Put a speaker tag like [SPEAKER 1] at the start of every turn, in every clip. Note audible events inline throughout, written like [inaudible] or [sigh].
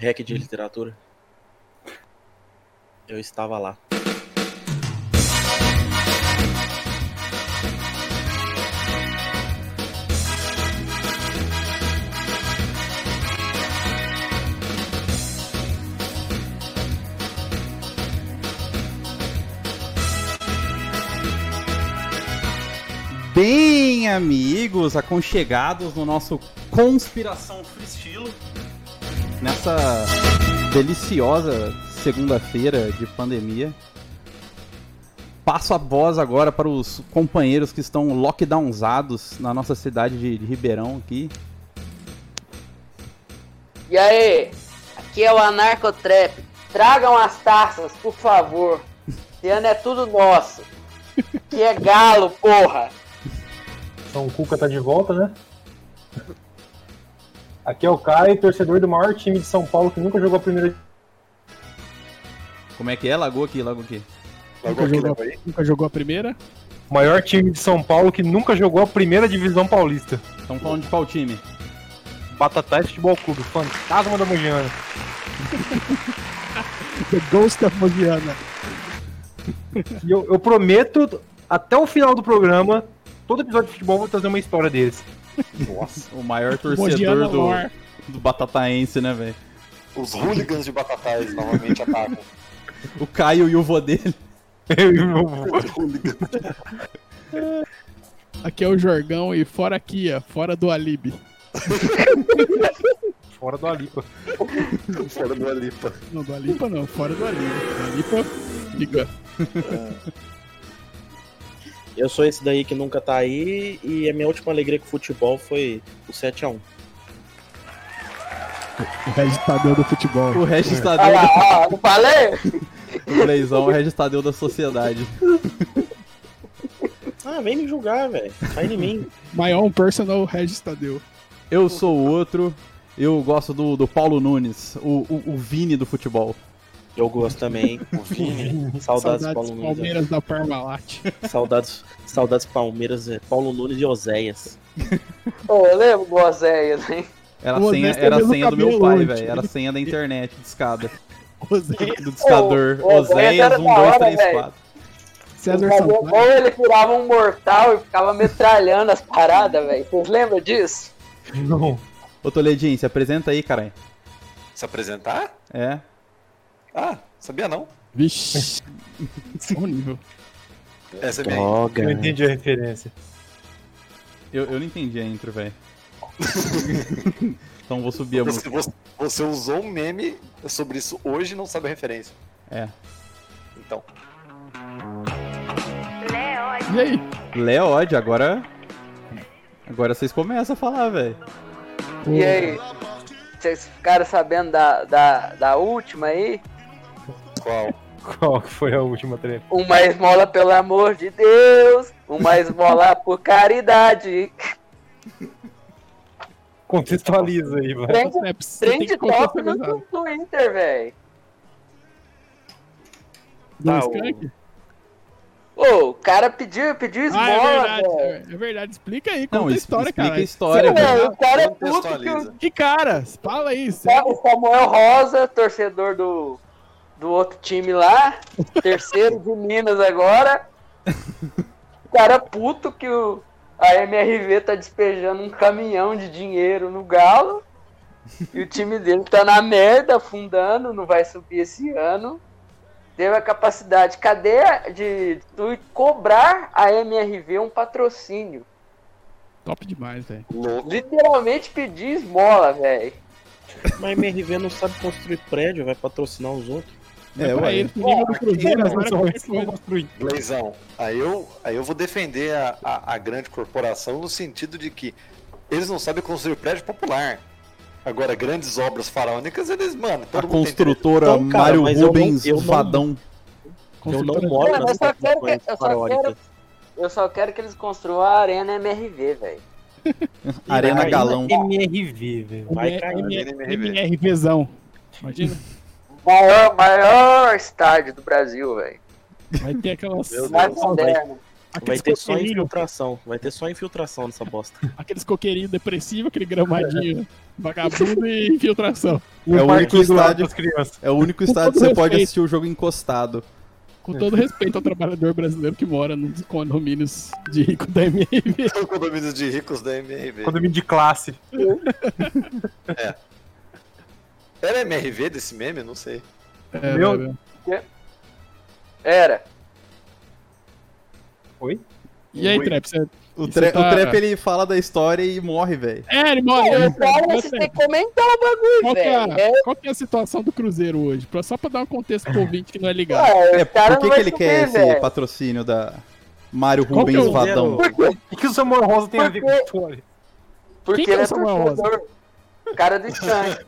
[SPEAKER 1] REC de literatura. Eu estava lá.
[SPEAKER 2] Bem, amigos, aconchegados no nosso Conspiração Freestilo. Nessa deliciosa segunda-feira de pandemia. Passo a voz agora para os companheiros que estão lockdownzados na nossa cidade de, de Ribeirão aqui.
[SPEAKER 3] E aí, aqui é o Anarcotrap. Tragam as taças, por favor. Esse ano é tudo nosso. Que é galo, porra.
[SPEAKER 4] Então o Cuca tá de volta, né? Aqui é o Caio, torcedor do maior time de São Paulo que nunca jogou a primeira.
[SPEAKER 2] Como é que é? Lagoa aqui, lagoa aqui.
[SPEAKER 5] Nunca jogou, nunca jogou a primeira?
[SPEAKER 4] Maior time de São Paulo que nunca jogou a primeira divisão paulista.
[SPEAKER 2] Estão falando de qual time?
[SPEAKER 4] Batatais Futebol Clube, fantasma da Mugiana.
[SPEAKER 5] The Ghost da Mogiana.
[SPEAKER 4] E eu, eu prometo, até o final do programa, todo episódio de futebol eu vou trazer uma história deles. [laughs]
[SPEAKER 2] O maior
[SPEAKER 5] Mogiana
[SPEAKER 2] torcedor do,
[SPEAKER 5] Lore.
[SPEAKER 2] do Batataense, né, velho?
[SPEAKER 6] Os hooligans de Batatais novamente atacam.
[SPEAKER 2] O Caio e o vô dele.
[SPEAKER 4] Eu e meu avô.
[SPEAKER 5] Aqui é o Jorgão e fora Kia, fora do Alibi.
[SPEAKER 4] Fora do Alipa.
[SPEAKER 6] Fora do Alipa.
[SPEAKER 5] Não, do Alipa não, fora do Alibi. Alipa, liga.
[SPEAKER 1] Eu sou esse daí que nunca tá aí e a minha última alegria com o futebol foi o 7x1.
[SPEAKER 5] O registrador do futebol.
[SPEAKER 2] O Regis
[SPEAKER 3] Ah,
[SPEAKER 2] Tadeu,
[SPEAKER 3] lá, ó, não falei?
[SPEAKER 2] do Leizão, o Regis Tadeu da sociedade.
[SPEAKER 1] Ah, vem me julgar, velho. Sai de mim.
[SPEAKER 5] My own personal Regis Tadeu.
[SPEAKER 2] Eu sou o outro. Eu gosto do, do Paulo Nunes, o, o, o Vini do futebol.
[SPEAKER 1] [laughs] Eu gosto também. Um O
[SPEAKER 5] Uhum.
[SPEAKER 1] Vini. Saudades,
[SPEAKER 5] Saudades
[SPEAKER 1] Paulo Nunes.
[SPEAKER 5] Palmeiras da [laughs] Parmalat.
[SPEAKER 1] [laughs] velho. Saudades, saudades Palmeiras. velho. Paulo Nunes e Oséias.
[SPEAKER 3] Ô, eu lembro do Oséias, hein?
[SPEAKER 2] Era
[SPEAKER 5] O
[SPEAKER 2] a senha,
[SPEAKER 5] Odés tem
[SPEAKER 2] era a
[SPEAKER 5] mesmo
[SPEAKER 2] senha do meu
[SPEAKER 5] cabelo
[SPEAKER 2] pai,
[SPEAKER 5] hoje.
[SPEAKER 2] velho. Era a senha da internet, [laughs] discada.
[SPEAKER 5] Oséias.
[SPEAKER 2] Do discador. um,
[SPEAKER 3] Ô, ô, Odés era
[SPEAKER 2] Oséias,
[SPEAKER 3] da
[SPEAKER 2] 1, 2,
[SPEAKER 3] hora,
[SPEAKER 2] 3,
[SPEAKER 3] velho.
[SPEAKER 2] 4.
[SPEAKER 5] César
[SPEAKER 3] Mas o
[SPEAKER 5] Sampaio.
[SPEAKER 3] bom ele curava um mortal e ficava metralhando as paradas, velho. Vocês lembram disso?
[SPEAKER 4] Não.
[SPEAKER 2] Ô, Toledinho, se apresenta aí, caralho.
[SPEAKER 6] Se apresentar?
[SPEAKER 2] É.
[SPEAKER 6] Ah, sabia não.
[SPEAKER 5] Vixe. Bom nível.
[SPEAKER 6] Essa é minha.
[SPEAKER 1] Droga.
[SPEAKER 4] Eu entendi a referência.
[SPEAKER 2] Eu, eu não entendi a intro, velho. [laughs] então vou subir a
[SPEAKER 6] Você,
[SPEAKER 2] música.
[SPEAKER 6] você- você usou um meme sobre isso hoje e não sabe a referência.
[SPEAKER 2] É.
[SPEAKER 6] Então,
[SPEAKER 5] E aí?
[SPEAKER 2] Leod, agora. Agora vocês começam a falar, velho.
[SPEAKER 5] Hum.
[SPEAKER 3] E aí? Vocês ficaram sabendo da, da, da última aí?
[SPEAKER 6] qual?
[SPEAKER 4] Qual que foi a última treta?
[SPEAKER 3] Uma esmola pelo amor de Deus, uma esmola por caridade.
[SPEAKER 4] Contextualiza aí, vai.
[SPEAKER 3] Trend,
[SPEAKER 5] É, você tem
[SPEAKER 3] trend
[SPEAKER 5] que
[SPEAKER 3] top né? no
[SPEAKER 5] contextualizar.
[SPEAKER 3] Twitter, velho.
[SPEAKER 5] Do
[SPEAKER 1] Tá,
[SPEAKER 5] Skank?
[SPEAKER 3] Ô, o cara pediu, pediu
[SPEAKER 5] Ah, é
[SPEAKER 3] esmola,
[SPEAKER 5] verdade.
[SPEAKER 3] velho.
[SPEAKER 5] É verdade. Explica aí, conta
[SPEAKER 2] Não,
[SPEAKER 5] a
[SPEAKER 2] es-
[SPEAKER 5] história,
[SPEAKER 2] explica
[SPEAKER 5] cara.
[SPEAKER 2] a história, né?
[SPEAKER 3] Não,
[SPEAKER 2] velho.
[SPEAKER 3] o cara é puto que o
[SPEAKER 6] Contextualiza.
[SPEAKER 5] Que cara? Fala aí. cê-
[SPEAKER 3] É, o Samuel Rosa, torcedor do, do outro time lá, terceiro de Minas agora. O cara puto que o, a MRV tá despejando um caminhão de dinheiro no Galo. E o time dele tá na merda, afundando, não vai subir esse ano. Teve a capacidade, cadê a- de tu cobrar a MRV um patrocínio?
[SPEAKER 5] Top demais, velho.
[SPEAKER 6] Louco.
[SPEAKER 3] Literalmente pedir esmola, velho.
[SPEAKER 1] Mas a MRV não sabe construir prédio, vai patrocinar os outros.
[SPEAKER 2] É,
[SPEAKER 5] Pra
[SPEAKER 2] ué.
[SPEAKER 5] eles, no nível do Cruzeiro,
[SPEAKER 1] né?
[SPEAKER 4] Não,
[SPEAKER 5] agora
[SPEAKER 4] só
[SPEAKER 5] qualquer
[SPEAKER 4] isso
[SPEAKER 5] coisa.
[SPEAKER 4] não construí.
[SPEAKER 6] Leizão, aí eu, aí eu vou defender a, a, a grande corporação no sentido de que eles não sabem construir prédio popular. Agora, grandes obras faraônicas, eles, mano,
[SPEAKER 2] A
[SPEAKER 6] todo mundo tem prédio.
[SPEAKER 2] construtora
[SPEAKER 1] Então, cara,
[SPEAKER 2] Mário
[SPEAKER 1] mas eu não-
[SPEAKER 2] Rubens
[SPEAKER 1] eu não-
[SPEAKER 2] Vadão.
[SPEAKER 1] Eu não
[SPEAKER 5] Construtora-
[SPEAKER 1] moro
[SPEAKER 3] Cara,
[SPEAKER 1] nas
[SPEAKER 3] eu só quero que-
[SPEAKER 1] construções
[SPEAKER 3] eu só
[SPEAKER 1] faraônicas.
[SPEAKER 3] Eu só quero que eles construam a Arena MRV, velho.
[SPEAKER 2] Arena
[SPEAKER 1] vai-
[SPEAKER 2] Galão.
[SPEAKER 4] MRV, velho.
[SPEAKER 1] Vai cair.
[SPEAKER 5] MR-
[SPEAKER 6] MRV.
[SPEAKER 5] MRVzão.
[SPEAKER 1] [laughs]
[SPEAKER 5] Imagina,
[SPEAKER 3] Maior, maior estádio do Brasil, velho.
[SPEAKER 5] vai ter aquelas.
[SPEAKER 1] Meu Deus.
[SPEAKER 3] Mais
[SPEAKER 1] Nossa,
[SPEAKER 3] moderno.
[SPEAKER 1] Vai
[SPEAKER 5] aqueles
[SPEAKER 1] ter só
[SPEAKER 5] coqueirinhos
[SPEAKER 1] infiltração. Vai ter só infiltração nessa bosta.
[SPEAKER 5] aqueles coqueirinhos depressivos, aquele gramadinho vagabundo e infiltração.
[SPEAKER 4] E
[SPEAKER 2] É
[SPEAKER 4] um
[SPEAKER 2] o
[SPEAKER 4] parque
[SPEAKER 2] único
[SPEAKER 4] do lado
[SPEAKER 2] estádio-
[SPEAKER 4] das crianças.
[SPEAKER 2] É o único
[SPEAKER 3] [laughs]
[SPEAKER 5] Com
[SPEAKER 2] estádio que
[SPEAKER 5] todo
[SPEAKER 2] você pode
[SPEAKER 5] respeito.
[SPEAKER 2] assistir o jogo encostado.
[SPEAKER 5] Com todo respeito ao trabalhador brasileiro que mora nos condomínios de rico da MRV.
[SPEAKER 6] São [laughs] condomínios de ricos da MRV.
[SPEAKER 4] Condomínio de classe.
[SPEAKER 6] Era MRV desse meme? Não sei.
[SPEAKER 5] É,
[SPEAKER 4] Meu-
[SPEAKER 5] velho.
[SPEAKER 3] Era.
[SPEAKER 5] E aí,
[SPEAKER 6] Ui.
[SPEAKER 5] Trap? Você...
[SPEAKER 2] O,
[SPEAKER 5] Isso
[SPEAKER 2] tre-
[SPEAKER 5] tá-
[SPEAKER 2] o Trap ele fala da história e morre, velho.
[SPEAKER 5] É, ele morre.
[SPEAKER 3] Eu
[SPEAKER 5] ele
[SPEAKER 3] quero
[SPEAKER 5] morre.
[SPEAKER 3] vocês têm que comentar o bagulho,
[SPEAKER 5] Qual que,
[SPEAKER 3] velho.
[SPEAKER 5] é,
[SPEAKER 3] É,
[SPEAKER 5] qual que é a situação do Cruzeiro hoje? Pra- Só pra dar um contexto pro ouvinte que não é ligado.
[SPEAKER 3] cara,
[SPEAKER 2] É,
[SPEAKER 3] o cara
[SPEAKER 2] por que,
[SPEAKER 3] não vai
[SPEAKER 2] que ele quer
[SPEAKER 3] subir,
[SPEAKER 2] esse
[SPEAKER 3] velho.
[SPEAKER 2] patrocínio da Mário
[SPEAKER 5] Qual que é
[SPEAKER 2] Rubens
[SPEAKER 5] o
[SPEAKER 2] Vadão?
[SPEAKER 4] O que o Samuel Rosa tem a ver com a
[SPEAKER 3] Porque-
[SPEAKER 4] história?
[SPEAKER 3] Porque
[SPEAKER 5] que é
[SPEAKER 3] ele
[SPEAKER 5] o
[SPEAKER 3] é
[SPEAKER 5] Samuel Rosa?
[SPEAKER 3] torcedor. Cara é do Santos.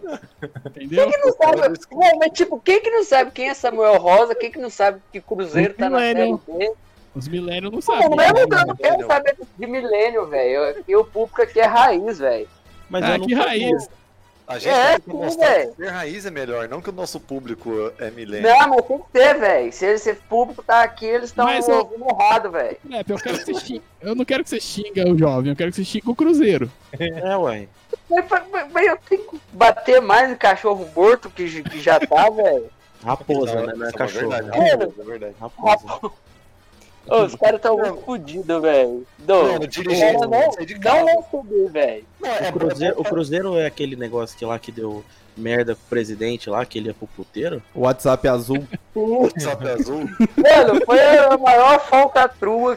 [SPEAKER 5] Entendeu?
[SPEAKER 3] Quem não [laughs] sabe? Bom, mas tipo, quem que não sabe quem é Samuel Rosa? Quem que não sabe que Cruzeiro tá na série
[SPEAKER 5] Millennium.
[SPEAKER 3] B?
[SPEAKER 5] Os milênios Ah, não
[SPEAKER 3] Pô,
[SPEAKER 5] sabem. né?
[SPEAKER 3] não, é eu não quero saber de milênio, velho. E o público aqui é raiz, velho.
[SPEAKER 1] Mas
[SPEAKER 5] Ah,
[SPEAKER 2] É
[SPEAKER 1] eu não
[SPEAKER 5] que raiz.
[SPEAKER 6] A gente
[SPEAKER 3] É,
[SPEAKER 6] tem que
[SPEAKER 3] sim,
[SPEAKER 6] mostrar
[SPEAKER 3] velho.
[SPEAKER 6] que ser raiz é melhor, não que o nosso público é milênio.
[SPEAKER 3] Não, mas tem que ter, velho. Se esse público tá aqui, eles estão
[SPEAKER 5] Mas eu-
[SPEAKER 3] ouvindo errado, velho.
[SPEAKER 5] Trap, eu, quero que você xingue- eu não quero que você xinga o jovem, eu quero que você xinga o Cruzeiro.
[SPEAKER 1] É, ué.
[SPEAKER 3] Mas, mas- mas eu tenho que bater mais no cachorro morto que, j- que já tá, [laughs] velho.
[SPEAKER 1] Raposa,
[SPEAKER 6] Não,
[SPEAKER 1] né?
[SPEAKER 6] isso
[SPEAKER 1] Não é
[SPEAKER 6] uma
[SPEAKER 1] cachorro.
[SPEAKER 6] verdade,
[SPEAKER 1] né?
[SPEAKER 6] é uma verdade, é verdade.
[SPEAKER 1] Raposa.
[SPEAKER 3] Ô, Os caras tão muito fodidos, velho. Não,
[SPEAKER 6] Mano, um dirigente,
[SPEAKER 3] não,
[SPEAKER 6] não
[SPEAKER 3] não,
[SPEAKER 6] sai de
[SPEAKER 3] não
[SPEAKER 6] casa.
[SPEAKER 3] vão subir, velho.
[SPEAKER 1] O Cruzeiro, o Cruzeiro é aquele negócio que lá que deu merda com o presidente lá, que ele ia pro puteiro.
[SPEAKER 2] O WhatsApp é [laughs] azul.
[SPEAKER 6] Sabe um azul?
[SPEAKER 3] Mano, foi a maior falcatrua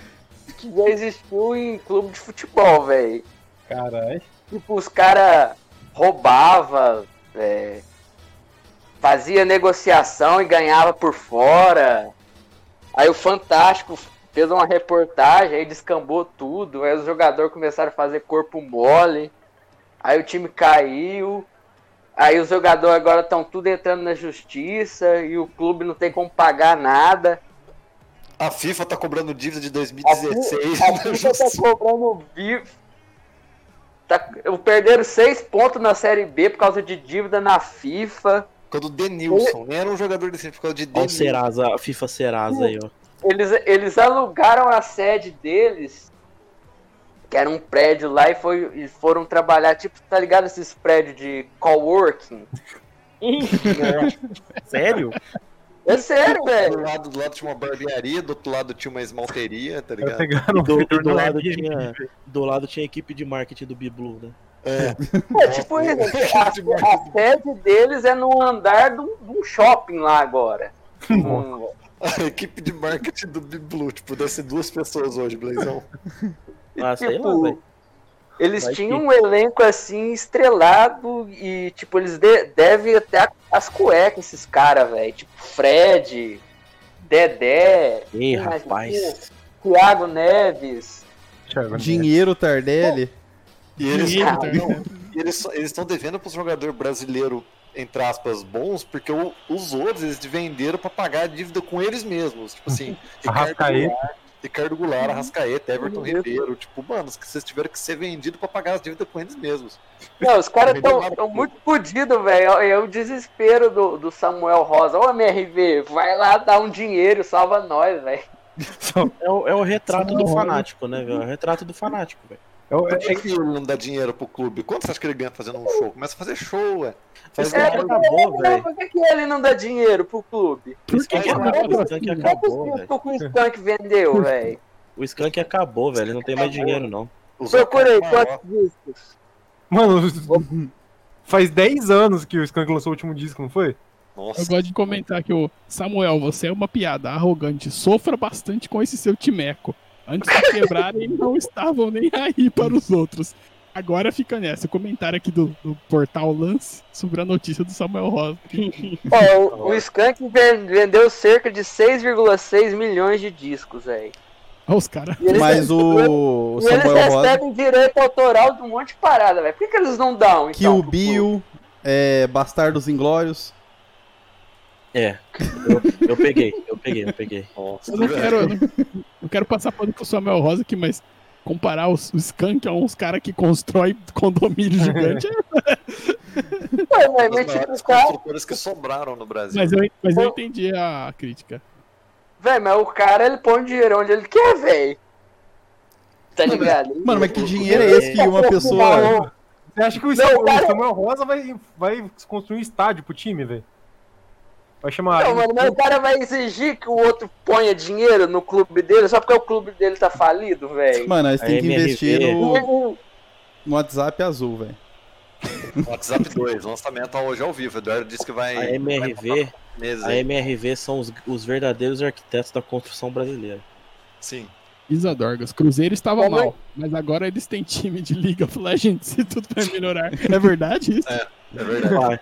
[SPEAKER 3] que já existiu em clube de futebol, velho.
[SPEAKER 4] Caralho.
[SPEAKER 3] Tipo, os caras roubavam, é, fazia negociação e ganhava por fora. Aí o Fantástico fez uma reportagem, aí descambou tudo. Aí os jogadores começaram a fazer corpo mole. Aí o time caiu. Aí os jogadores agora estão tudo entrando na justiça e o clube não tem como pagar nada.
[SPEAKER 6] A FIFA tá cobrando dívida de
[SPEAKER 3] A FIFA
[SPEAKER 6] 2016.
[SPEAKER 3] a
[SPEAKER 6] [laughs]
[SPEAKER 3] FIFA tá cobrando vivo. Tá, eu perderam seis pontos na Série B por causa de dívida na FIFA.
[SPEAKER 6] Quando o Denilson, nem era um jogador decente, por causa de
[SPEAKER 1] Olha o
[SPEAKER 6] Denilson.
[SPEAKER 1] Serasa, a FIFA Serasa aí, ó.
[SPEAKER 3] Eles, eles alugaram a sede deles, que era um prédio lá, e, foi, e foram trabalhar, tipo, tá ligado esses prédios de coworking?
[SPEAKER 6] Né,
[SPEAKER 1] Sério?
[SPEAKER 3] É sério,
[SPEAKER 6] um Do
[SPEAKER 3] velho.
[SPEAKER 6] lado, do lado tinha uma barbearia, do outro lado tinha uma esmalteria, tá
[SPEAKER 4] Eles
[SPEAKER 6] ligado?
[SPEAKER 4] pegaram [laughs] o é
[SPEAKER 1] Do,
[SPEAKER 4] Fedor
[SPEAKER 1] do
[SPEAKER 4] no
[SPEAKER 1] lado
[SPEAKER 4] Airbnb.
[SPEAKER 1] tinha, do lado tinha a equipe de marketing do Biblu, né?
[SPEAKER 3] É tipo isso. A, a sede deles é no andar de um de um shopping lá agora. Um-
[SPEAKER 6] A equipe de marketing do Biblu, tipo, deve ser duas pessoas hoje, Blazão.
[SPEAKER 1] Ah, sei lá,
[SPEAKER 3] Tipo,
[SPEAKER 1] velho.
[SPEAKER 3] Eles
[SPEAKER 1] Vai
[SPEAKER 3] tinham um elenco assim estrelado e, tipo, eles de devem até a- as cuecas, esses caras, velho. Tipo, Fred, Dedé,
[SPEAKER 1] Ih,
[SPEAKER 3] Mas,
[SPEAKER 1] rapaz.
[SPEAKER 3] Thiago Neves.
[SPEAKER 4] Thiago, né? [laughs]
[SPEAKER 2] Dinheiro Tardelli.
[SPEAKER 6] E eles
[SPEAKER 5] Dinheiro,
[SPEAKER 3] cara,
[SPEAKER 5] tá?
[SPEAKER 6] E eles só- eles estão devendo pros jogadores brasileiros, entre aspas, bons, porque o- os outros eles venderam pra pagar a dívida com eles mesmos. Tipo
[SPEAKER 3] [laughs]
[SPEAKER 6] assim,
[SPEAKER 4] Arrascaeta.
[SPEAKER 6] Goulart, Ricardo Goulart, Arrascaeta, Everton
[SPEAKER 3] Uhum.
[SPEAKER 6] Ribeiro. Tipo, mano, os que vocês tiveram que ser vendidos pra pagar as dívidas com eles mesmos.
[SPEAKER 3] Não, os caras
[SPEAKER 6] Vendeu
[SPEAKER 3] tão,
[SPEAKER 6] nada.
[SPEAKER 3] tão muito fodidos, velho. É o desespero do, do Samuel Rosa. Ô, MRV, vai lá dar um dinheiro, salva nós, velho.
[SPEAKER 1] É o, é o retrato do
[SPEAKER 5] Não,
[SPEAKER 1] fanático, né, velho? É o retrato do fanático, velho.
[SPEAKER 4] É o- é-
[SPEAKER 6] Por que, que ele não dá dinheiro pro clube? Quanto você acha que ele ganha fazendo um show? Começa a fazer show, ué. Faz
[SPEAKER 1] Esse
[SPEAKER 6] um
[SPEAKER 1] cara
[SPEAKER 6] show.
[SPEAKER 1] acabou,
[SPEAKER 3] Não,
[SPEAKER 1] velho.
[SPEAKER 3] por que, que ele não dá dinheiro pro clube?
[SPEAKER 5] Por que,
[SPEAKER 1] Skank
[SPEAKER 5] que não
[SPEAKER 1] acabou,
[SPEAKER 5] patrocina?
[SPEAKER 1] o Skank
[SPEAKER 3] Qual que
[SPEAKER 1] acabou,
[SPEAKER 3] o
[SPEAKER 1] Tá velho.
[SPEAKER 3] circo que o
[SPEAKER 1] [laughs]
[SPEAKER 3] Skunk vendeu, velho?
[SPEAKER 1] O Skank acabou, velho. Ele não tem mais dinheiro, não.
[SPEAKER 6] Os
[SPEAKER 3] Procura aí
[SPEAKER 6] outros maior.
[SPEAKER 3] quantos discos.
[SPEAKER 4] Mano, [laughs] faz 10 anos que o Skank lançou o último disco, não foi?
[SPEAKER 5] Eu
[SPEAKER 6] Nossa,
[SPEAKER 5] gosto de comentar que o Samuel, você é uma piada arrogante. Sofra bastante com esse seu timeco. Antes de quebrarem, não estavam nem aí para os outros. Agora fica nessa. O comentário aqui do, do portal Lance sobre a notícia do Samuel Rosa.
[SPEAKER 3] Ó, o- o Skank ven- vendeu cerca de 6,6 milhões de discos, velho.
[SPEAKER 5] Olha os caras.
[SPEAKER 3] E eles,
[SPEAKER 2] Mas o, o
[SPEAKER 3] e eles
[SPEAKER 2] Samuel Rosa.
[SPEAKER 3] recebem direito autoral de um monte de parada, velho. Por que, que eles não dão, então?
[SPEAKER 2] Kill
[SPEAKER 3] pro clube?
[SPEAKER 2] Bill. É, Bastardos Inglórios.
[SPEAKER 1] É. Eu, eu peguei, eu peguei, eu peguei.
[SPEAKER 6] nossa.
[SPEAKER 5] Eu não
[SPEAKER 6] velho.
[SPEAKER 5] quero, eu não, não quero passar pano pro Samuel Rosa aqui, mas comparar os, o Skank a uns caras que constrói condomínio gigante. é-
[SPEAKER 3] Ué, mas,
[SPEAKER 6] Os
[SPEAKER 3] mas, tipo,
[SPEAKER 6] maiores
[SPEAKER 3] o cara,
[SPEAKER 6] construtores que sobraram no Brasil.
[SPEAKER 5] Mas eu, mas eu entendi a crítica.
[SPEAKER 3] velho, mas o cara, ele põe o dinheiro onde ele quer, velho. Tá ligado?
[SPEAKER 2] Mano, mas que dinheiro é esse que uma
[SPEAKER 3] Tá
[SPEAKER 2] pessoa.
[SPEAKER 3] bom.
[SPEAKER 4] Você Você acha que o,
[SPEAKER 3] Não,
[SPEAKER 4] Samuel-
[SPEAKER 3] cara-
[SPEAKER 4] o Samuel Rosa vai, vai construir um estádio pro time, velho? Vai chamar.
[SPEAKER 3] Não, mano, mas o cara vai exigir que o outro ponha dinheiro no clube dele só porque o clube dele tá falido, velho.
[SPEAKER 2] Mano, eles têm
[SPEAKER 1] A
[SPEAKER 2] que
[SPEAKER 1] MRV.
[SPEAKER 2] investir no,
[SPEAKER 3] O- o-
[SPEAKER 2] no WhatsApp azul, velho.
[SPEAKER 6] WhatsApp 2, lançamento hoje ao vivo. Eduardo disse que vai.
[SPEAKER 1] A
[SPEAKER 6] vai
[SPEAKER 1] MRV,
[SPEAKER 6] botar meses
[SPEAKER 1] a
[SPEAKER 6] aí.
[SPEAKER 1] MRV são os, os verdadeiros arquitetos da construção brasileira.
[SPEAKER 6] Sim.
[SPEAKER 5] Isadorgas, Cruzeiro estava
[SPEAKER 3] Como é-
[SPEAKER 5] mal, mas agora eles têm time de League of Legends e tudo vai melhorar. É verdade isso?
[SPEAKER 6] É verdade.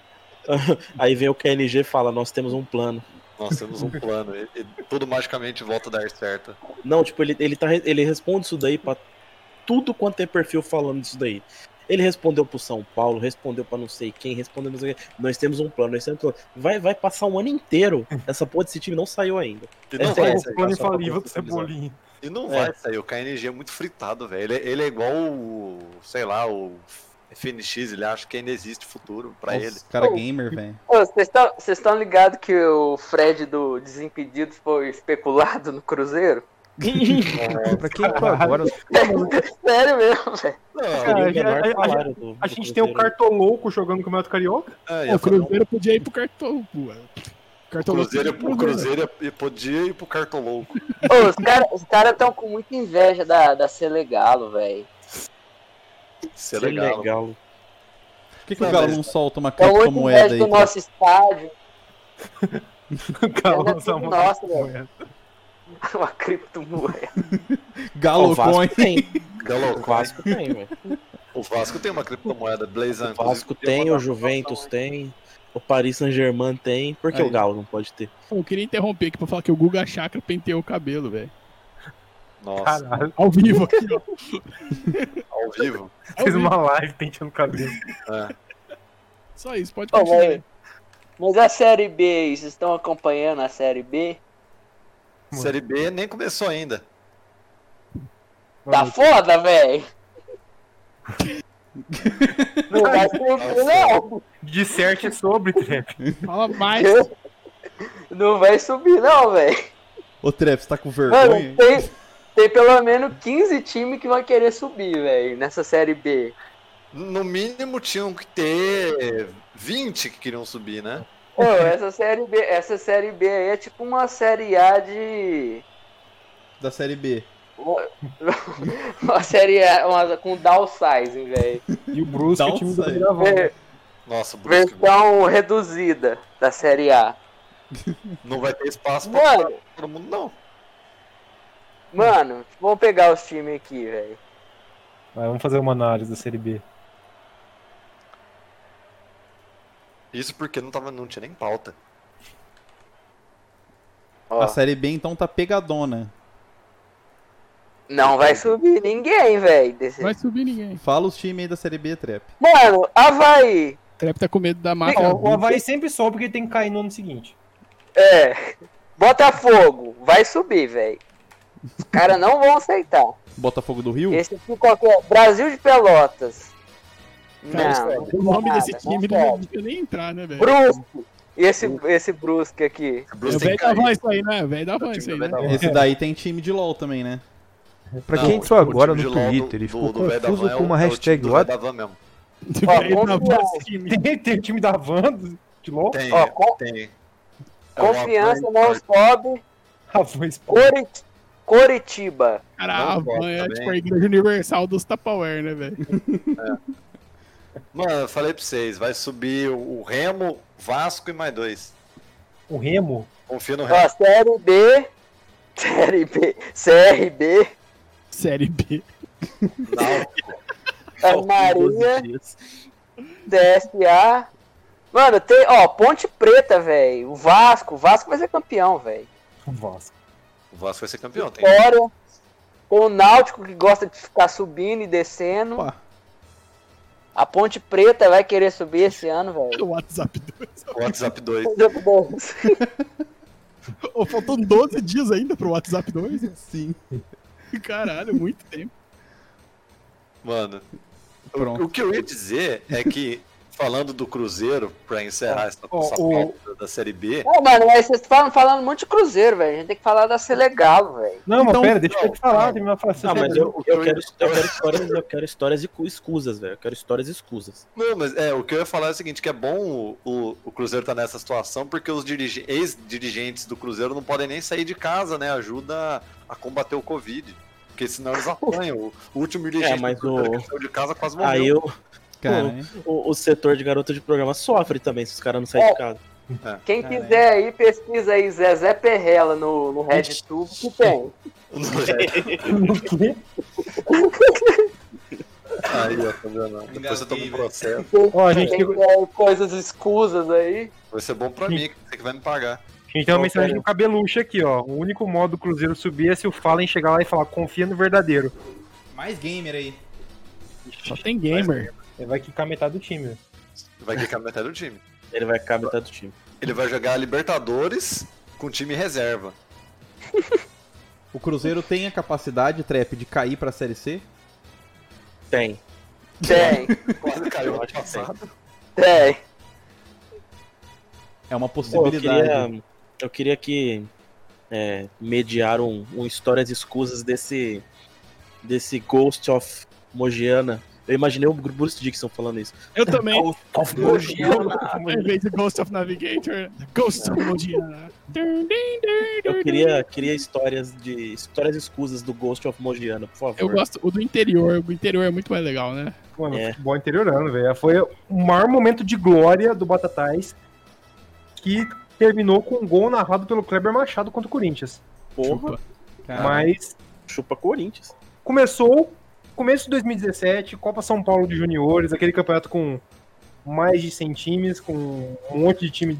[SPEAKER 1] [laughs] Aí vem o KNG e fala, nós temos um plano.
[SPEAKER 6] Nós temos um plano. E, e tudo magicamente volta a dar certo.
[SPEAKER 1] Não, tipo, ele, ele, tá, ele responde isso daí pra tudo quanto é perfil falando disso daí. Ele respondeu pro São Paulo, respondeu pra não sei quem, respondeu não sei quem. Nós temos um plano, nós temos um plano. Vai, vai passar um ano inteiro. Essa porra desse time não saiu
[SPEAKER 4] [laughs]
[SPEAKER 1] ainda.
[SPEAKER 6] E não
[SPEAKER 1] Essa
[SPEAKER 6] vai
[SPEAKER 1] é
[SPEAKER 6] sair.
[SPEAKER 4] o plano
[SPEAKER 1] só pra
[SPEAKER 4] infalível do
[SPEAKER 1] contextualizar.
[SPEAKER 4] Cebolinha.
[SPEAKER 6] E não
[SPEAKER 1] É.
[SPEAKER 6] vai sair. O KNG é muito fritado, velho. Ele, é- ele é igual o. sei lá, o FNX, ele acha que ainda existe futuro pra
[SPEAKER 2] Nossa,
[SPEAKER 6] ele.
[SPEAKER 2] Cara
[SPEAKER 3] Oh.
[SPEAKER 2] gamer, velho.
[SPEAKER 3] Ô, Vocês estão- vocês estão ligados que o Fred do Desimpedidos foi especulado no Cruzeiro?
[SPEAKER 2] pra que agora?
[SPEAKER 3] Sério mesmo, velho.
[SPEAKER 6] Não,
[SPEAKER 4] Cara,
[SPEAKER 1] Seria o
[SPEAKER 4] a gente-
[SPEAKER 1] menor
[SPEAKER 4] a- a-
[SPEAKER 1] salário do- do
[SPEAKER 4] A gente tem o
[SPEAKER 1] Cruzeiro.
[SPEAKER 4] Cartolouco jogando no
[SPEAKER 1] [laughs]
[SPEAKER 4] Campeonato Carioca.
[SPEAKER 6] é,
[SPEAKER 5] Pô, o Cruzeiro podia ir pro cartão, pô.
[SPEAKER 6] O
[SPEAKER 5] Cartão
[SPEAKER 1] é
[SPEAKER 6] Cruzeiro, o Cruzeiro ia- podia ir pro Cartolouco.
[SPEAKER 3] Ô, os caras os cara estão com muita inveja da, da Selegalo, velho.
[SPEAKER 6] Isso é
[SPEAKER 1] Seria
[SPEAKER 6] legal.
[SPEAKER 1] legal.
[SPEAKER 2] Por que, que o
[SPEAKER 6] Não,
[SPEAKER 2] Galo
[SPEAKER 6] mas-
[SPEAKER 2] não solta uma
[SPEAKER 3] Estão muito
[SPEAKER 2] criptomoeda
[SPEAKER 3] inveja
[SPEAKER 2] aí?
[SPEAKER 3] do
[SPEAKER 2] cara?
[SPEAKER 3] nosso estádio.
[SPEAKER 4] Calma,
[SPEAKER 3] Ainda tem-
[SPEAKER 4] Samuel.
[SPEAKER 3] Nossa, velho. [laughs] Uma criptomoeda.
[SPEAKER 1] O
[SPEAKER 2] Galo Coin.
[SPEAKER 1] Vasco
[SPEAKER 4] [laughs]
[SPEAKER 1] tem. O
[SPEAKER 6] Galo,
[SPEAKER 1] Vasco tem, velho.
[SPEAKER 6] o Vasco tem uma criptomoeda, Blazan.
[SPEAKER 1] O Vasco tem, o Juventus tem, o Paris Saint-Germain tem. Por que
[SPEAKER 2] Aí.
[SPEAKER 1] o Galo não pode ter?
[SPEAKER 5] Pô, eu queria interromper aqui pra falar que o Guga Chakra penteou o cabelo, velho.
[SPEAKER 6] Nossa,
[SPEAKER 4] Caralho,
[SPEAKER 5] Ao vivo
[SPEAKER 6] [laughs]
[SPEAKER 5] aqui, ó.
[SPEAKER 6] ao vivo.
[SPEAKER 1] é
[SPEAKER 4] fez uma live penteando o cabelo.
[SPEAKER 6] É.
[SPEAKER 5] Só isso, pode
[SPEAKER 3] Ô,
[SPEAKER 5] continuar.
[SPEAKER 3] velho. Mas a Série B, aí, vocês estão acompanhando a Série B?
[SPEAKER 4] Mano.
[SPEAKER 6] Série B nem começou ainda.
[SPEAKER 3] Tá
[SPEAKER 4] Mano,
[SPEAKER 3] foda, velho. Não vai surpreender, não.
[SPEAKER 4] Disserte sobre, Trap.
[SPEAKER 5] Fala mais.
[SPEAKER 3] Não vai subir, não, velho.
[SPEAKER 2] Ô, Trep, você tá com vergonha?
[SPEAKER 3] Mano, tem, tem pelo menos 15 times que vão querer subir, velho, nessa Série B.
[SPEAKER 6] No mínimo tinham que ter 20 que queriam subir, né?
[SPEAKER 3] Pô, essa Série B, essa série B aí é tipo uma Série A de...
[SPEAKER 2] Da Série B.
[SPEAKER 3] [laughs] Uma Série A uma, com downsizing, velho.
[SPEAKER 4] E o Bruce, que é o time do
[SPEAKER 2] Downside.
[SPEAKER 4] Viravolta.
[SPEAKER 3] É,
[SPEAKER 6] Nossa, o Brusque
[SPEAKER 3] Versão reduzida da Série A.
[SPEAKER 6] não vai ter espaço pra
[SPEAKER 3] Mano,
[SPEAKER 6] todo mundo, não.
[SPEAKER 3] mano, vamos pegar os times aqui, velho.
[SPEAKER 4] Vai, Vamos fazer uma análise da Série B.
[SPEAKER 6] Isso porque não, tava, não tinha nem pauta.
[SPEAKER 3] Ó,
[SPEAKER 2] A Série B, então, tá pegadona.
[SPEAKER 3] Não vai subir ninguém, velho. desse-
[SPEAKER 5] Não vai subir ninguém.
[SPEAKER 2] Fala os times aí da Série B, Trep.
[SPEAKER 3] Mano, Havaí.
[SPEAKER 5] Trep tá com medo da máfia.
[SPEAKER 4] Ó, o Havaí sempre sobe porque ele tem que cair no ano seguinte.
[SPEAKER 3] É. Botafogo, vai subir, velho. Os caras não vão aceitar.
[SPEAKER 2] Botafogo do Rio?
[SPEAKER 3] Esse aqui qualquer. Brasil de Pelotas.
[SPEAKER 5] Cara,
[SPEAKER 3] Não, não
[SPEAKER 5] o nome
[SPEAKER 3] nada,
[SPEAKER 5] desse time
[SPEAKER 3] não
[SPEAKER 5] não
[SPEAKER 3] sobe.
[SPEAKER 5] devia nem entrar, né, velho?
[SPEAKER 3] Brusque. E esse, esse Brusque aqui.
[SPEAKER 6] O
[SPEAKER 5] É
[SPEAKER 6] Brusque
[SPEAKER 5] o
[SPEAKER 6] tem Tá
[SPEAKER 5] velho
[SPEAKER 6] que
[SPEAKER 5] da
[SPEAKER 6] cair.
[SPEAKER 5] van isso aí, né? Velho da van isso aí, né?
[SPEAKER 6] Velho da van.
[SPEAKER 2] Esse daí tem time de LOL também, né?
[SPEAKER 7] Pra
[SPEAKER 6] Não,
[SPEAKER 7] quem entrou
[SPEAKER 6] o time
[SPEAKER 7] agora
[SPEAKER 6] de
[SPEAKER 7] no
[SPEAKER 6] LOL do-
[SPEAKER 7] Twitter e
[SPEAKER 6] do-
[SPEAKER 7] ficou
[SPEAKER 6] do Velho da
[SPEAKER 7] confuso
[SPEAKER 6] Van é
[SPEAKER 7] com
[SPEAKER 6] o-
[SPEAKER 7] uma
[SPEAKER 6] é o time
[SPEAKER 7] hashtag
[SPEAKER 6] do
[SPEAKER 7] lá,
[SPEAKER 6] Velho da Van mesmo.
[SPEAKER 3] Ó,
[SPEAKER 5] Velho da né? van
[SPEAKER 3] confiança.
[SPEAKER 5] esse time.
[SPEAKER 4] Tem, tem o time da Van, do- de LOL. [laughs]
[SPEAKER 6] Tem,
[SPEAKER 3] Ó, con-
[SPEAKER 6] tem. É uma
[SPEAKER 3] Confiança
[SPEAKER 6] van-
[SPEAKER 3] não sobe.
[SPEAKER 4] A Van explode.
[SPEAKER 3] Cori... Coritiba.
[SPEAKER 5] Cara, a
[SPEAKER 6] Não gosto
[SPEAKER 5] van é
[SPEAKER 6] também.
[SPEAKER 5] tipo a igreja universal dos Tupperware, né, velho?
[SPEAKER 6] Mano, eu falei pra vocês, vai subir o o Remo, Vasco e mais dois.
[SPEAKER 4] O Remo.
[SPEAKER 6] Confia no Remo.
[SPEAKER 3] Ó, Série B. Série B. CRB.
[SPEAKER 5] Série B.
[SPEAKER 6] Não,
[SPEAKER 3] Santa Maria. DSA. Mano, tem. Ó, Ponte Preta, velho. O Vasco. O Vasco vai ser campeão, velho.
[SPEAKER 4] O Vasco.
[SPEAKER 6] o Vasco vai ser campeão. Tem
[SPEAKER 3] Fora. O Náutico que gosta de ficar subindo e descendo.
[SPEAKER 2] Opa.
[SPEAKER 3] A Ponte Preta vai querer subir esse ano, velho.
[SPEAKER 5] O WhatsApp 2.
[SPEAKER 6] o WhatsApp 2.
[SPEAKER 5] Ô, faltam 12 dias ainda pro WhatsApp 2?
[SPEAKER 2] Sim.
[SPEAKER 5] Caralho, muito tempo.
[SPEAKER 6] Mano,
[SPEAKER 2] Pronto.
[SPEAKER 6] o que eu ia dizer é que Falando do Cruzeiro, pra encerrar essa,
[SPEAKER 4] Ó,
[SPEAKER 6] essa
[SPEAKER 4] o-
[SPEAKER 6] pauta da Série B,
[SPEAKER 3] Ô, mano, mas vocês falam falando muito de Cruzeiro, velho. A gente tem que falar da Selegalo, velho.
[SPEAKER 4] Não,
[SPEAKER 2] Então-
[SPEAKER 4] mas pera, deixa eu te falar.
[SPEAKER 6] não.
[SPEAKER 4] Tem um uma frase.
[SPEAKER 1] Ah, mas eu, eu, quero, eu quero histórias, eu quero histórias e cu- escusas, velho. Eu quero histórias e escusas.
[SPEAKER 6] Não, mas é, o que eu ia falar é o seguinte, que é bom o, o, o Cruzeiro tá nessa situação, porque os dirige- ex-dirigentes do Cruzeiro não podem nem sair de casa, né? Ajuda a combater o Covid. Porque senão eles apanham. O último dirigente
[SPEAKER 1] É, mas
[SPEAKER 6] do Cruzeiro
[SPEAKER 1] o-
[SPEAKER 6] que saiu de casa quase morreu. [laughs]
[SPEAKER 1] Aí eu,
[SPEAKER 2] Cara,
[SPEAKER 1] Pô,
[SPEAKER 2] hein?
[SPEAKER 1] o, o setor de garoto de programa sofre também se os caras não saem de casa.
[SPEAKER 3] Quem
[SPEAKER 4] É.
[SPEAKER 2] Caralho.
[SPEAKER 3] quiser aí, pesquisa aí Zezé Perrela no, no RedTube, que tem.
[SPEAKER 6] é? Aí, ó, tá vendo? Depois você toma um processo.
[SPEAKER 4] Ó, a gente
[SPEAKER 3] Tem
[SPEAKER 4] tem,
[SPEAKER 3] é, coisas escusas aí.
[SPEAKER 6] Vai ser bom pra mim, que você que vai me pagar.
[SPEAKER 4] a gente tem uma mensagem do Cabelucho aqui, ó. O único modo do Cruzeiro subir é se o Fallen chegar lá e falar, confia no verdadeiro.
[SPEAKER 2] Mais gamer aí.
[SPEAKER 5] Só tem gamer.
[SPEAKER 4] Ele vai quicar metade do time. velho.
[SPEAKER 6] Vai quicar metade do time.
[SPEAKER 1] Ele vai ficar a metade do time.
[SPEAKER 6] Ele vai jogar a Libertadores com time reserva.
[SPEAKER 2] O Cruzeiro tem a capacidade, Trap, de cair pra Série C?
[SPEAKER 1] Tem.
[SPEAKER 4] [laughs]
[SPEAKER 3] Tem,
[SPEAKER 6] Quase caiu
[SPEAKER 1] Eu
[SPEAKER 6] ano
[SPEAKER 1] acho que tem.
[SPEAKER 6] passado.
[SPEAKER 3] tem.
[SPEAKER 2] É uma
[SPEAKER 1] Pô, eu,
[SPEAKER 2] possibilidade.
[SPEAKER 1] queria, eu queria que é, mediar um, um histórias e escusas desse, desse Ghost of Mogiana. Eu imaginei o Bruce Dixon falando isso.
[SPEAKER 5] Eu também.
[SPEAKER 1] Tá Of
[SPEAKER 5] Em vez de Ghost of Navigator, Ghost of Modiana.
[SPEAKER 1] Eu queria, queria histórias de histórias e escusas do Ghost of Mogiana, por favor.
[SPEAKER 5] Eu gosto o do interior. O do interior é muito mais legal, né?
[SPEAKER 4] Mano,
[SPEAKER 1] É.
[SPEAKER 4] futebol interiorano, velho. Foi o maior momento de glória do Batatais que terminou com um gol narrado pelo Kleber Machado contra o Corinthians.
[SPEAKER 1] Porra,
[SPEAKER 5] Chupa.
[SPEAKER 2] cara.
[SPEAKER 4] Mas
[SPEAKER 1] chupa Corinthians.
[SPEAKER 4] começou começo de 2017, Copa São Paulo de Juniores, aquele campeonato com mais de 100 times, com um monte de time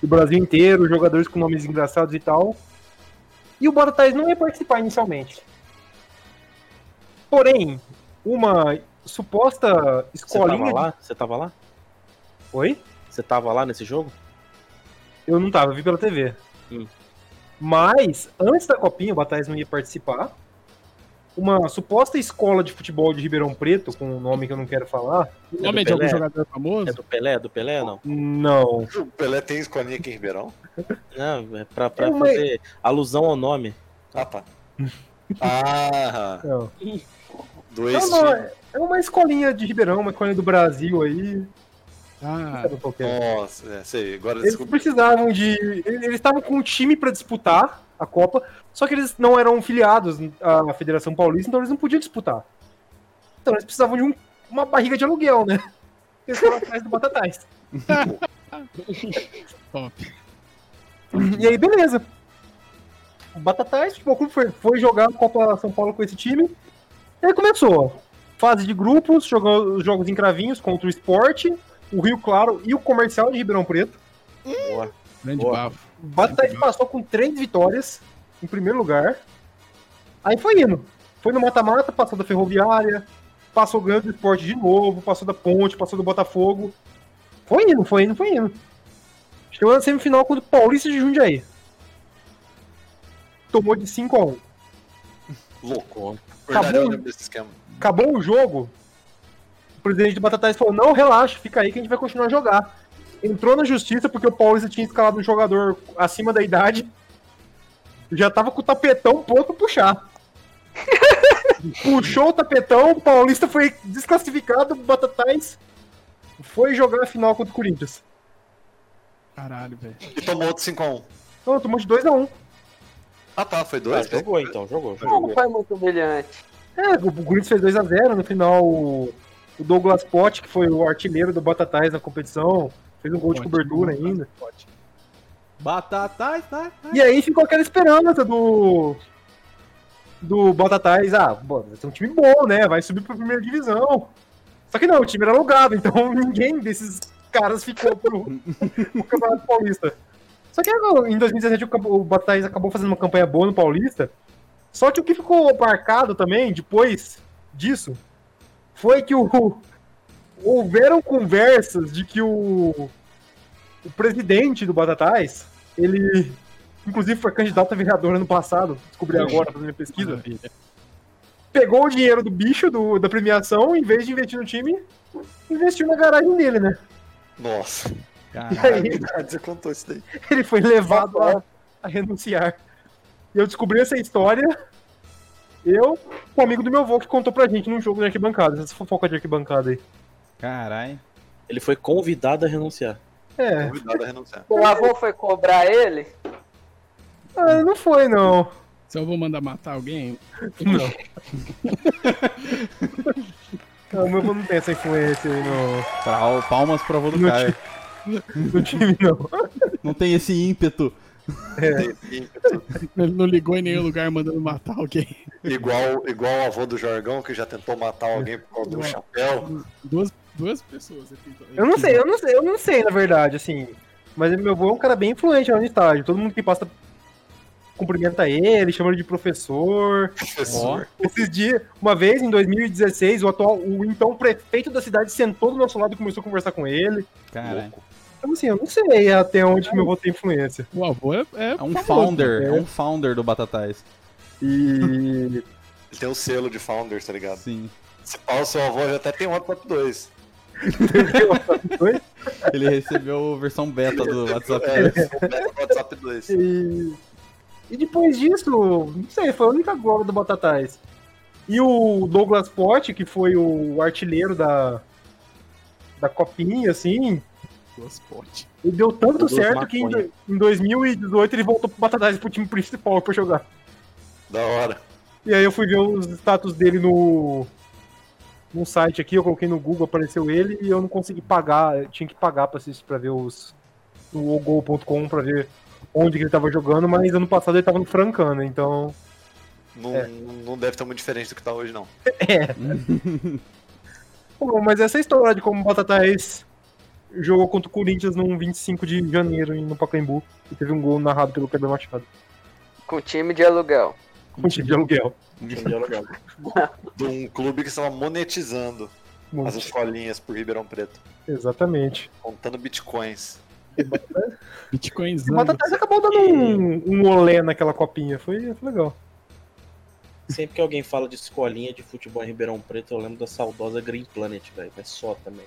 [SPEAKER 4] do Brasil inteiro, jogadores com nomes engraçados e tal. E o Batatais não ia participar inicialmente. Porém, uma suposta
[SPEAKER 1] Você tava
[SPEAKER 4] escolinha.
[SPEAKER 1] lá? Você tava lá?
[SPEAKER 4] de- Oi?
[SPEAKER 1] Você tava lá nesse jogo?
[SPEAKER 4] Eu não tava, eu vi pela TV.
[SPEAKER 1] Hum.
[SPEAKER 4] Mas, antes da Copinha, o Batais não ia participar. Uma suposta escola de futebol de Ribeirão Preto, com um nome que eu não quero falar.
[SPEAKER 5] O
[SPEAKER 1] do
[SPEAKER 5] nome é de algum
[SPEAKER 1] Pelé?
[SPEAKER 5] jogador famoso?
[SPEAKER 1] É do Pelé? É do Pelé, não?
[SPEAKER 4] Não.
[SPEAKER 6] O Pelé tem escolinha aqui em Ribeirão?
[SPEAKER 1] Não, é pra, pra
[SPEAKER 4] É uma-
[SPEAKER 1] fazer alusão ao nome.
[SPEAKER 6] Ah, tá. Ah,
[SPEAKER 4] Não,
[SPEAKER 6] do
[SPEAKER 4] não,
[SPEAKER 6] ex
[SPEAKER 4] não, é é uma escolinha de Ribeirão, uma escolinha do Brasil aí.
[SPEAKER 5] Ah,
[SPEAKER 4] Sabe qual que é.
[SPEAKER 6] Nossa, é, sei. Agora
[SPEAKER 4] Eles
[SPEAKER 6] desculpa.
[SPEAKER 4] precisavam de. Eles estavam com um time pra disputar a Copa, só que eles não eram filiados à Federação Paulista, então eles não podiam disputar. Então eles precisavam de um- uma barriga de aluguel, né? Eles foram atrás do Batatais.
[SPEAKER 5] top.
[SPEAKER 4] E aí, beleza. O Batatais, tipo, o clube foi, foi jogar a Copa São Paulo com esse time. E aí começou. Fase de grupos, jogou os jogos em cravinhos contra o esporte, o Rio Claro e o comercial de Ribeirão Preto.
[SPEAKER 1] Boa.
[SPEAKER 5] Grande
[SPEAKER 1] Boa.
[SPEAKER 5] bafo.
[SPEAKER 4] O Batatais passou com três vitórias em primeiro lugar. Aí foi indo. Foi no mata-mata, passou da Ferroviária, passou ganhando do esporte de novo, passou da Ponte, passou do Botafogo. Foi indo, foi indo, foi indo. Chegou na semifinal contra o Paulista de Jundiaí. Tomou de 5x1.
[SPEAKER 6] Louco. Verdade, eu lembro desse esquema.
[SPEAKER 4] Acabou o jogo, o presidente do Batatais falou: não, relaxa, fica aí que a gente vai continuar a jogar. Entrou na justiça porque o Paulista tinha escalado um jogador acima da idade. Já tava com o tapetão pronto pra puxar. Puxou o tapetão, o Paulista foi desclassificado, o Batatais foi jogar a final contra o Corinthians.
[SPEAKER 5] Caralho, velho.
[SPEAKER 6] E tomou outro 5x1.
[SPEAKER 4] Então, tomou de 2x1.
[SPEAKER 6] Ah, tá, foi
[SPEAKER 1] Ah,
[SPEAKER 6] dois?
[SPEAKER 1] jogou então, jogou. jogou.
[SPEAKER 3] Não foi muito humilhante.
[SPEAKER 4] É, o Corinthians fez 2x0. No final, o o Douglas Potti, que foi o artilheiro do Batatais na competição, fez um gol de
[SPEAKER 5] Pote,
[SPEAKER 4] cobertura
[SPEAKER 5] Douglas
[SPEAKER 4] ainda.
[SPEAKER 2] Batatais, tá? tá.
[SPEAKER 4] E aí ficou aquela esperança do. Do Batatais. Ah, bom, vai ser um time bom, né? Vai subir pra primeira divisão. Só que não, o time era alugado, [laughs] então ninguém desses caras ficou pro, pro Campeonato Paulista. Só que agora, em 2017 o, campo- o Batatais acabou fazendo uma campanha boa no Paulista. Só que o que ficou marcado também, depois disso, foi que o. [laughs] Houveram conversas de que o. O presidente do Batatais, ele inclusive foi candidato a vereador ano passado, descobri agora fazendo minha pesquisa.
[SPEAKER 5] Maravilha.
[SPEAKER 4] pegou o dinheiro do bicho, do, da premiação, em vez de investir no time, investiu na garagem dele, né?
[SPEAKER 6] Nossa, [laughs]
[SPEAKER 2] [laughs]
[SPEAKER 4] E
[SPEAKER 2] Caralho.
[SPEAKER 4] aí
[SPEAKER 6] você contou isso daí.
[SPEAKER 4] [laughs] ele foi levado a, a renunciar. E eu descobri essa história, eu, um amigo do meu avô que contou pra gente num jogo de arquibancada, essa fofoca de arquibancada aí.
[SPEAKER 2] Caralho.
[SPEAKER 1] Ele foi convidado a [laughs] renunciar.
[SPEAKER 4] É,
[SPEAKER 6] Convidado a renunciar.
[SPEAKER 3] O avô foi cobrar ele?
[SPEAKER 4] ah, não foi não.
[SPEAKER 5] Se eu vou mandar matar alguém,
[SPEAKER 4] Ah, O meu avô não tem essa influência aí no,
[SPEAKER 2] Trau- Palmas pro avô do
[SPEAKER 4] No
[SPEAKER 2] cara.
[SPEAKER 4] no time, não.
[SPEAKER 2] Não tem esse ímpeto.
[SPEAKER 6] E-
[SPEAKER 5] então, ele não ligou em nenhum lugar mandando matar alguém.
[SPEAKER 6] Igual, igual o avô do Jorgão que já tentou matar alguém por causa de um chapéu.
[SPEAKER 5] Duas, duas pessoas. ele tentou- ele
[SPEAKER 4] Eu não sei,
[SPEAKER 5] tentou-
[SPEAKER 4] eu não sei, eu não sei, na verdade, assim. Mas meu avô é um cara bem influente lá no estádio. Todo mundo que passa cumprimenta ele, chama ele de professor.
[SPEAKER 6] é
[SPEAKER 2] Ó,
[SPEAKER 6] Professor.
[SPEAKER 4] Esses dias, uma vez em 2016, o atual, o então prefeito da cidade sentou do nosso lado e começou a conversar com ele.
[SPEAKER 2] caralho.
[SPEAKER 4] Então assim, eu não sei até onde que meu avô tem influência. [laughs]
[SPEAKER 5] O avô é.
[SPEAKER 2] É um
[SPEAKER 5] famoso,
[SPEAKER 2] founder,
[SPEAKER 5] né?
[SPEAKER 2] é um founder do Batatais.
[SPEAKER 4] E
[SPEAKER 6] Ele tem o selo de Founders, tá ligado?
[SPEAKER 2] Sim.
[SPEAKER 6] Se pau, seu avô já até tem um WhatsApp 2.
[SPEAKER 2] Ele recebeu a versão beta do WhatsApp.
[SPEAKER 6] É, o WhatsApp 2.
[SPEAKER 4] [laughs] E, e depois disso, não sei, foi a única gola do Batatais. E o Douglas Pote, que foi o artilheiro da, da copinha, assim,
[SPEAKER 5] Duas potes.
[SPEAKER 4] ele deu tanto
[SPEAKER 1] Douglas
[SPEAKER 4] certo que em,
[SPEAKER 1] Maconha.
[SPEAKER 4] do- em 2018 ele voltou pro Batatais pro time principal pra jogar.
[SPEAKER 6] Da hora.
[SPEAKER 4] E aí eu fui ver os status dele no, no site aqui, eu coloquei no Google, apareceu ele e eu não consegui pagar, eu tinha que pagar pra, assistir, pra ver os. no ogol.com pra ver onde que ele tava jogando, mas ano passado ele tava no Francana, então.
[SPEAKER 6] Não, não deve estar muito diferente do que tá hoje, não.
[SPEAKER 4] Bom, mas essa é história de como o Batatais jogou contra o Corinthians no 25 de janeiro no Pacaembu e teve um gol narrado pelo Kleber Machado.
[SPEAKER 3] Com time de aluguel.
[SPEAKER 4] Um time de aluguel.
[SPEAKER 1] Entendeu, legal?
[SPEAKER 6] De um clube que estava monetizando as escolinhas por Ribeirão Preto.
[SPEAKER 4] Exatamente.
[SPEAKER 6] Contando bitcoins.
[SPEAKER 4] E o
[SPEAKER 5] Bitcoinzão.
[SPEAKER 4] Batatais acabou dando um, um olé naquela copinha. Foi, foi legal.
[SPEAKER 1] Sempre que alguém fala de escolinha de futebol em Ribeirão Preto, eu lembro da saudosa Green Planet, velho. Mas só também.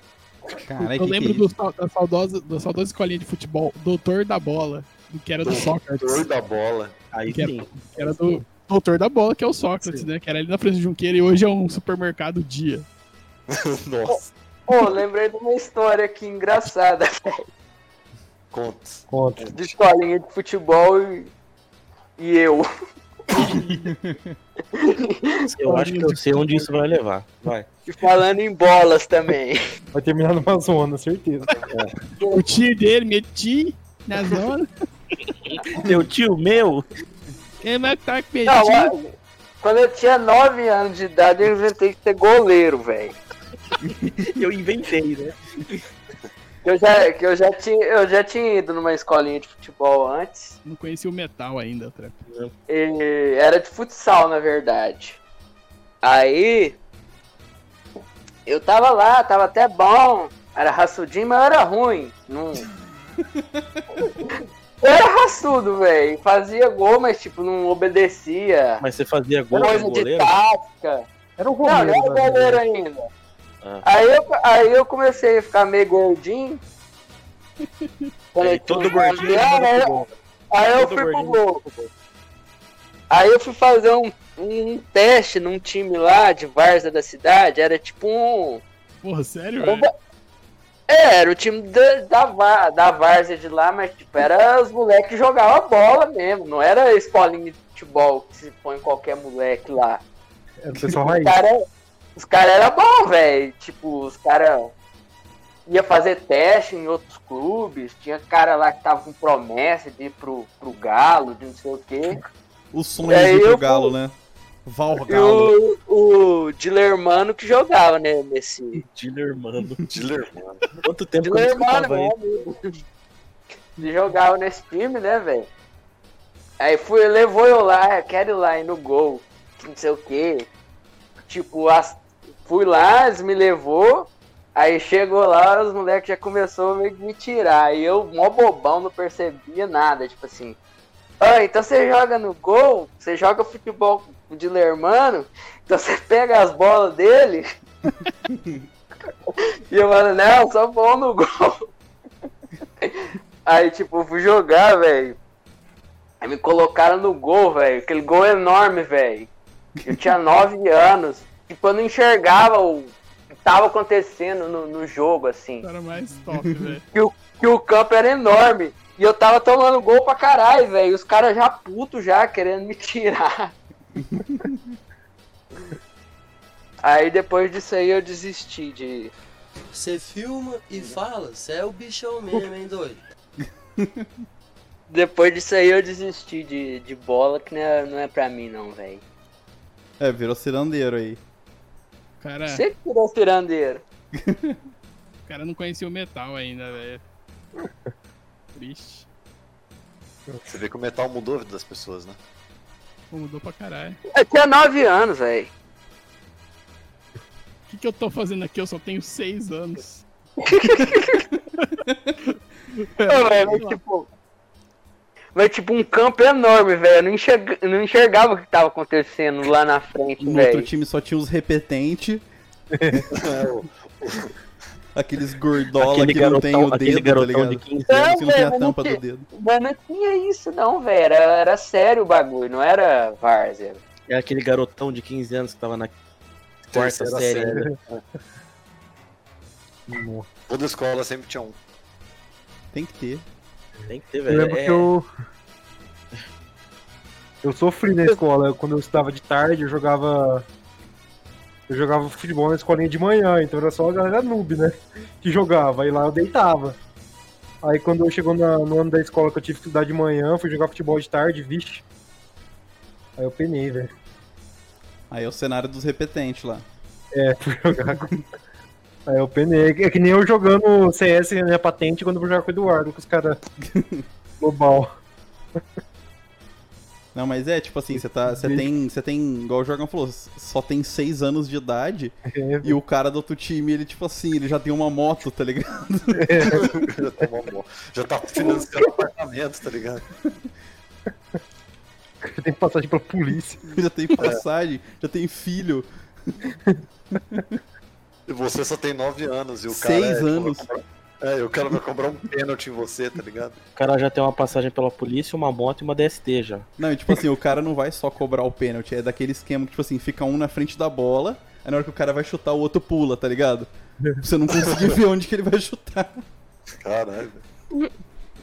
[SPEAKER 2] Caralho,
[SPEAKER 5] eu
[SPEAKER 2] que
[SPEAKER 5] lembro
[SPEAKER 2] que é
[SPEAKER 5] do
[SPEAKER 2] isso?
[SPEAKER 5] sal- da, saudosa, da saudosa escolinha de futebol, Doutor da Bola, que era do
[SPEAKER 6] Dor
[SPEAKER 5] Sócrates.
[SPEAKER 6] da bola. [laughs]
[SPEAKER 1] Aí
[SPEAKER 5] Que é-
[SPEAKER 1] sim.
[SPEAKER 5] Que era do Doutor da Bola, que é o Sócrates, né? Que era ali na França de Junqueira e hoje é um supermercado dia.
[SPEAKER 6] Nossa.
[SPEAKER 3] Pô, lembrei de uma história aqui engraçada. [laughs]
[SPEAKER 6] Contos.
[SPEAKER 4] Conta.
[SPEAKER 3] De escolinha de futebol e, e eu.
[SPEAKER 1] Eu acho que eu sei onde isso vai levar. Vai.
[SPEAKER 3] E falando em bolas também.
[SPEAKER 4] Vai terminar numa zona, certeza.
[SPEAKER 5] O tio dele, meti na zona.
[SPEAKER 1] Teu tio meu?
[SPEAKER 5] [laughs] Ele vai estar com
[SPEAKER 3] Não,
[SPEAKER 5] metinho.
[SPEAKER 3] ó, quando eu tinha 9 anos de idade, eu inventei de ser goleiro, velho.
[SPEAKER 1] Eu inventei, né?
[SPEAKER 3] Eu já, que eu, já tinha, eu já tinha ido numa escolinha de futebol antes.
[SPEAKER 5] Não conhecia o metal ainda, Trap.
[SPEAKER 3] E era de futsal, na verdade. Aí. Eu tava lá, tava até bom. Era raçudinho, mas era ruim. Não... eu era raçudo, velho. Fazia gol, mas tipo, não obedecia.
[SPEAKER 1] Mas você fazia gol
[SPEAKER 3] Coisa
[SPEAKER 1] como
[SPEAKER 3] de
[SPEAKER 1] goleiro?
[SPEAKER 3] tática.
[SPEAKER 4] Era o
[SPEAKER 3] Não,
[SPEAKER 4] Romero.
[SPEAKER 3] não era
[SPEAKER 4] né?
[SPEAKER 3] goleiro ainda.
[SPEAKER 1] Ah.
[SPEAKER 3] Aí, eu, aí eu comecei a ficar meio gordinho.
[SPEAKER 1] [laughs] Aí todo gordinho joga
[SPEAKER 3] Ah, né?
[SPEAKER 1] futebol.
[SPEAKER 3] Aí eu
[SPEAKER 1] Todo
[SPEAKER 3] fui pro
[SPEAKER 1] gordinho.
[SPEAKER 3] gol. Aí eu fui fazer um, um teste num time lá de Varza da cidade. Era tipo um.
[SPEAKER 5] Porra, sério,
[SPEAKER 3] um
[SPEAKER 5] velho?
[SPEAKER 3] ba- é, era o time da, da, Va- da Várzea de lá, mas tipo, era os moleques que jogavam bola mesmo. Não era escolinha de futebol que se põe qualquer moleque lá.
[SPEAKER 4] Era o pessoal raiz.
[SPEAKER 3] Os caras os cara eram bons, velho. Tipo, os caras ia fazer teste em outros clubes. Tinha cara lá que tava com promessa de ir pro, pro Galo, de não sei o quê.
[SPEAKER 2] O sonho
[SPEAKER 3] É,
[SPEAKER 2] de ir pro
[SPEAKER 3] eu-
[SPEAKER 2] Galo, né? Val
[SPEAKER 3] E
[SPEAKER 2] Galo.
[SPEAKER 3] o, o Dilermano que jogava, né, nesse.
[SPEAKER 1] Dealer, mano.
[SPEAKER 6] Dealer, mano.
[SPEAKER 1] Quanto tempo que eu não
[SPEAKER 3] Dilermano,
[SPEAKER 1] escutava
[SPEAKER 3] meu
[SPEAKER 1] isso?
[SPEAKER 3] amigo. Ele jogava nesse time, né, velho? Aí fui, levou eu lá, eu quero ir lá ir no gol, que não sei o quê. Tipo, as- fui lá, eles me levou, aí chegou lá, os moleques já começou meio que me tirar. Aí eu, mó bobão, não percebia nada, tipo assim. Ah, então você joga no gol, você joga futebol o Dilermano, então você pega as bolas dele e eu falo, não, só bom no gol. Aí, tipo, eu fui jogar, velho. Aí me colocaram no gol, velho. Aquele gol enorme, velho. Eu tinha 9 anos. Tipo, eu não enxergava o que tava acontecendo no, no jogo, assim.
[SPEAKER 5] Era mais
[SPEAKER 2] [laughs]
[SPEAKER 5] top, velho.
[SPEAKER 3] Que o campo era enorme. E eu tava tomando gol pra caralho, velho. E Os caras já putos já, querendo me tirar. aí depois disso aí eu desisti de.
[SPEAKER 7] Você filma e fala, você é o bichão mesmo, hein, doido?
[SPEAKER 3] Depois disso aí eu desisti de, de bola, que não é, não é pra mim não, velho.
[SPEAKER 2] É, virou cirandeiro aí. É.
[SPEAKER 5] Cara,
[SPEAKER 3] Você que tirou o tirandeiro.
[SPEAKER 5] o cara não conhecia o metal ainda, velho. Triste.
[SPEAKER 6] Você vê que o metal mudou a vida das pessoas, né?
[SPEAKER 5] Pô, Mudou pra caralho.
[SPEAKER 3] Eu tinha 9 anos, velho.
[SPEAKER 5] O que, que eu tô fazendo aqui? Eu só tenho seis anos.
[SPEAKER 2] É.
[SPEAKER 3] Não, velho, mas tipo. Mas tipo um campo enorme, velho. Eu não, enxerga- eu não enxergava o que tava acontecendo lá na frente,
[SPEAKER 2] No Um outro
[SPEAKER 3] velho.
[SPEAKER 2] time só tinha os
[SPEAKER 3] [laughs]
[SPEAKER 2] repetentes. Aqueles gordola
[SPEAKER 1] Aquele
[SPEAKER 2] que não tem o
[SPEAKER 1] garotão, aquele
[SPEAKER 2] dedo, tá
[SPEAKER 1] garotão
[SPEAKER 2] ligado?
[SPEAKER 1] de 15
[SPEAKER 3] anos.
[SPEAKER 2] Que não tem a
[SPEAKER 3] Não,
[SPEAKER 2] tampa
[SPEAKER 3] velho,
[SPEAKER 2] do dedo.
[SPEAKER 3] Mas não tinha isso não, velho. Era, era sério o bagulho, não era várzea.
[SPEAKER 1] É aquele garotão de 15 anos que tava na quarta
[SPEAKER 6] Terceira
[SPEAKER 1] série.
[SPEAKER 6] série.
[SPEAKER 1] ainda.
[SPEAKER 6] Toda escola sempre tinha um. [laughs]
[SPEAKER 2] Tem que ter.
[SPEAKER 1] Tem que ter,
[SPEAKER 4] Eu
[SPEAKER 1] velho.
[SPEAKER 4] lembro
[SPEAKER 1] É,
[SPEAKER 4] que eu. Eu sofri na escola. Eu- Quando eu estudava de tarde, eu jogava. Eu jogava futebol na escolinha de manhã, então era só a galera noob, né? Que jogava. Aí lá eu deitava. Aí quando eu chegou na- no ano da escola que eu tive que estudar de manhã, fui jogar futebol de tarde, vixe. Aí eu penei, velho.
[SPEAKER 2] Aí é o cenário dos repetentes lá.
[SPEAKER 4] É, fui jogar com. Aí eu penei. É que nem eu jogando CS na minha patente quando eu fui jogar com o Eduardo, com os
[SPEAKER 2] [laughs]
[SPEAKER 4] caras. Global.
[SPEAKER 2] Não, mas é, tipo assim, você tá. Você tem. Você tem. Igual o Jorgão falou, só tem 6 anos de idade.
[SPEAKER 4] É,
[SPEAKER 2] E o cara do outro time, ele, tipo assim, ele já tem uma moto, tá ligado? [laughs]
[SPEAKER 6] Já tá, bom, bom. Já tá financiando apartamento, tá ligado?
[SPEAKER 4] eu tenho passagem pela polícia.
[SPEAKER 2] Já tem passagem, já tem filho.
[SPEAKER 6] E você só tem 9 anos e o cara.
[SPEAKER 2] Seis
[SPEAKER 6] é, tipo,
[SPEAKER 2] anos.
[SPEAKER 6] vai comprar- É, e o cara vai comprar um pênalti em você, tá ligado?
[SPEAKER 1] É, O cara já tem uma passagem pela polícia, uma moto e uma DST já.
[SPEAKER 2] Não, e tipo assim, o cara não vai só cobrar o pênalti, é daquele esquema que, tipo assim, fica um na frente da bola, aí na hora que o cara vai chutar, o outro pula, tá ligado? Pra Você não conseguir ver onde que ele vai chutar.
[SPEAKER 6] Caralho.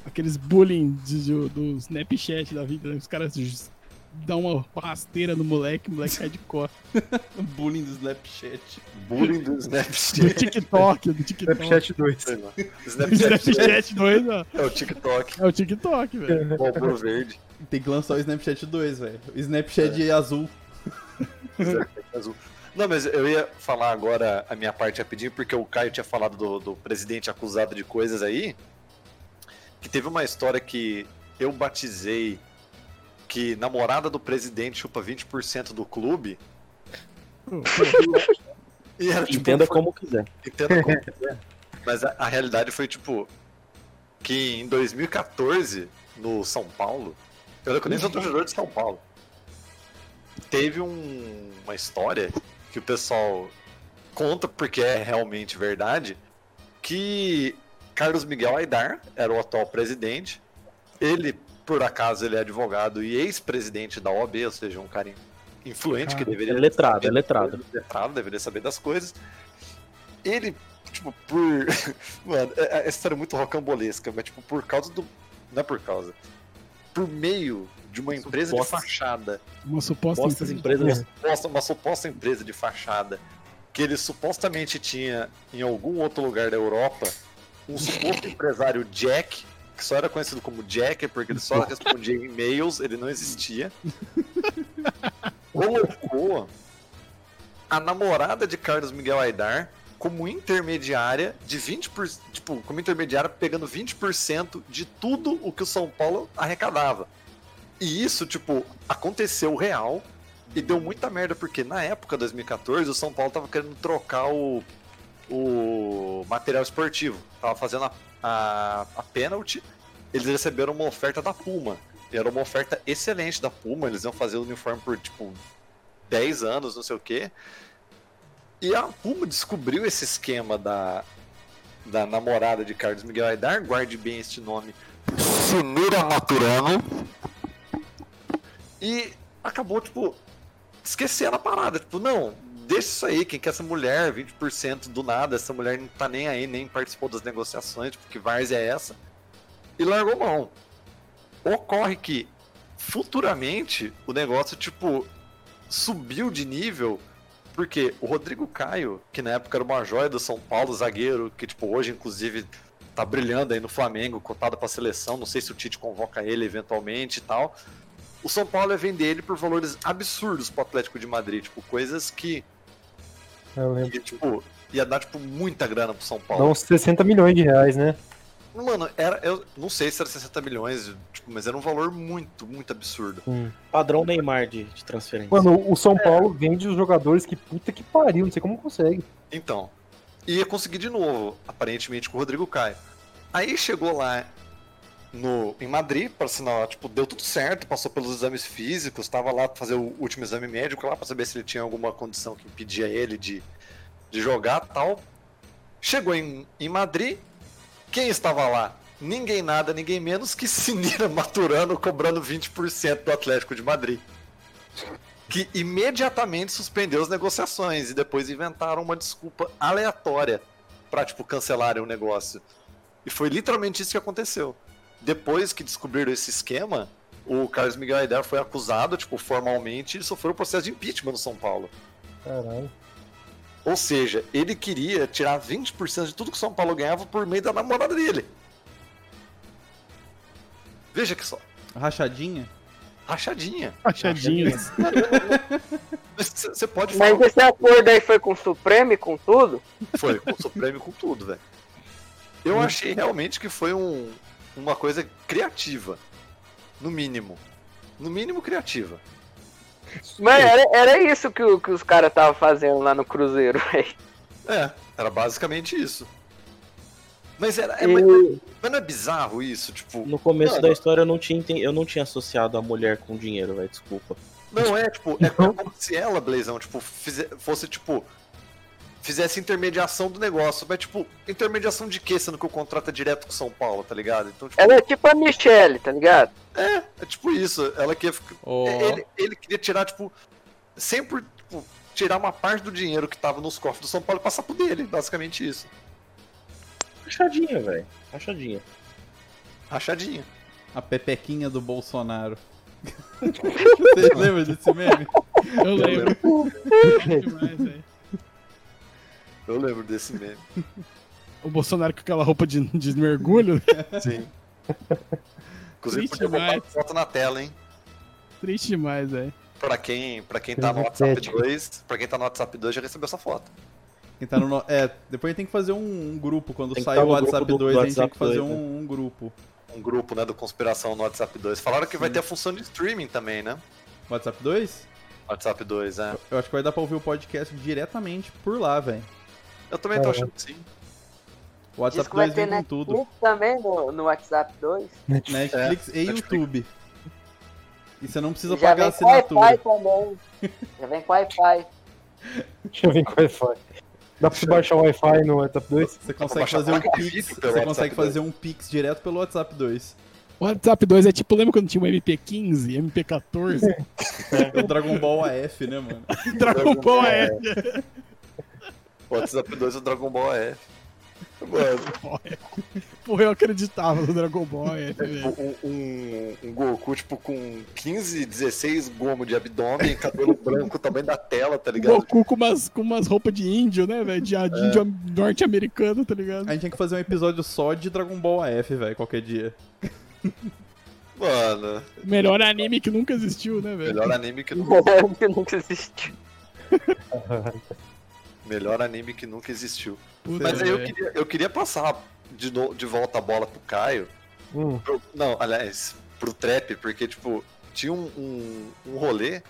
[SPEAKER 5] Aqueles bullying de- de- do Snapchat da vida, né? Os caras j- dão uma rasteira no moleque, o moleque cai de cor.
[SPEAKER 2] [laughs] Bullying do Snapchat.
[SPEAKER 6] Bullying do
[SPEAKER 5] Do [laughs]
[SPEAKER 6] Snapchat.
[SPEAKER 5] TikTok, do TikTok.
[SPEAKER 4] Snapchat 2.
[SPEAKER 6] sei lá. Snapchat
[SPEAKER 5] Snapchat 2, ó.
[SPEAKER 6] é o TikTok,
[SPEAKER 5] É o TikTok, velho.
[SPEAKER 6] o Malboro Verde.
[SPEAKER 2] Tem que lançar o Snapchat 2, velho. O Snapchat azul.
[SPEAKER 6] azul. Não, mas eu ia falar agora a minha parte rapidinho, porque o Caio tinha falado do, do presidente acusado de coisas aí. Que teve uma história que eu batizei que namorada do presidente chupa 20% do clube. E era tipo,
[SPEAKER 1] Entenda
[SPEAKER 6] foi-
[SPEAKER 1] como quiser.
[SPEAKER 6] Entenda como quiser. Mas a, a realidade foi, tipo, que em 2014, no São Paulo, eu lembro que eu nem sou torcedor de São Paulo, teve um- uma história que o pessoal conta porque é realmente verdade, que Carlos Miguel Aidar era o atual presidente, ele, por acaso, ele é advogado e ex-presidente da OAB, ou seja, um cara influente que
[SPEAKER 1] É
[SPEAKER 6] deveria
[SPEAKER 1] letrado, é letrado.
[SPEAKER 6] letrado, deveria saber das coisas. Ele, tipo, por. [laughs] Mano, é- é- essa história é muito rocambolesca, mas, tipo, por causa do. Não é por causa. Por meio de uma empresa
[SPEAKER 1] Supostas.
[SPEAKER 6] de fachada,
[SPEAKER 5] Uma suposta
[SPEAKER 1] Postas
[SPEAKER 5] empresa.
[SPEAKER 1] empresas.
[SPEAKER 4] É.
[SPEAKER 6] suposta- uma suposta empresa de fachada, que ele supostamente tinha em algum outro lugar da Europa, um suposto empresário Jack, que só era conhecido como Jack, porque ele só respondia e-mails, ele não existia. Colocou a namorada de Carlos Miguel Aidar como intermediária de 20%, tipo, como intermediária pegando 20% de tudo o que o São Paulo arrecadava. E isso, tipo, aconteceu real e deu muita merda, porque na época, 2014, o São Paulo tava querendo trocar o, o material esportivo. Tava fazendo a, a, a pênalti, eles receberam uma oferta da Puma. E era uma oferta excelente da Puma, eles iam fazer o uniforme por, tipo, 10 anos, não sei o quê. E a Puma descobriu esse esquema da, da namorada de Carlos Miguel Aidar, guarde bem este nome, Sunira Maturano. E acabou, tipo, esquecendo a parada. Tipo, não, deixa isso aí, quem quer essa mulher, 20% do nada, essa mulher não tá nem aí, nem participou das negociações, tipo, que várzea é essa? E largou mão. Ocorre que, futuramente, o negócio, tipo, subiu de nível, porque o Rodrigo Caio, que na época era uma joia do São Paulo, zagueiro, que, tipo, hoje, inclusive, tá brilhando aí no Flamengo, cotado pra seleção, não sei se o Tite convoca ele eventualmente e tal, o São Paulo ia vender ele por valores absurdos pro Atlético de Madrid, tipo, coisas que,
[SPEAKER 4] É, Eu lembro.
[SPEAKER 6] que, tipo, ia dar, tipo, muita grana pro São
[SPEAKER 4] Dá
[SPEAKER 6] Paulo.
[SPEAKER 4] uns 60 milhões de reais, né?
[SPEAKER 6] Mano, era, eu não sei se era 60 milhões, tipo, mas era um valor muito, muito absurdo.
[SPEAKER 1] Padrão Neymar de, de transferência.
[SPEAKER 4] Mano, o São Paulo vende os jogadores que puta que pariu, não sei como consegue.
[SPEAKER 6] Então, ia conseguir de novo, aparentemente, com o Rodrigo Caio. Aí chegou lá no, em Madrid, para sinal, tipo, deu tudo certo, passou pelos exames físicos, estava lá pra fazer o último exame médico lá para saber se ele tinha alguma condição que impedia ele de, de jogar tal. Chegou em, em Madrid, quem estava lá? Ninguém nada, ninguém menos que Sinira [laughs] Maturano cobrando 20% do Atlético de Madrid. Que imediatamente suspendeu as negociações e depois inventaram uma desculpa aleatória para tipo, cancelarem o negócio. E foi literalmente isso que aconteceu depois que descobriram esse esquema, o Carlos Miguel Aidar foi acusado, tipo, formalmente, e sofreu o processo de impeachment no São Paulo.
[SPEAKER 4] Caralho.
[SPEAKER 6] Ou seja, ele queria tirar 20% de tudo que o São Paulo ganhava por meio da namorada dele. Veja que só,
[SPEAKER 2] Rachadinha?
[SPEAKER 6] rachadinha. [laughs]
[SPEAKER 5] Rachadinhas.
[SPEAKER 6] Você pode falar
[SPEAKER 3] Mas esse acordo aí foi com o Supremo e com tudo?
[SPEAKER 6] Foi, com o Supremo com tudo, velho. Eu achei realmente que foi um, uma coisa criativa. No mínimo. No mínimo criativa.
[SPEAKER 3] Mas é.
[SPEAKER 4] [laughs]
[SPEAKER 3] era, era isso que, o- que os caras estavam fazendo lá no Cruzeiro, [laughs] velho.
[SPEAKER 6] É, era basicamente isso. Mas era. é, mas,
[SPEAKER 3] E-
[SPEAKER 6] mas não é bizarro isso, tipo.
[SPEAKER 1] No começo
[SPEAKER 6] Mano.
[SPEAKER 1] da história eu não tinha enten- eu não tinha associado a mulher com dinheiro, velho, desculpa.
[SPEAKER 6] Não é, tipo, é como se ela, Blazão, tipo, fize- fosse, tipo. Fizesse intermediação do negócio. Mas, tipo, intermediação de quê? Sendo que o contrato é direto com São Paulo, tá ligado? Então, tipo,
[SPEAKER 3] Ela é tipo a Michelle, tá ligado?
[SPEAKER 6] é tipo isso. Ela quer ficar.
[SPEAKER 2] Ó.
[SPEAKER 6] É, Ele, ele queria tirar, tipo, sempre, tipo, tirar uma parte do dinheiro que tava nos cofres do São Paulo e passar pro dele, basicamente isso.
[SPEAKER 1] Rachadinha, velho. Rachadinha.
[SPEAKER 6] Rachadinha.
[SPEAKER 2] A pepequinha do [laughs] Bolsonaro. Vocês lembram desse meme?
[SPEAKER 5] Eu
[SPEAKER 6] [laughs]
[SPEAKER 5] lembro. Demais, velho.
[SPEAKER 6] Eu lembro desse meme.
[SPEAKER 5] o Bolsonaro com aquela roupa de, de mergulho. [laughs]
[SPEAKER 6] Sim. Inclusive,
[SPEAKER 5] Triste
[SPEAKER 6] podia botar
[SPEAKER 5] demais.
[SPEAKER 6] foto na tela, hein?
[SPEAKER 5] Triste demais, velho.
[SPEAKER 6] Pra quem, pra quem tá no
[SPEAKER 4] Triste
[SPEAKER 6] WhatsApp
[SPEAKER 4] estética.
[SPEAKER 6] 2, pra quem tá no WhatsApp 2 já recebeu essa foto.
[SPEAKER 2] Quem tá no no- É, depois tem que fazer um, um grupo. Quando
[SPEAKER 1] Tem que
[SPEAKER 2] sair
[SPEAKER 1] tá
[SPEAKER 2] o
[SPEAKER 1] no
[SPEAKER 2] WhatsApp
[SPEAKER 1] grupo do-
[SPEAKER 2] 2,
[SPEAKER 1] do
[SPEAKER 2] a gente tem que
[SPEAKER 1] WhatsApp
[SPEAKER 2] fazer
[SPEAKER 1] 2, né?
[SPEAKER 2] um, um grupo.
[SPEAKER 6] Um grupo, né, do Conspiração no WhatsApp 2. Falaram que vai ter a função de streaming também, né?
[SPEAKER 2] WhatsApp 2?
[SPEAKER 6] WhatsApp 2, é.
[SPEAKER 2] Eu acho que vai dar pra ouvir o podcast diretamente por lá, velho.
[SPEAKER 6] Eu também tô
[SPEAKER 4] É.
[SPEAKER 6] achando que sim.
[SPEAKER 2] O WhatsApp 2 vem com tudo.
[SPEAKER 3] também no, no WhatsApp 2.
[SPEAKER 2] Netflix e
[SPEAKER 6] É, Netflix.
[SPEAKER 2] YouTube. E você não precisa
[SPEAKER 3] E já
[SPEAKER 2] pagar
[SPEAKER 3] vem com Wi-Fi
[SPEAKER 2] assinatura.
[SPEAKER 3] também.
[SPEAKER 2] [laughs]
[SPEAKER 3] Já vem com Wi-Fi.
[SPEAKER 4] Deixa eu ver com o Wi-Fi. Dá pra você baixar o Wi-Fi no WhatsApp 2?
[SPEAKER 2] Você
[SPEAKER 6] Vou
[SPEAKER 2] consegue
[SPEAKER 6] baixar
[SPEAKER 2] fazer um
[SPEAKER 6] placa de
[SPEAKER 2] pix.
[SPEAKER 6] vídeo pelo
[SPEAKER 2] Você consegue
[SPEAKER 6] WhatsApp
[SPEAKER 2] fazer um pix direto pelo WhatsApp 2.
[SPEAKER 5] O WhatsApp 2 é tipo, lembra quando tinha o MP15, MP14,
[SPEAKER 2] É o Dragon Ball AF, né, mano?
[SPEAKER 5] Dragon Ball é.
[SPEAKER 2] um
[SPEAKER 6] O WhatsApp 2 do Dragon Ball é. Mano,
[SPEAKER 5] Porra, eu acreditava no Dragon Ball é, velho.
[SPEAKER 6] tipo, um, um, um Goku, tipo, com 15, 16 gomo de abdômen, [laughs] cabelo branco também da tela, tá
[SPEAKER 5] O
[SPEAKER 6] ligado?
[SPEAKER 5] Goku com umas, com umas roupas de índio, né, velho? De de índio norte-americano, tá ligado?
[SPEAKER 2] A gente tem que fazer um episódio só de Dragon Ball AF, velho, qualquer dia.
[SPEAKER 6] Mano,
[SPEAKER 5] Melhor anime que nunca existiu, né, velho?
[SPEAKER 6] É. melhor anime que nunca,
[SPEAKER 3] [laughs] que nunca existiu.
[SPEAKER 6] melhor anime que nunca existiu.
[SPEAKER 5] Puta,
[SPEAKER 6] Mas aí eu
[SPEAKER 5] velho.
[SPEAKER 6] queria, eu queria passar de, no- de volta a bola pro Caio.
[SPEAKER 4] Hum.
[SPEAKER 6] Pro- não, aliás, pro Trap, porque, tipo, tinha um, um, um rolê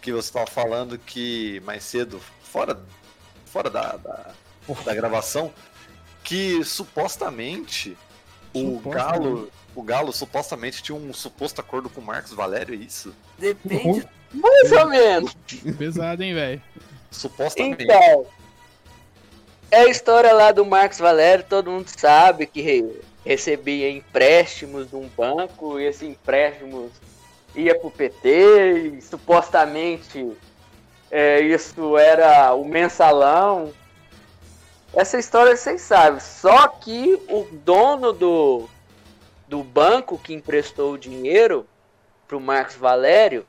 [SPEAKER 6] que você tava falando que mais cedo, fora, fora da, da, da gravação, que supostamente o
[SPEAKER 5] Supostamente.
[SPEAKER 6] Galo. O Galo supostamente tinha um suposto acordo com o Marcos Valério, é isso?
[SPEAKER 7] Depende
[SPEAKER 2] Uhum.
[SPEAKER 3] Mais ou menos.
[SPEAKER 5] Pesado, hein, velho?
[SPEAKER 6] Supostamente.
[SPEAKER 3] Então, é a história lá do Marcos Valério, todo mundo sabe que re- recebia empréstimos de um banco, e esses empréstimos ia pro PT, e supostamente é, isso era o mensalão. Essa história vocês sabem, só que o dono do, do banco que emprestou o dinheiro pro Marcos Valério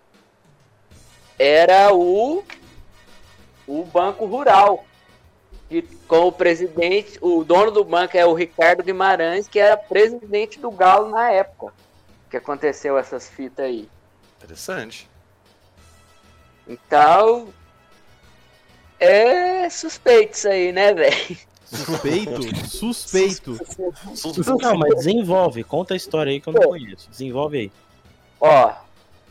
[SPEAKER 3] era o o Banco Rural. Que com o presidente, o dono do banco é o Ricardo Guimarães, que era presidente do Galo na época que aconteceu essas fitas aí.
[SPEAKER 6] Interessante.
[SPEAKER 3] Então, é suspeito isso aí, né, velho? [laughs]
[SPEAKER 2] Suspeito? Suspeito.
[SPEAKER 1] Não, mas desenvolve. Conta a história aí que eu não conheço. Desenvolve aí.
[SPEAKER 3] Ó,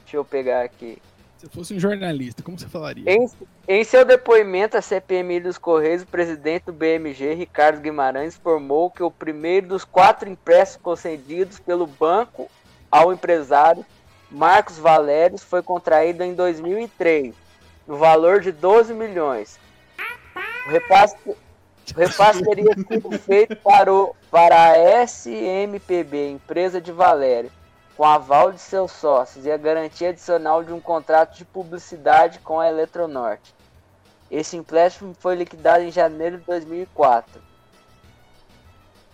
[SPEAKER 3] deixa eu pegar aqui.
[SPEAKER 5] Se eu fosse um jornalista, como você falaria?
[SPEAKER 3] Em, em seu depoimento à CPMI dos Correios, o presidente do BMG, Ricardo Guimarães, informou que o primeiro dos quatro empréstimos concedidos pelo banco ao empresário Marcos Valérios foi contraído em 2003, no valor de 12 milhões. O repasse, o repasse teria sido feito para, o- para a SMPB, empresa de Valério com aval de seus sócios e a garantia adicional de um contrato de publicidade com a Eletronorte. Esse empréstimo foi liquidado em janeiro de 2004.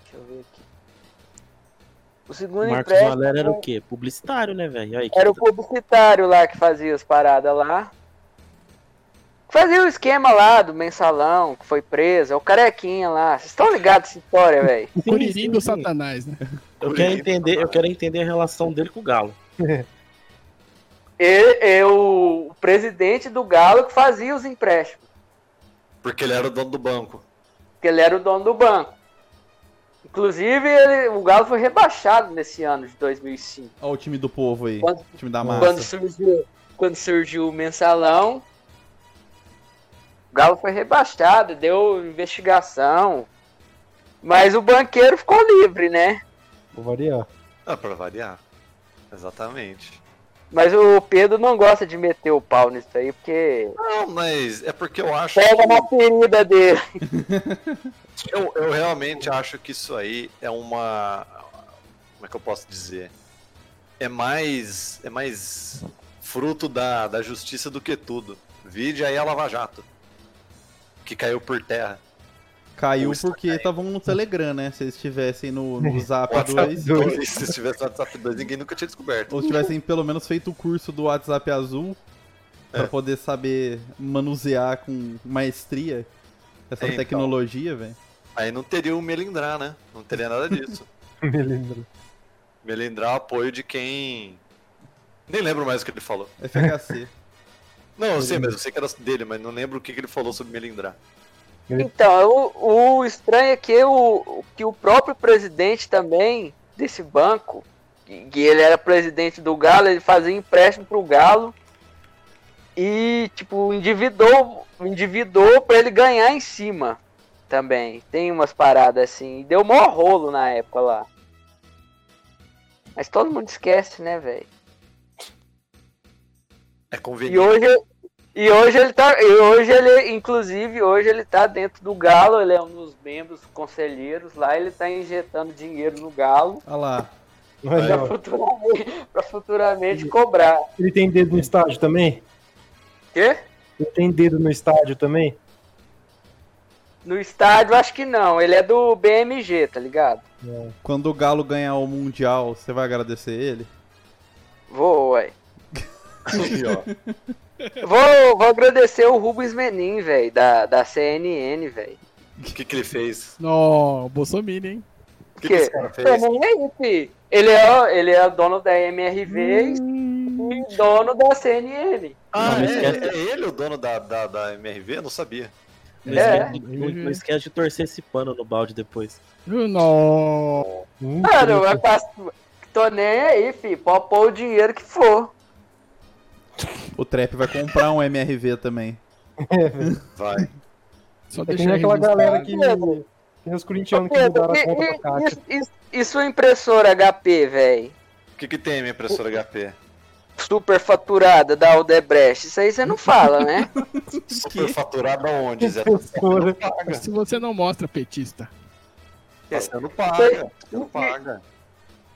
[SPEAKER 3] Deixa eu ver aqui. O segundo
[SPEAKER 1] Marcos
[SPEAKER 3] empréstimo
[SPEAKER 1] Valério era o quê? Publicitário, né, velho? Aí, que-
[SPEAKER 3] era o publicitário lá que fazia as paradas lá. Fazia o esquema lá do mensalão, que foi preso, é o carequinha lá. Vocês estão ligados essa história, velho?
[SPEAKER 5] O
[SPEAKER 1] sim,
[SPEAKER 5] Curirim
[SPEAKER 1] tá-
[SPEAKER 5] do
[SPEAKER 1] sim.
[SPEAKER 5] Satanás, né?
[SPEAKER 1] Eu quero entender, eu quero entender a relação dele com o Galo.
[SPEAKER 3] Ele é o o presidente do Galo que fazia os empréstimos.
[SPEAKER 6] Porque ele era o dono do banco.
[SPEAKER 3] porque ele era o dono do banco. Inclusive, ele- o Galo foi rebaixado nesse ano de 2005,
[SPEAKER 2] Olha o time do povo aí.
[SPEAKER 3] Quando-
[SPEAKER 2] O time da
[SPEAKER 3] quando
[SPEAKER 2] massa.
[SPEAKER 3] surgiu, quando surgiu o mensalão. O Galo foi rebaixado, deu investigação, mas o banqueiro ficou livre, né?
[SPEAKER 4] Vou variar. [laughs]
[SPEAKER 6] Ah, pra variar. Exatamente.
[SPEAKER 3] Mas o Pedro não gosta de meter o pau nisso aí, porque
[SPEAKER 6] Não, mas é porque eu acho
[SPEAKER 3] pega na ferida dele.
[SPEAKER 6] Eu, eu realmente acho que isso aí é uma. Como é que eu posso dizer? É mais. É mais fruto da, da justiça do que tudo. Vide aí a Lava Jato. Que caiu por terra.
[SPEAKER 2] Caiu porque estavam no Telegram, né? Se eles estivessem no,
[SPEAKER 6] [laughs]
[SPEAKER 2] no Zap 2.
[SPEAKER 6] dois. [laughs] Se tivesse WhatsApp 2, ninguém nunca tinha descoberto.
[SPEAKER 2] Ou se tivessem pelo menos feito o curso do WhatsApp azul pra poder saber manusear com maestria essa
[SPEAKER 6] Então.
[SPEAKER 2] tecnologia, velho.
[SPEAKER 6] Aí não teria o melindrar, né? Não teria nada [laughs] disso.
[SPEAKER 4] Me lembro.
[SPEAKER 6] melindrar o apoio de quem. Nem lembro mais o que ele falou.
[SPEAKER 2] FHC.
[SPEAKER 6] Não, eu sei mesmo, eu sei que era dele, mas não lembro o que, que ele falou sobre melindrar.
[SPEAKER 3] Então, o, o estranho é que o, que o próprio presidente também desse banco, que, que ele era presidente do Galo, ele fazia empréstimo pro Galo e, tipo, endividou, endividou pra ele ganhar em cima também. Tem umas paradas assim. E deu mó rolo na época lá. Mas todo mundo esquece, né, velho?
[SPEAKER 6] É
[SPEAKER 3] E
[SPEAKER 6] conveniente.
[SPEAKER 3] hoje, e hoje ele tá. E hoje ele, inclusive, hoje ele tá dentro do Galo, ele é um dos membros conselheiros lá, ele tá injetando dinheiro no Galo
[SPEAKER 2] Olha lá.
[SPEAKER 4] Mas,
[SPEAKER 6] É.
[SPEAKER 3] pra
[SPEAKER 4] ó,
[SPEAKER 3] futuramente, pra futuramente cobrar.
[SPEAKER 4] ele tem dedo no estádio também?
[SPEAKER 3] Quê?
[SPEAKER 4] Ele tem dedo no estádio também?
[SPEAKER 3] No estádio, acho que não. Ele é do BMG, tá ligado?
[SPEAKER 2] Quando o Galo ganhar o Mundial, você vai agradecer ele?
[SPEAKER 3] Vou, ué.
[SPEAKER 6] Aí, ó.
[SPEAKER 3] Vou, vou agradecer o Rubens Menin, velho, da, da CNN, velho.
[SPEAKER 6] O que, que ele fez?
[SPEAKER 5] Nó, Bolsonaro, hein?
[SPEAKER 6] O que,
[SPEAKER 3] Quê?
[SPEAKER 6] que esse cara
[SPEAKER 3] É,
[SPEAKER 6] fez?
[SPEAKER 3] nem aí, fi. Ele é, ele é dono da MRV
[SPEAKER 4] Hum.
[SPEAKER 3] e dono da CNN.
[SPEAKER 6] Ah,
[SPEAKER 1] Não,
[SPEAKER 6] é,
[SPEAKER 1] esquece.
[SPEAKER 6] é ele o dono da, da, da MRV? Eu não sabia.
[SPEAKER 1] Não,
[SPEAKER 3] É.
[SPEAKER 1] esquece, não- não esquece de torcer esse pano no balde depois.
[SPEAKER 5] Nó.
[SPEAKER 4] Hum,
[SPEAKER 3] Mano, vai passar. Tô nem aí, fi. Pode pôr o dinheiro que for.
[SPEAKER 2] O Trap vai comprar um MRV também.
[SPEAKER 6] Vai.
[SPEAKER 5] Só
[SPEAKER 4] É que
[SPEAKER 5] deixa
[SPEAKER 4] nem aquela galera que.
[SPEAKER 3] Pedro.
[SPEAKER 4] Que nem os
[SPEAKER 3] Ô,
[SPEAKER 4] corintianos que
[SPEAKER 3] Pedro,
[SPEAKER 4] mudaram a conta pra
[SPEAKER 3] e,
[SPEAKER 4] Kátia.
[SPEAKER 3] é e, e, e sua impressora HP, velho?
[SPEAKER 6] O que, que tem minha impressora HP?
[SPEAKER 3] superfaturada da Aldebrecht. Isso aí você não fala,
[SPEAKER 4] [laughs]
[SPEAKER 3] né?
[SPEAKER 6] Superfaturado aonde,
[SPEAKER 4] é
[SPEAKER 6] Zé?
[SPEAKER 4] Professora.
[SPEAKER 6] Paga.
[SPEAKER 5] Se você não mostra petista.
[SPEAKER 6] Você não Tá paga. Você não paga.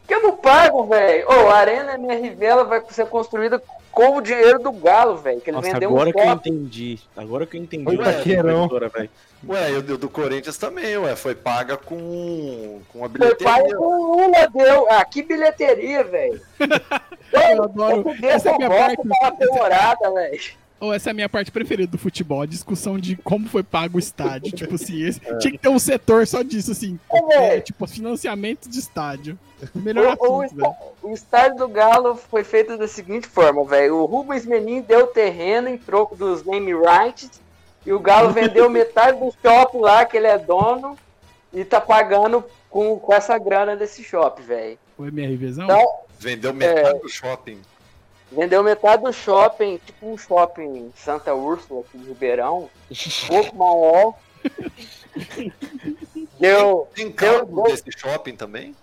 [SPEAKER 3] Que eu não pago, velho. Ô, a Arena MRV ela vai ser construída com o dinheiro do Galo, velho. Que ele
[SPEAKER 1] Nossa,
[SPEAKER 3] vendeu
[SPEAKER 1] agora
[SPEAKER 3] um
[SPEAKER 1] que eu
[SPEAKER 3] copo.
[SPEAKER 1] entendi. Agora que eu entendi.
[SPEAKER 4] Oi,
[SPEAKER 1] o que é
[SPEAKER 4] Taqueirão.
[SPEAKER 1] corretora, velho.
[SPEAKER 6] Ué, eu, eu do Corinthians também, ué. Foi paga com, com
[SPEAKER 3] Foi
[SPEAKER 6] a bilheteria.
[SPEAKER 3] pai com o Lula, deu. Ah, que bilheteria, velho.
[SPEAKER 5] [laughs] Eu
[SPEAKER 3] Eu
[SPEAKER 5] adoro.
[SPEAKER 3] podia
[SPEAKER 5] Essa é
[SPEAKER 3] essa
[SPEAKER 5] minha
[SPEAKER 3] bosta
[SPEAKER 5] parte.
[SPEAKER 3] tava demorada, velho.
[SPEAKER 5] Ou essa é a minha parte preferida do futebol, a discussão de como foi pago o
[SPEAKER 6] [laughs]
[SPEAKER 5] estádio. tipo assim, esse,
[SPEAKER 6] É.
[SPEAKER 5] tinha que ter um setor só disso, assim.
[SPEAKER 3] velho.
[SPEAKER 5] é, tipo, financiamento de estádio. O Melhor
[SPEAKER 3] Ou- ou
[SPEAKER 5] assunto, velho.
[SPEAKER 3] O estádio do Galo foi feito da seguinte forma, velho. O Rubens Menin deu terreno em troco dos name rights e o Galo
[SPEAKER 5] [laughs]
[SPEAKER 3] vendeu metade do shopping lá que ele é dono e tá pagando com, com essa grana desse shopping, velho.
[SPEAKER 5] O
[SPEAKER 4] Tá
[SPEAKER 5] MRVzão?
[SPEAKER 3] Então,
[SPEAKER 6] Vendeu metade do shopping.
[SPEAKER 3] Vendeu metade do shopping, tipo um shopping Santa Úrsula aqui de Ribeirão, um pouco maior. Deu.
[SPEAKER 6] Tem
[SPEAKER 3] Deu-
[SPEAKER 6] causos desse shopping também?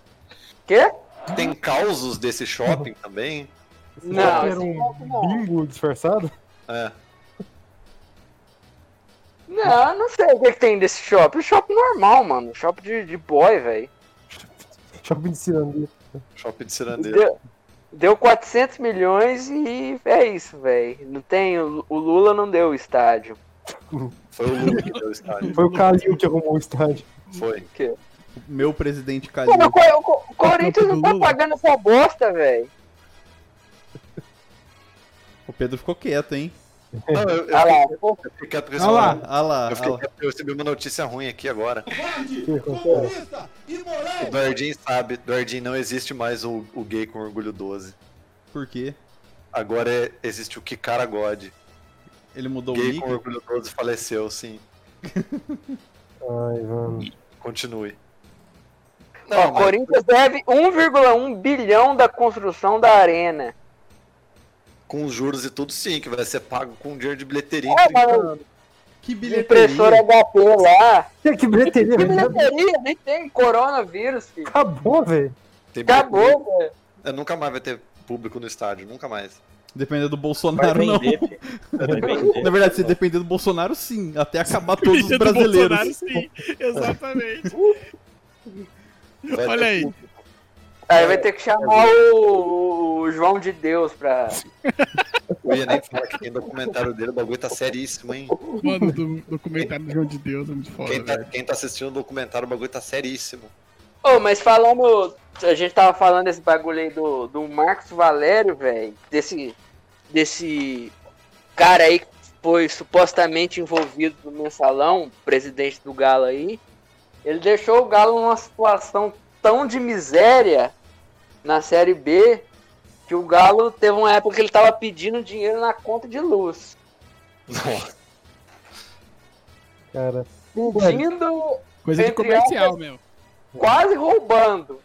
[SPEAKER 3] Quê?
[SPEAKER 6] Tem causos desse shopping também?
[SPEAKER 3] Não, é
[SPEAKER 4] Era
[SPEAKER 3] esse
[SPEAKER 4] um
[SPEAKER 3] shopping não.
[SPEAKER 4] bingo disfarçado? [laughs]
[SPEAKER 6] É.
[SPEAKER 3] Não, não sei o que, que tem desse shopping. Shopping normal, mano. Shopping de, de boy, velho.
[SPEAKER 4] Shopping de Cirandeira.
[SPEAKER 6] Shopping de cirandeiro.
[SPEAKER 3] Deu, deu 400 milhões e é isso, velho. Não tem. O o Lula não deu o estádio.
[SPEAKER 6] Foi o Lula que deu o estádio.
[SPEAKER 4] Foi o Calil que arrumou o estádio.
[SPEAKER 6] Foi.
[SPEAKER 2] Meu presidente Calil.
[SPEAKER 3] Mano, o, Co- o Co- o Corinthians não tá
[SPEAKER 5] Lula.
[SPEAKER 3] pagando essa bosta, velho.
[SPEAKER 2] O Pedro ficou quieto, hein?
[SPEAKER 6] Não, eu, eu
[SPEAKER 3] Olha lá, pô,
[SPEAKER 6] fiquei quieto porque
[SPEAKER 2] Olha lá, olha lá.
[SPEAKER 6] Eu,
[SPEAKER 2] olha
[SPEAKER 6] fiquei
[SPEAKER 2] lá.
[SPEAKER 6] quieto, eu recebi uma notícia ruim aqui agora.
[SPEAKER 4] Que acontece?
[SPEAKER 6] O Dordin sabe, Dordin não existe mais o, o gay com orgulho 12.
[SPEAKER 2] Por quê?
[SPEAKER 6] Agora é- existe o Kikara God.
[SPEAKER 2] Ele mudou o
[SPEAKER 6] Gay com
[SPEAKER 2] nick?
[SPEAKER 6] orgulho 12 faleceu, sim.
[SPEAKER 4] Ai, mano.
[SPEAKER 6] Continue.
[SPEAKER 3] ó, o
[SPEAKER 6] mas-
[SPEAKER 3] Corinthians deve 1,1 bilhão da construção da arena.
[SPEAKER 6] com os juros e tudo sim, que vai ser pago com dinheiro de bilheteria.
[SPEAKER 3] É, mano,
[SPEAKER 2] Que
[SPEAKER 3] impressora
[SPEAKER 2] bilheteria.
[SPEAKER 3] HP lá.
[SPEAKER 4] Que, que bilheteria,
[SPEAKER 3] Que
[SPEAKER 4] velho.
[SPEAKER 3] bilheteria? Nem tem coronavírus, filho.
[SPEAKER 4] Acabou, velho.
[SPEAKER 6] Tem bilheteria.
[SPEAKER 3] Acabou, velho.
[SPEAKER 6] É, nunca mais vai ter público no estádio, nunca mais.
[SPEAKER 2] Dependendo do
[SPEAKER 1] Vai
[SPEAKER 2] Bolsonaro, não.
[SPEAKER 1] vender, filho. Vai vender.
[SPEAKER 2] Na verdade, se depender do Bolsonaro, sim. Até acabar todos os
[SPEAKER 5] Do Bolsonaro,
[SPEAKER 2] brasileiros.
[SPEAKER 5] sim, exatamente.
[SPEAKER 6] Vai
[SPEAKER 5] Olha
[SPEAKER 6] ter
[SPEAKER 5] aí.
[SPEAKER 6] público.
[SPEAKER 3] Aí vai ter que chamar o, o João de Deus pra.
[SPEAKER 6] Eu ia nem falar que tem documentário dele, o bagulho tá seríssimo, hein?
[SPEAKER 5] Mano, do documentário do João de Deus é muito foda,
[SPEAKER 6] Quem
[SPEAKER 5] velho.
[SPEAKER 6] tá, quem tá assistindo o documentário, o bagulho tá seríssimo.
[SPEAKER 3] Ô, mas falando. A gente tava falando desse bagulho aí do, do Marcos Valério, velho. Desse. Desse cara aí que foi supostamente envolvido no mensalão, presidente do Galo aí. Ele deixou o Galo numa situação tão de miséria na Série B que o Galo teve uma época que ele tava pedindo dinheiro na conta de luz.
[SPEAKER 4] Cara.
[SPEAKER 3] Pedindo,
[SPEAKER 5] Coisa de
[SPEAKER 3] Entre
[SPEAKER 5] comercial, meu.
[SPEAKER 3] quase roubando.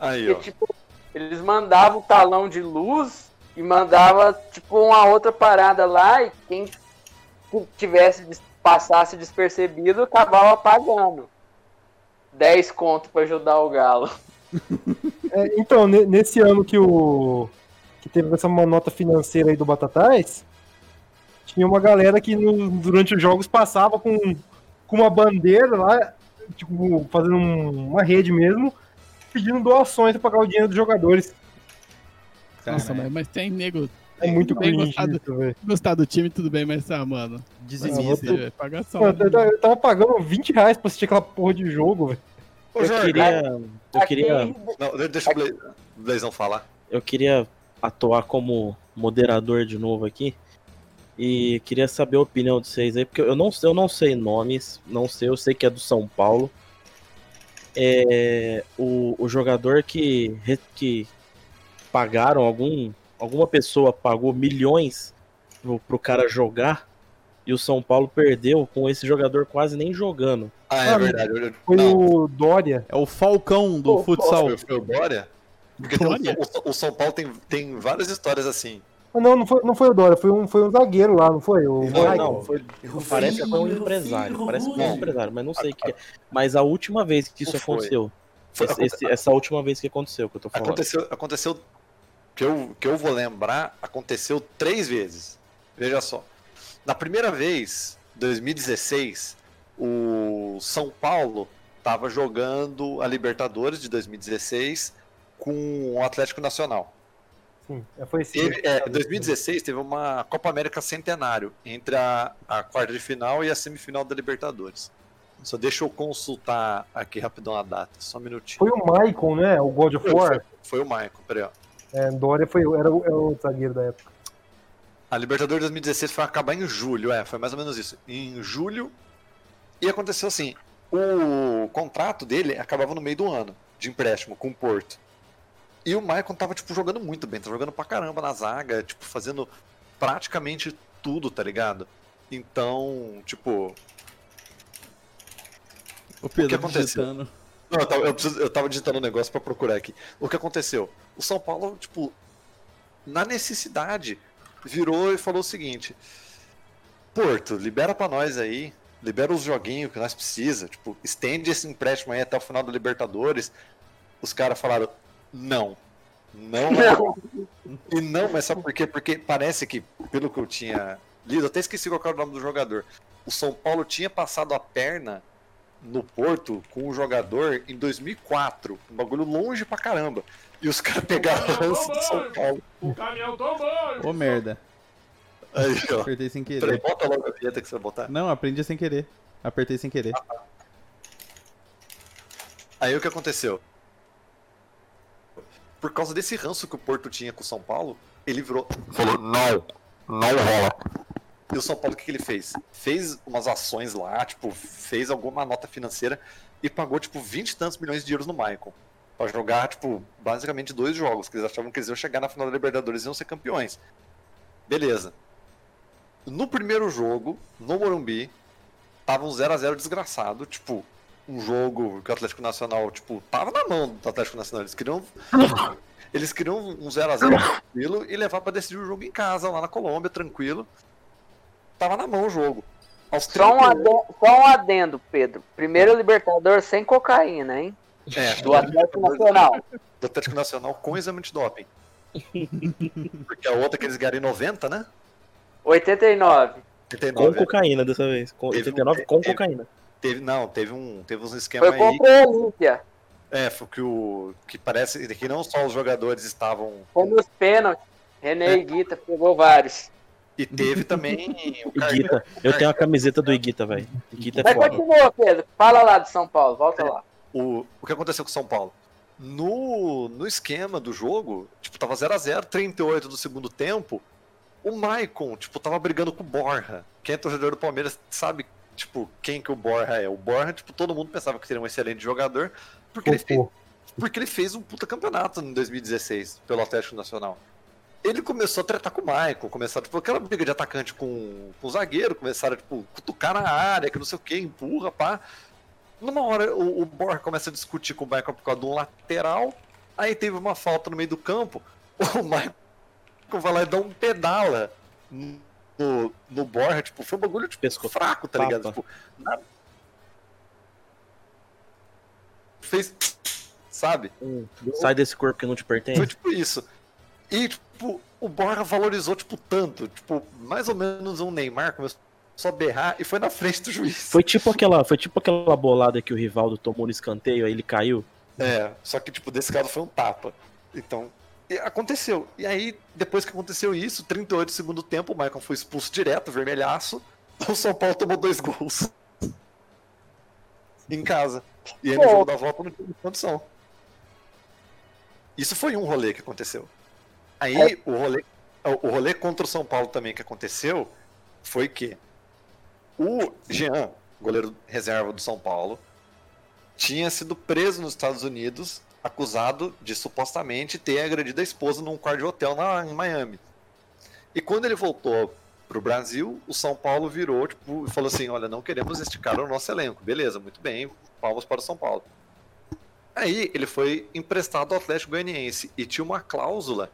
[SPEAKER 6] Aí,
[SPEAKER 3] Porque,
[SPEAKER 6] ó.
[SPEAKER 3] tipo, eles mandavam o talão de luz e mandava, tipo, uma outra parada lá e quem tivesse des- passasse despercebido acabava pagando. 10 conto pra ajudar o Galo.
[SPEAKER 4] É, então, ne- nesse ano que o. que teve essa uma nota financeira aí do Batatais, tinha uma galera que no- durante os jogos passava com, com uma bandeira lá, tipo, fazendo um- uma rede mesmo, pedindo doações pra pagar o dinheiro dos jogadores.
[SPEAKER 2] Tá,
[SPEAKER 5] Nossa,
[SPEAKER 2] né?
[SPEAKER 5] mas, mas tem nego
[SPEAKER 4] É muito
[SPEAKER 5] bem
[SPEAKER 4] cringe
[SPEAKER 5] gostado.
[SPEAKER 4] isso, velho.
[SPEAKER 5] gostar do time, tudo bem, mas ah, mano.
[SPEAKER 2] Dizimista.
[SPEAKER 5] Você paga só.
[SPEAKER 4] Mano, eu, eu tava pagando 20 reais pra assistir aquela porra de jogo, velho.
[SPEAKER 6] Ô,
[SPEAKER 1] Eu
[SPEAKER 6] Jorge,
[SPEAKER 1] queria. Eu queria.
[SPEAKER 3] Aqui,
[SPEAKER 6] não, de- deixa o Bla- Blazão falar.
[SPEAKER 1] eu queria atuar como moderador de novo aqui. E queria saber a opinião de vocês aí, porque eu não, eu não sei nomes, não sei, eu sei que é do São Paulo. É, o, o jogador que, re- que pagaram, algum, alguma pessoa pagou milhões pro, pro cara jogar, e o São Paulo perdeu com esse jogador quase nem jogando.
[SPEAKER 6] Ah, é
[SPEAKER 4] Ah,
[SPEAKER 6] verdade. eu- eu-
[SPEAKER 4] Foi
[SPEAKER 6] não,
[SPEAKER 4] o Dória.
[SPEAKER 2] É o Falcão do
[SPEAKER 3] Pô,
[SPEAKER 2] futsal.
[SPEAKER 6] foi, foi o Dória? Porque tem- um-
[SPEAKER 5] Dória?
[SPEAKER 6] o, o São Paulo tem, tem várias histórias assim.
[SPEAKER 4] Ah, Não, não foi, não foi o Dória, foi um, foi um zagueiro lá, não foi? O
[SPEAKER 6] Não,
[SPEAKER 4] Raik.
[SPEAKER 1] não, foi, parece até um empresário, parece que é um empresário, mas não sei o que é. Mas a última vez que isso
[SPEAKER 6] Não Ah, foi.
[SPEAKER 1] aconteceu,
[SPEAKER 6] Foi-
[SPEAKER 1] Esse- esse- essa última vez que aconteceu que eu tô falando.
[SPEAKER 6] aconteceu, aconteceu que eu, que eu vou lembrar, aconteceu três vezes. Veja só. Na primeira vez, 2016, o São Paulo estava jogando a Libertadores de 2016 com o Atlético Nacional.
[SPEAKER 4] Sim, é, foi esse.
[SPEAKER 6] Teve, é, 2016 teve uma Copa América Centenário entre a, a quarta de final e a semifinal da Libertadores. Só deixa eu consultar aqui rapidão a data, só um minutinho.
[SPEAKER 4] Foi o Michael, né? O God of War.
[SPEAKER 6] Foi o Michael, peraí. ó.
[SPEAKER 4] É, Dória foi, era, o- era o zagueiro da época.
[SPEAKER 6] A Libertadores 2016 foi acabar em julho, é, foi mais ou menos isso. Em julho. E aconteceu assim: o contrato dele acabava no meio do ano, de empréstimo, com o Porto. E o Maicon tava, tipo, jogando muito bem, tava jogando pra caramba na zaga, tipo, fazendo praticamente tudo, tá ligado? Então, tipo.
[SPEAKER 2] O
[SPEAKER 6] O que
[SPEAKER 2] Pedro
[SPEAKER 6] aconteceu?
[SPEAKER 2] digitando.
[SPEAKER 6] Não, eu, tava, eu preciso- eu tava digitando um negócio pra procurar aqui. O que aconteceu? O São Paulo, tipo, na necessidade, virou e falou o seguinte: Porto, libera pra nós aí, libera os joguinhos que nós precisa, tipo, estende esse empréstimo aí até o final da Libertadores. Os caras falaram: não. Não, é [laughs] e não, mas sabe por quê? Porque parece que, pelo que eu tinha lido, eu até esqueci qual era o nome do jogador. O São Paulo tinha passado a perna no Porto com um jogador em 2004. Um bagulho longe pra caramba. E os caras pegaram o lance do São Paulo.
[SPEAKER 5] O caminhão tomou!
[SPEAKER 2] Ô merda,
[SPEAKER 6] Aí, ó.
[SPEAKER 2] apertei sem querer.
[SPEAKER 6] Peraí, bota logo a vinheta que você vai botar.
[SPEAKER 2] Não, aprendi sem querer. Apertei sem querer.
[SPEAKER 6] Aí o que aconteceu? Por causa desse ranço que o Porto tinha com o São Paulo, ele virou. Falou, não, não rola. E o São Paulo, o que, que ele fez? Fez umas ações lá, tipo, fez alguma nota financeira e pagou, tipo, 20 e tantos milhões de euros no Michael. Pra jogar, tipo, basicamente dois jogos, que eles achavam que eles iam chegar na final da Libertadores e iam ser campeões. Beleza. No primeiro jogo, no Morumbi, tava um 0x0 desgraçado, tipo, um jogo que o Atlético Nacional, tipo, tava na mão do Atlético Nacional. Eles queriam. Eles queriam um 0x0 tranquilo e levar pra decidir o jogo em casa, lá na Colômbia, tranquilo. Tava na mão o jogo. Aos
[SPEAKER 3] Só um,
[SPEAKER 6] 38
[SPEAKER 3] adendo, só um adendo, Pedro. Primeiro Libertador sem cocaína, hein?
[SPEAKER 6] é,
[SPEAKER 3] Do Atlético Nacional.
[SPEAKER 6] do Atlético Nacional com exame de doping. Porque a outra que eles ganharam em 90, né?
[SPEAKER 3] 89.
[SPEAKER 1] Com
[SPEAKER 6] 89.
[SPEAKER 1] cocaína dessa vez. Com
[SPEAKER 6] Teve um-
[SPEAKER 1] 89 com
[SPEAKER 6] teve-
[SPEAKER 1] cocaína.
[SPEAKER 6] Teve, não, teve, um, teve uns
[SPEAKER 1] É,
[SPEAKER 6] esquemas
[SPEAKER 3] Foi
[SPEAKER 6] aí.
[SPEAKER 3] contra o Olímpia.
[SPEAKER 6] É, foi que o. Que parece que não só os jogadores estavam.
[SPEAKER 3] Foi nos pênaltis. René
[SPEAKER 1] É.
[SPEAKER 3] Guita pegou vários.
[SPEAKER 6] E teve um também o Carlinhos.
[SPEAKER 1] Iguita. Eu tenho a camiseta
[SPEAKER 6] um
[SPEAKER 1] do Iguita, velho. Iguita é
[SPEAKER 3] Mas
[SPEAKER 1] foda. É.
[SPEAKER 3] continua, Pedro. Fala lá do São Paulo, volta lá.
[SPEAKER 6] o, o que aconteceu com o São Paulo? No, no esquema do jogo, tipo, tava 0x0, 38 do segundo tempo, o Maicon, tipo, tava brigando com o Borja. Quem é torcedor do Palmeiras sabe, tipo, quem que o Borja é. O Borja, tipo, todo mundo pensava que seria um excelente jogador, porque ele, fez,
[SPEAKER 4] Pô,
[SPEAKER 6] porque ele fez um puta campeonato em 2016 pelo Atlético Nacional. Ele começou a tratar com o Maicon, começaram, tipo, aquela briga de atacante com, com o zagueiro, começaram, tipo, cutucar na área, que não sei o que, empurra, pá. Numa hora o, o Borja começa a discutir com o Maicon por causa de um lateral, aí teve uma falta no meio do campo, [laughs] o Maicon vai lá e dá um pedala no, no Borja, tipo, foi um bagulho, tipo,
[SPEAKER 1] Pescoço.
[SPEAKER 6] fraco, tá
[SPEAKER 1] Tapa.
[SPEAKER 6] ligado? Tipo, nada... Fez... Sabe?
[SPEAKER 1] Hum, Sai desse corpo que não te
[SPEAKER 6] Foi
[SPEAKER 1] pertence.
[SPEAKER 6] tipo isso. E, tipo, o Borja valorizou, tipo, tanto. Tipo, mais ou menos um Neymar começou a berrar e foi na frente do juiz.
[SPEAKER 1] Foi tipo aquela, foi tipo aquela bolada que o Rivaldo tomou no escanteio, aí ele caiu.
[SPEAKER 6] É, só que, tipo, desse caso foi um tapa. Então, e aconteceu. E aí, depois que aconteceu isso, 38 segundo tempo, o Michael foi expulso direto, vermelhaço. O São Paulo tomou dois gols. em casa. E aí, no
[SPEAKER 3] Pô.
[SPEAKER 6] jogo da volta, não tinha condição. Isso foi um rolê que aconteceu. Aí, o, rolê, o rolê contra o São Paulo também que aconteceu foi que o Jean, goleiro reserva do São Paulo, tinha sido preso nos Estados Unidos, acusado de supostamente ter agredido a esposa num quarto de hotel na, em Miami. E quando ele voltou pro Brasil, o São Paulo virou tipo, e falou assim: olha, não queremos este cara no nosso elenco. Beleza, muito bem, palmas para o São Paulo. Aí ele foi emprestado ao Atlético Goianiense e tinha uma cláusula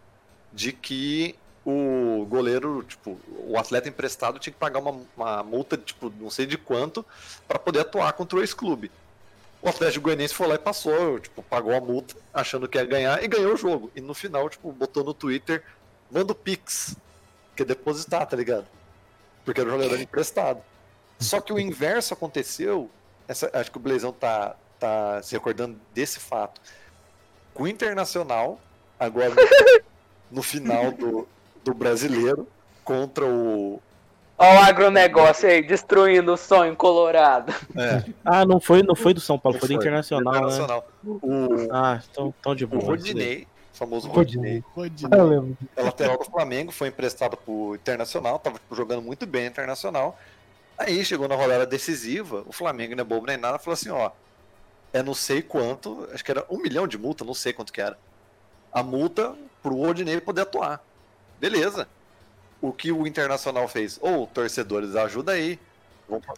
[SPEAKER 6] de que o goleiro, tipo, o atleta emprestado tinha que pagar uma, uma multa, tipo, não sei de quanto, para poder atuar contra o ex-clube. O Atlético Goianiense foi lá e passou, tipo, pagou a multa, achando que ia ganhar, e ganhou o jogo. E no final, tipo, botou no Twitter, manda o Pix, que é depositar, tá ligado? Porque era um jogador emprestado. Só que o inverso aconteceu, essa- acho que o Blezão tá, tá se recordando desse fato. Com o Internacional, agora no- no final do, do Brasileiro, contra o,
[SPEAKER 3] Olha o agronegócio aí, destruindo o sonho colorado.
[SPEAKER 1] Ah, não foi, não foi do São Paulo,
[SPEAKER 6] Não
[SPEAKER 1] foi do
[SPEAKER 6] foi,
[SPEAKER 1] Internacional, né?
[SPEAKER 6] Internacional. O,
[SPEAKER 1] Ah, tão, tão de
[SPEAKER 6] o
[SPEAKER 1] boa.
[SPEAKER 6] Rodinei, o famoso Rodinei,
[SPEAKER 5] Rodinei.
[SPEAKER 4] [laughs] Eu lembro.
[SPEAKER 6] é lateral do Flamengo, foi emprestado pro Internacional, tava tipo, jogando muito bem no Internacional. Aí chegou na rodada decisiva, o Flamengo não é bobo nem nada, falou assim, ó, é não sei quanto, acho que era um milhão de multa, não sei quanto que era. A multa pro Rodinei poder atuar. Beleza. O que o Internacional fez? Ô, torcedores, ajuda aí.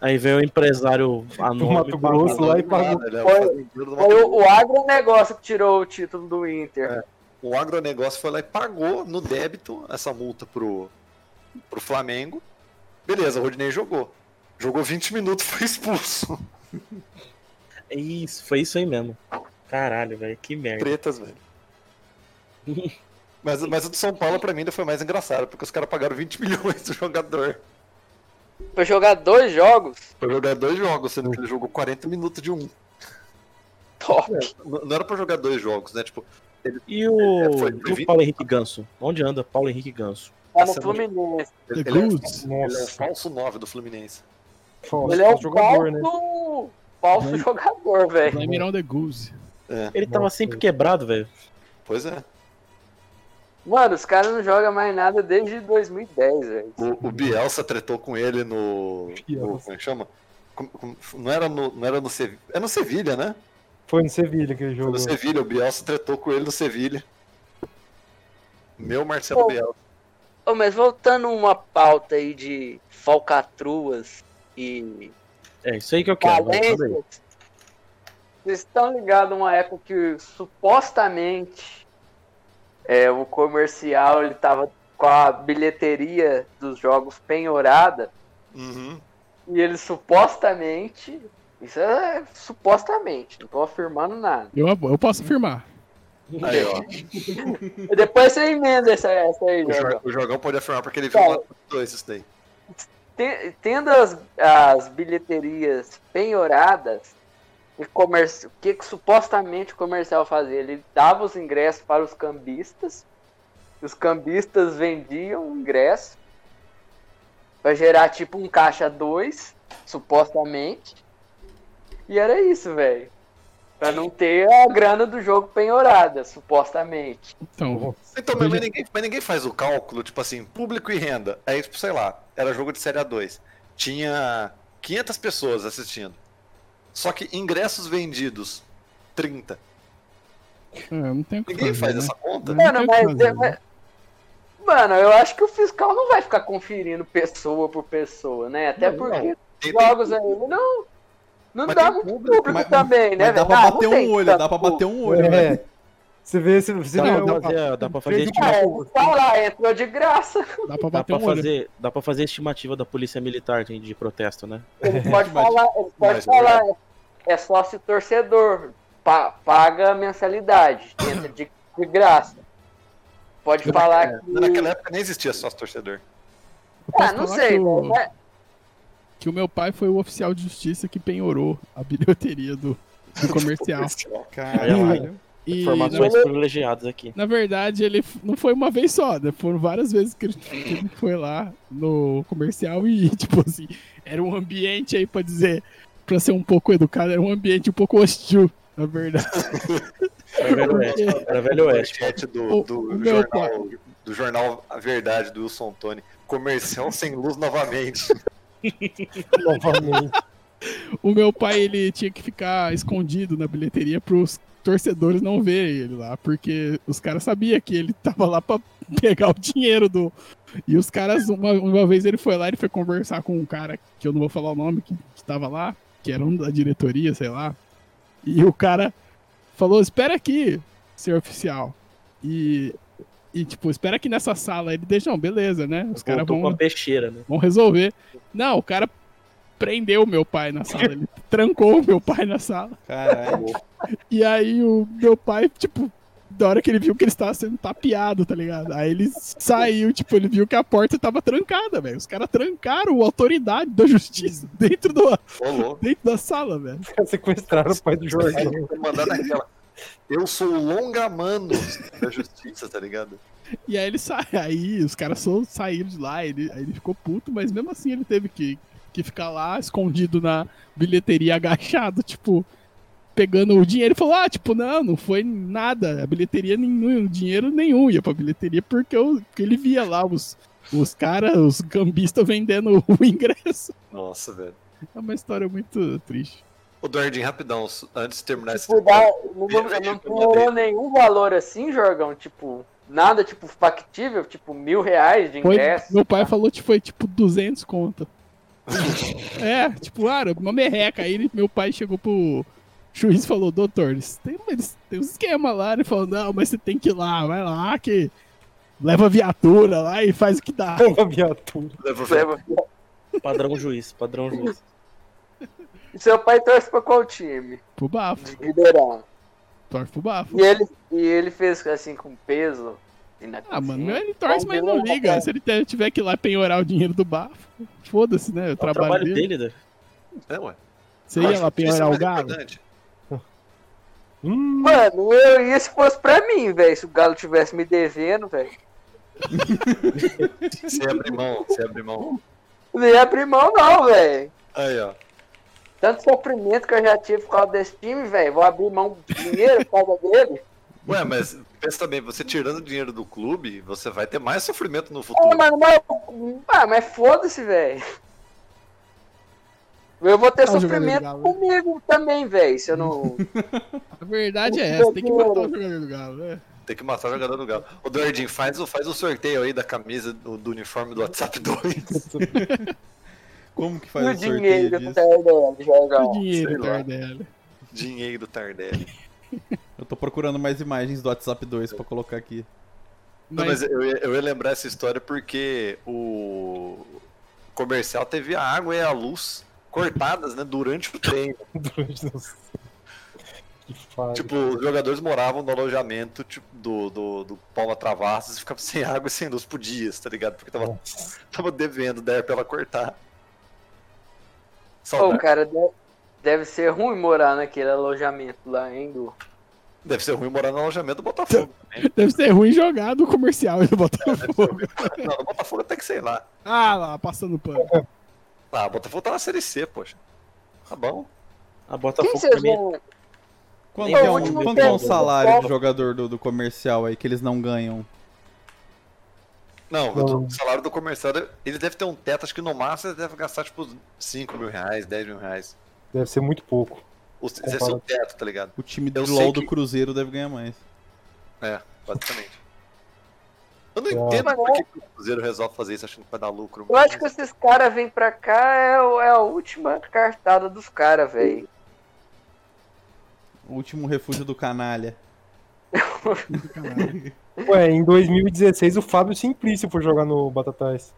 [SPEAKER 1] Aí veio o empresário
[SPEAKER 4] Do Mato
[SPEAKER 1] anônimo.
[SPEAKER 4] Grosso lá e é pagou.
[SPEAKER 6] Nada, né?
[SPEAKER 3] Foi-
[SPEAKER 6] Fazendeiro do Mato
[SPEAKER 3] Foi o, o agronegócio que tirou o título do
[SPEAKER 4] É.
[SPEAKER 3] Inter.
[SPEAKER 6] o agronegócio foi lá e pagou no débito essa multa pro, pro Flamengo. Beleza, o Rodinei jogou. Jogou 20 minutos, [laughs] foi expulso.
[SPEAKER 1] É Isso, foi isso aí mesmo. Caralho, velho, que merda.
[SPEAKER 6] Pretas, velho. Mas, mas o do São Paulo, pra mim, ainda foi mais engraçado, porque os caras pagaram 20 milhões do jogador.
[SPEAKER 3] Foi jogar dois jogos.
[SPEAKER 6] Pra jogar dois jogos, sendo que ele jogou 40 minutos de um.
[SPEAKER 3] Top.
[SPEAKER 4] É,
[SPEAKER 6] N- Não era pra jogar dois jogos, né? Tipo,
[SPEAKER 1] E o,
[SPEAKER 6] É, foi-
[SPEAKER 1] e
[SPEAKER 6] foi-
[SPEAKER 1] o Paulo Henrique Ganso? Onde anda Paulo Henrique Ganso?
[SPEAKER 3] Tá no
[SPEAKER 4] é
[SPEAKER 6] Essa-
[SPEAKER 3] Fluminense.
[SPEAKER 6] ele,
[SPEAKER 5] The
[SPEAKER 6] ele é, um-
[SPEAKER 4] assim.
[SPEAKER 5] Goods.
[SPEAKER 6] ele é um
[SPEAKER 4] Nossa,
[SPEAKER 6] falso 9 do Fluminense.
[SPEAKER 4] falso
[SPEAKER 3] Ele é um
[SPEAKER 4] jogador, né?
[SPEAKER 3] falso, falso
[SPEAKER 5] Vai-
[SPEAKER 3] jogador, velho.
[SPEAKER 5] Vai mirar um The Goose.
[SPEAKER 1] Ele tava
[SPEAKER 4] Nossa.
[SPEAKER 1] sempre quebrado, velho.
[SPEAKER 6] Pois é.
[SPEAKER 3] Mano, os caras não jogam mais nada desde 2010, velho.
[SPEAKER 6] O, o Bielsa tretou com ele no. no
[SPEAKER 4] Bielsa.
[SPEAKER 6] como é que chama? Com- com- não era no. Não era no Sevilha. É no Sevilha, né?
[SPEAKER 4] Foi no Sevilha aquele
[SPEAKER 6] Foi
[SPEAKER 4] jogo. né?
[SPEAKER 6] no Sevilha. O Bielsa tretou com ele no Sevilha. Meu Marcelo
[SPEAKER 3] Pô.
[SPEAKER 6] Bielsa.
[SPEAKER 3] Ô, mas voltando uma pauta aí de falcatruas e
[SPEAKER 1] É isso aí que eu quero. vai, manda aí.
[SPEAKER 3] Valência. Vocês estão ligados a uma época que supostamente é, o comercial ele tava com a bilheteria dos jogos penhorada
[SPEAKER 6] Uhum.
[SPEAKER 3] e ele supostamente. Isso é supostamente, não tô afirmando nada.
[SPEAKER 5] Eu, eu posso afirmar.
[SPEAKER 6] Uhum. Aí, ó.
[SPEAKER 3] E depois você emenda essa, essa aí,
[SPEAKER 6] O,
[SPEAKER 3] Jorge.
[SPEAKER 6] Jor- o Jorgão pode afirmar porque ele viu
[SPEAKER 3] Tá.
[SPEAKER 6] lá no dois isso daí.
[SPEAKER 3] Te- Tendo as, as bilheterias penhoradas, o comerci- o que, que supostamente o comercial fazia? Ele dava os ingressos para os cambistas, os cambistas vendiam o ingresso para gerar tipo um caixa 2, supostamente. E era isso, velho. Pra não ter a grana do jogo penhorada, supostamente.
[SPEAKER 5] Então,
[SPEAKER 6] Então, mas, mas ninguém, mas ninguém faz o cálculo, tipo assim, público e renda. Aí, tipo, sei lá, era jogo de Série A2. Tinha 500 pessoas assistindo. Só que ingressos vendidos, 30.
[SPEAKER 5] é, não tem o que
[SPEAKER 6] Ninguém
[SPEAKER 5] fazer,
[SPEAKER 6] faz
[SPEAKER 5] né?
[SPEAKER 6] essa conta.
[SPEAKER 5] Não
[SPEAKER 3] Mano,
[SPEAKER 5] tem o que
[SPEAKER 3] mas,
[SPEAKER 5] fazer,
[SPEAKER 3] mas-
[SPEAKER 5] né?
[SPEAKER 3] Mano, eu acho que o fiscal não vai ficar conferindo pessoa por pessoa, né? Até
[SPEAKER 6] Não,
[SPEAKER 3] porque
[SPEAKER 6] Tem- tem-
[SPEAKER 3] jogos aí não. Não
[SPEAKER 6] Mas
[SPEAKER 3] dá
[SPEAKER 6] tem
[SPEAKER 3] muito
[SPEAKER 6] público,
[SPEAKER 3] público
[SPEAKER 2] mas-
[SPEAKER 3] também, né,
[SPEAKER 2] Mas dá
[SPEAKER 3] velho?
[SPEAKER 2] pra
[SPEAKER 3] Ah, não
[SPEAKER 2] bater
[SPEAKER 3] tem
[SPEAKER 2] um olho, dá
[SPEAKER 3] tanto
[SPEAKER 2] pra bater
[SPEAKER 3] público.
[SPEAKER 2] um olho, velho.
[SPEAKER 6] né?
[SPEAKER 4] É. Você vê, você, você
[SPEAKER 1] Dá
[SPEAKER 6] Então,
[SPEAKER 4] vê
[SPEAKER 1] pra
[SPEAKER 4] o-
[SPEAKER 1] fazer- Dá pra fazer
[SPEAKER 4] Fez um
[SPEAKER 1] estimativa.
[SPEAKER 3] É, tá lá, entrou de
[SPEAKER 2] [laughs]
[SPEAKER 3] graça.
[SPEAKER 5] Dá pra
[SPEAKER 1] Dá
[SPEAKER 5] bater
[SPEAKER 1] pra,
[SPEAKER 5] um olho.
[SPEAKER 1] fazer, dá pra fazer estimativa da polícia militar de, de protesto, né?
[SPEAKER 3] Ele pode
[SPEAKER 2] mas-
[SPEAKER 3] falar, ele pode
[SPEAKER 6] mas-
[SPEAKER 3] falar. É, é sócio torcedor. pa- paga a mensalidade. Entra de, de graça. Pode falar
[SPEAKER 2] é,
[SPEAKER 3] que.
[SPEAKER 6] Naquela época nem existia sócio torcedor.
[SPEAKER 5] Eu
[SPEAKER 3] Ah,
[SPEAKER 5] posso
[SPEAKER 3] não
[SPEAKER 5] falar
[SPEAKER 3] sei.
[SPEAKER 5] que o-
[SPEAKER 3] né?
[SPEAKER 5] que o meu pai foi o oficial de justiça que penhorou a bilheteria do, do comercial.
[SPEAKER 2] Caralho.
[SPEAKER 5] E, na,
[SPEAKER 1] Informações
[SPEAKER 3] é-
[SPEAKER 1] privilegiadas aqui.
[SPEAKER 5] na verdade, ele f- não foi uma vez só, né? Foram várias vezes que ele, que ele foi lá no comercial e, [laughs] tipo assim, era um ambiente aí pra dizer, pra ser um pouco educado, era um ambiente um pouco hostil, na verdade.
[SPEAKER 1] Era Velho Oeste. Era Velho Oeste.
[SPEAKER 6] Manchete do,
[SPEAKER 5] O-
[SPEAKER 6] do,
[SPEAKER 5] o meu
[SPEAKER 6] jornal, do jornal A Verdade do Wilson Tony. Comercial sem luz novamente.
[SPEAKER 4] [laughs] novamente.
[SPEAKER 5] O meu pai, ele tinha que ficar escondido na bilheteria pros torcedores não verem ele lá, porque os caras sabiam que ele tava lá pra pegar o dinheiro do. E os caras, uma, uma vez ele foi lá, ele foi conversar com um cara, que eu não vou falar o nome, que, que tava lá, que era um da diretoria, sei lá. E o cara falou: Espera aqui, seu oficial. E. E, tipo, espera aqui nessa sala. Ele deixa, não, beleza, né? Os caras
[SPEAKER 1] Voltou
[SPEAKER 5] vão
[SPEAKER 1] com a peixeira, né?
[SPEAKER 5] vão resolver. Não, o cara prendeu meu pai na sala. Ele trancou meu pai na sala.
[SPEAKER 2] Caralho.
[SPEAKER 5] E aí o meu pai, tipo, da hora que ele viu que ele estava sendo tapeado, tá ligado? Aí ele saiu, tipo, ele viu que a porta tava trancada, velho. Os caras trancaram a autoridade da justiça [laughs] dentro, do,
[SPEAKER 6] Ô, louco.
[SPEAKER 5] dentro da sala, velho.
[SPEAKER 4] Sequestraram o pai do
[SPEAKER 6] Aí
[SPEAKER 4] Jorginho.
[SPEAKER 6] eu vou mandar naquela. Eu sou o longa manos da justiça, tá ligado?
[SPEAKER 5] E aí ele sai, [laughs] aí os caras só saíram de lá, ele, aí ele ficou puto, mas mesmo assim ele teve que, que ficar lá escondido na bilheteria agachado, tipo, pegando o dinheiro. Ele falou, ah, tipo, não, não foi nada, a bilheteria nenhum, dinheiro nenhum ia pra bilheteria, porque, eu, porque ele via lá os, os caras, os gambistas vendendo [laughs] o ingresso.
[SPEAKER 6] Nossa, velho.
[SPEAKER 5] É uma história muito triste.
[SPEAKER 6] Ô, Duardinho, rapidão, antes de terminar esse.
[SPEAKER 3] Tipo, dá, não, não, não demorou nenhum valor assim, Jorgão, tipo, nada tipo factível, tipo mil reais de
[SPEAKER 5] Foi,
[SPEAKER 3] ingresso.
[SPEAKER 5] meu pai falou que foi tipo 200 conto. é, tipo, cara, uma merreca. Aí ele- meu pai chegou pro juiz e falou: Doutor, eles têm, eles têm uns esquema lá. Ele falou: Não, mas você tem que ir lá, vai lá que leva a viatura lá e faz o que dá.
[SPEAKER 4] Porra, viatura.
[SPEAKER 6] Leva-
[SPEAKER 3] Leva-
[SPEAKER 1] Padrão juiz, padrão juiz.
[SPEAKER 3] E [laughs] seu pai torce pra qual time?
[SPEAKER 5] Pro bafo,
[SPEAKER 3] De Ribeirão.
[SPEAKER 5] torce pro bafo.
[SPEAKER 3] E ele, e ele fez assim com peso. assim, na
[SPEAKER 5] Ah, mano,
[SPEAKER 3] cozinha.
[SPEAKER 5] ele torce, mas não liga. Se ele te- tiver que ir lá penhorar o dinheiro do bafo, foda-se, né? O
[SPEAKER 1] É o
[SPEAKER 5] trabalho,
[SPEAKER 1] trabalho
[SPEAKER 5] dele.
[SPEAKER 1] dele, né?
[SPEAKER 6] É, ué.
[SPEAKER 5] Você ia lá
[SPEAKER 6] Isso é
[SPEAKER 5] penhorar o
[SPEAKER 6] mais
[SPEAKER 5] galo?
[SPEAKER 6] importante.
[SPEAKER 4] Hum,
[SPEAKER 3] Mano, eu ia se fosse pra mim, velho. Se o Galo tivesse me devendo, velho.
[SPEAKER 6] Você abre mão, você abre mão.
[SPEAKER 3] Eu Não ia abrir mão, não, velho.
[SPEAKER 6] Aí, ó.
[SPEAKER 3] Tanto sofrimento que eu já tive por causa desse time, velho. Vou abrir mão de dinheiro por causa dele.
[SPEAKER 6] Ué, mas pensa bem, você tirando o dinheiro do clube, você vai ter mais sofrimento no
[SPEAKER 3] Ah,
[SPEAKER 6] futuro.
[SPEAKER 3] mano, mas, ah, mas foda-se, velho. Eu vou ter
[SPEAKER 2] Tá
[SPEAKER 5] Ah, o jogador do
[SPEAKER 3] sofrimento
[SPEAKER 2] né?
[SPEAKER 5] Galo.
[SPEAKER 3] comigo também, velho. Se eu não.
[SPEAKER 5] A verdade é essa, tem que matar o jogador do galo, né?
[SPEAKER 6] Tem que matar o jogador do Galo. Ô, Duardinho, faz o, faz o sorteio aí da camisa, do, do uniforme do WhatsApp [laughs] 2.
[SPEAKER 2] Como que [laughs]
[SPEAKER 3] [laughs]
[SPEAKER 2] faz
[SPEAKER 3] o
[SPEAKER 2] o sorteio
[SPEAKER 3] dinheiro
[SPEAKER 2] disso?
[SPEAKER 3] do Tardelli,
[SPEAKER 5] O
[SPEAKER 3] Jorgão.
[SPEAKER 6] sei
[SPEAKER 5] dinheiro,
[SPEAKER 6] lá.
[SPEAKER 5] Tardelli.
[SPEAKER 6] Dinheiro do Tardelli.
[SPEAKER 2] Eu tô procurando mais imagens do WhatsApp 2 pra colocar aqui.
[SPEAKER 6] Não,
[SPEAKER 5] Mas-
[SPEAKER 6] mas eu ia, eu ia lembrar essa história porque o comercial teve a água e a luz cortadas, né, durante o treino.
[SPEAKER 4] que falha.
[SPEAKER 6] Tipo, os jogadores moravam no alojamento tipo, do, do, do Palma Travassos e ficavam sem água e sem luz por dias, tá ligado? Porque tava, tava devendo, daí é pra ela cortar.
[SPEAKER 3] Ô,
[SPEAKER 6] Saudade.
[SPEAKER 3] cara, deve, deve ser ruim morar naquele alojamento lá, hein, Du?
[SPEAKER 6] Deve ser ruim morar no alojamento do Botafogo.
[SPEAKER 5] Deve ser ruim jogar no comercial do Botafogo.
[SPEAKER 6] Não, no Botafogo até que sei lá.
[SPEAKER 5] Ah, lá, passando pano.
[SPEAKER 6] Ah, o Botafogo tá na Série C, poxa. Tá bom.
[SPEAKER 1] A
[SPEAKER 3] Quem
[SPEAKER 1] Botafogo
[SPEAKER 3] vocês
[SPEAKER 1] pra mim.
[SPEAKER 3] vão
[SPEAKER 2] Quanto
[SPEAKER 1] Então,
[SPEAKER 2] que é um,
[SPEAKER 1] último
[SPEAKER 2] quanto que é um
[SPEAKER 1] ponto.
[SPEAKER 2] salário do jogador do, do comercial aí que eles não ganham?
[SPEAKER 6] Não, eu tô-
[SPEAKER 4] Não.
[SPEAKER 6] o salário do comercial, deve- ele deve ter um teto, acho que no máximo ele deve gastar tipo 5 mil reais, 10 mil reais.
[SPEAKER 4] Deve ser muito pouco.
[SPEAKER 6] Ou se- Esse é o teto, tá ligado?
[SPEAKER 2] O time de
[SPEAKER 6] Eu sei
[SPEAKER 2] LOL do
[SPEAKER 6] que-
[SPEAKER 2] Cruzeiro deve ganhar mais.
[SPEAKER 6] É, basicamente. Eu não
[SPEAKER 4] Ó.
[SPEAKER 6] entendo por que que o Cruzeiro resolve fazer isso achando que vai dar lucro.
[SPEAKER 3] é. Eu acho que esses caras vêm pra cá, é, o- é a última cartada dos caras, velho.
[SPEAKER 2] O último refúgio do canalha.
[SPEAKER 4] Ué, em 2016 o Fábio Simplício foi jogar no Batatais.
[SPEAKER 3] assim,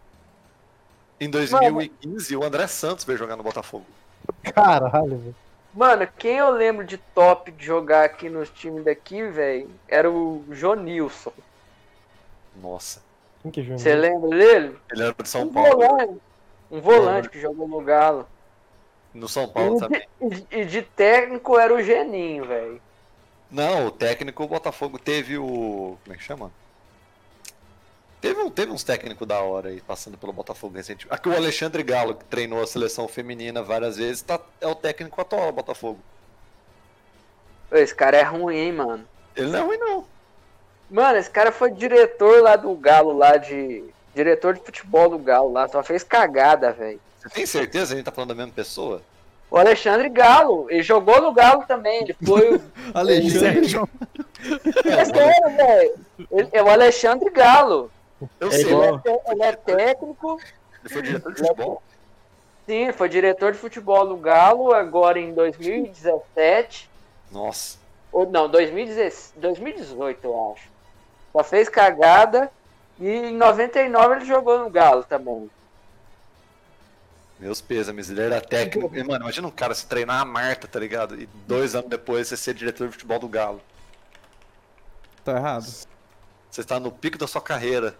[SPEAKER 6] Em 2015, o André Santos veio jogar no Botafogo.
[SPEAKER 4] Caralho, velho.
[SPEAKER 3] Mano, quem eu lembro de top de jogar aqui nos times daqui, velho, era o Jonilson.
[SPEAKER 6] Nossa.
[SPEAKER 4] Quem que é Júnior?
[SPEAKER 3] Você
[SPEAKER 2] Uhum.
[SPEAKER 3] lembra dele?
[SPEAKER 6] Ele era de São
[SPEAKER 3] Um
[SPEAKER 6] Paulo. Uhum.
[SPEAKER 3] volante. Um volante que jogou no Galo.
[SPEAKER 6] No São Paulo também.
[SPEAKER 3] E, e de técnico era o Geninho, velho.
[SPEAKER 6] Não, o técnico do Botafogo teve o. Como é que chama? Teve, um, teve uns técnicos da hora aí passando pelo Botafogo recentemente. Aqui o Alexandre Galo, que treinou a seleção feminina várias vezes, tá, é o técnico atual do Botafogo.
[SPEAKER 3] Esse cara é ruim, hein, mano.
[SPEAKER 6] Ele não é ruim, não.
[SPEAKER 3] Mano, esse cara foi diretor lá do Galo, lá de. Diretor de futebol do Galo lá. Só fez cagada, velho.
[SPEAKER 6] Você tem certeza que a gente tá falando da mesma pessoa?
[SPEAKER 3] O Alexandre Galo, ele jogou no Galo também. Ele foi
[SPEAKER 6] [laughs]
[SPEAKER 3] o
[SPEAKER 2] Alexandre,
[SPEAKER 3] É sério, velho. Ele- É o Alexandre Galo.
[SPEAKER 6] Eu
[SPEAKER 1] É
[SPEAKER 6] sei,
[SPEAKER 1] igual-
[SPEAKER 6] né?
[SPEAKER 3] Ele é- Ele é técnico,
[SPEAKER 6] ele foi diretor de futebol.
[SPEAKER 3] sim, foi diretor de futebol do Galo agora em 2017.
[SPEAKER 6] Nossa.
[SPEAKER 3] Ou não, 2016 2018, eu acho. Só fez cagada. E em 99 ele jogou no Galo também.
[SPEAKER 6] Meus pêsames, ele era técnico.
[SPEAKER 1] É
[SPEAKER 6] E, Mano, imagina um cara se treinar a Marta, tá ligado? E dois anos depois você ser diretor de futebol do Galo. é
[SPEAKER 2] Tá errado.
[SPEAKER 6] Você está no pico da sua carreira,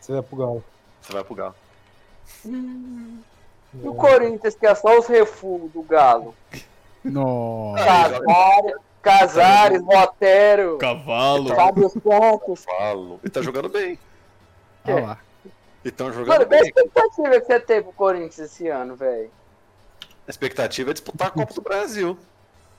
[SPEAKER 4] Você vai pro Galo.
[SPEAKER 6] você vai pro Galo.
[SPEAKER 3] E o Corinthians, que é só os refugos do Galo.
[SPEAKER 5] Nossa.
[SPEAKER 3] Casares, Casares, Otero,
[SPEAKER 8] Cavalo.
[SPEAKER 3] Fábio Santos.
[SPEAKER 6] Falo. E tá jogando bem.
[SPEAKER 5] Olha lá.
[SPEAKER 6] E tão jogando
[SPEAKER 3] Mano, qual a
[SPEAKER 6] bem.
[SPEAKER 3] expectativa que você teve pro Corinthians esse ano, velho?
[SPEAKER 6] A expectativa é disputar a Copa do Brasil.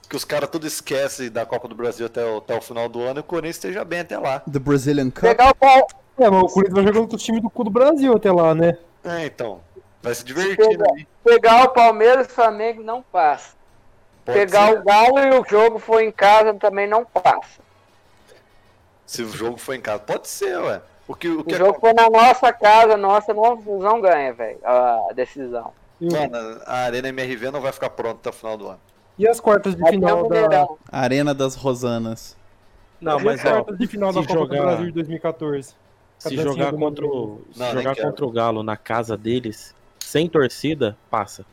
[SPEAKER 6] Que os caras tudo esquecem da Copa do Brasil até o, até o final do ano e o Corinthians esteja bem até lá.
[SPEAKER 2] The Brazilian Cup.
[SPEAKER 3] Pegar o pau.
[SPEAKER 4] É, mas o Corinthians vai jogando com o time do cu do Brasil até lá, né?
[SPEAKER 6] É, então. Vai se divertir né?
[SPEAKER 3] Pega-
[SPEAKER 6] ali.
[SPEAKER 3] Pegar o Palmeiras e o Flamengo não passa.
[SPEAKER 6] Pode
[SPEAKER 3] Pegar
[SPEAKER 6] ser.
[SPEAKER 3] o Galo e o jogo foi em casa também não passa.
[SPEAKER 6] Se o jogo for em casa. Pode ser, ué. O que, o
[SPEAKER 3] O
[SPEAKER 6] que é
[SPEAKER 3] jogo foi na nossa casa, nossa, não, não ganha, velho, a decisão.
[SPEAKER 4] E, o-
[SPEAKER 6] Mano, a Arena MRV não vai ficar pronta até o final do ano.
[SPEAKER 4] e as quartas de
[SPEAKER 3] Vai ter o
[SPEAKER 4] final da.
[SPEAKER 3] Mineirão.
[SPEAKER 2] Arena das Rosanas.
[SPEAKER 1] Não,
[SPEAKER 4] e
[SPEAKER 1] mas
[SPEAKER 4] as
[SPEAKER 1] ó,
[SPEAKER 4] quartas de final da
[SPEAKER 1] se
[SPEAKER 4] Copa do
[SPEAKER 1] jogar-
[SPEAKER 4] Brasil de 2014.
[SPEAKER 1] se
[SPEAKER 4] Cada
[SPEAKER 1] jogar
[SPEAKER 4] time do
[SPEAKER 1] contra o,
[SPEAKER 4] mundo.
[SPEAKER 1] se
[SPEAKER 6] Não, nem
[SPEAKER 1] jogar
[SPEAKER 6] quero.
[SPEAKER 1] contra o Galo na casa deles, sem torcida, passa.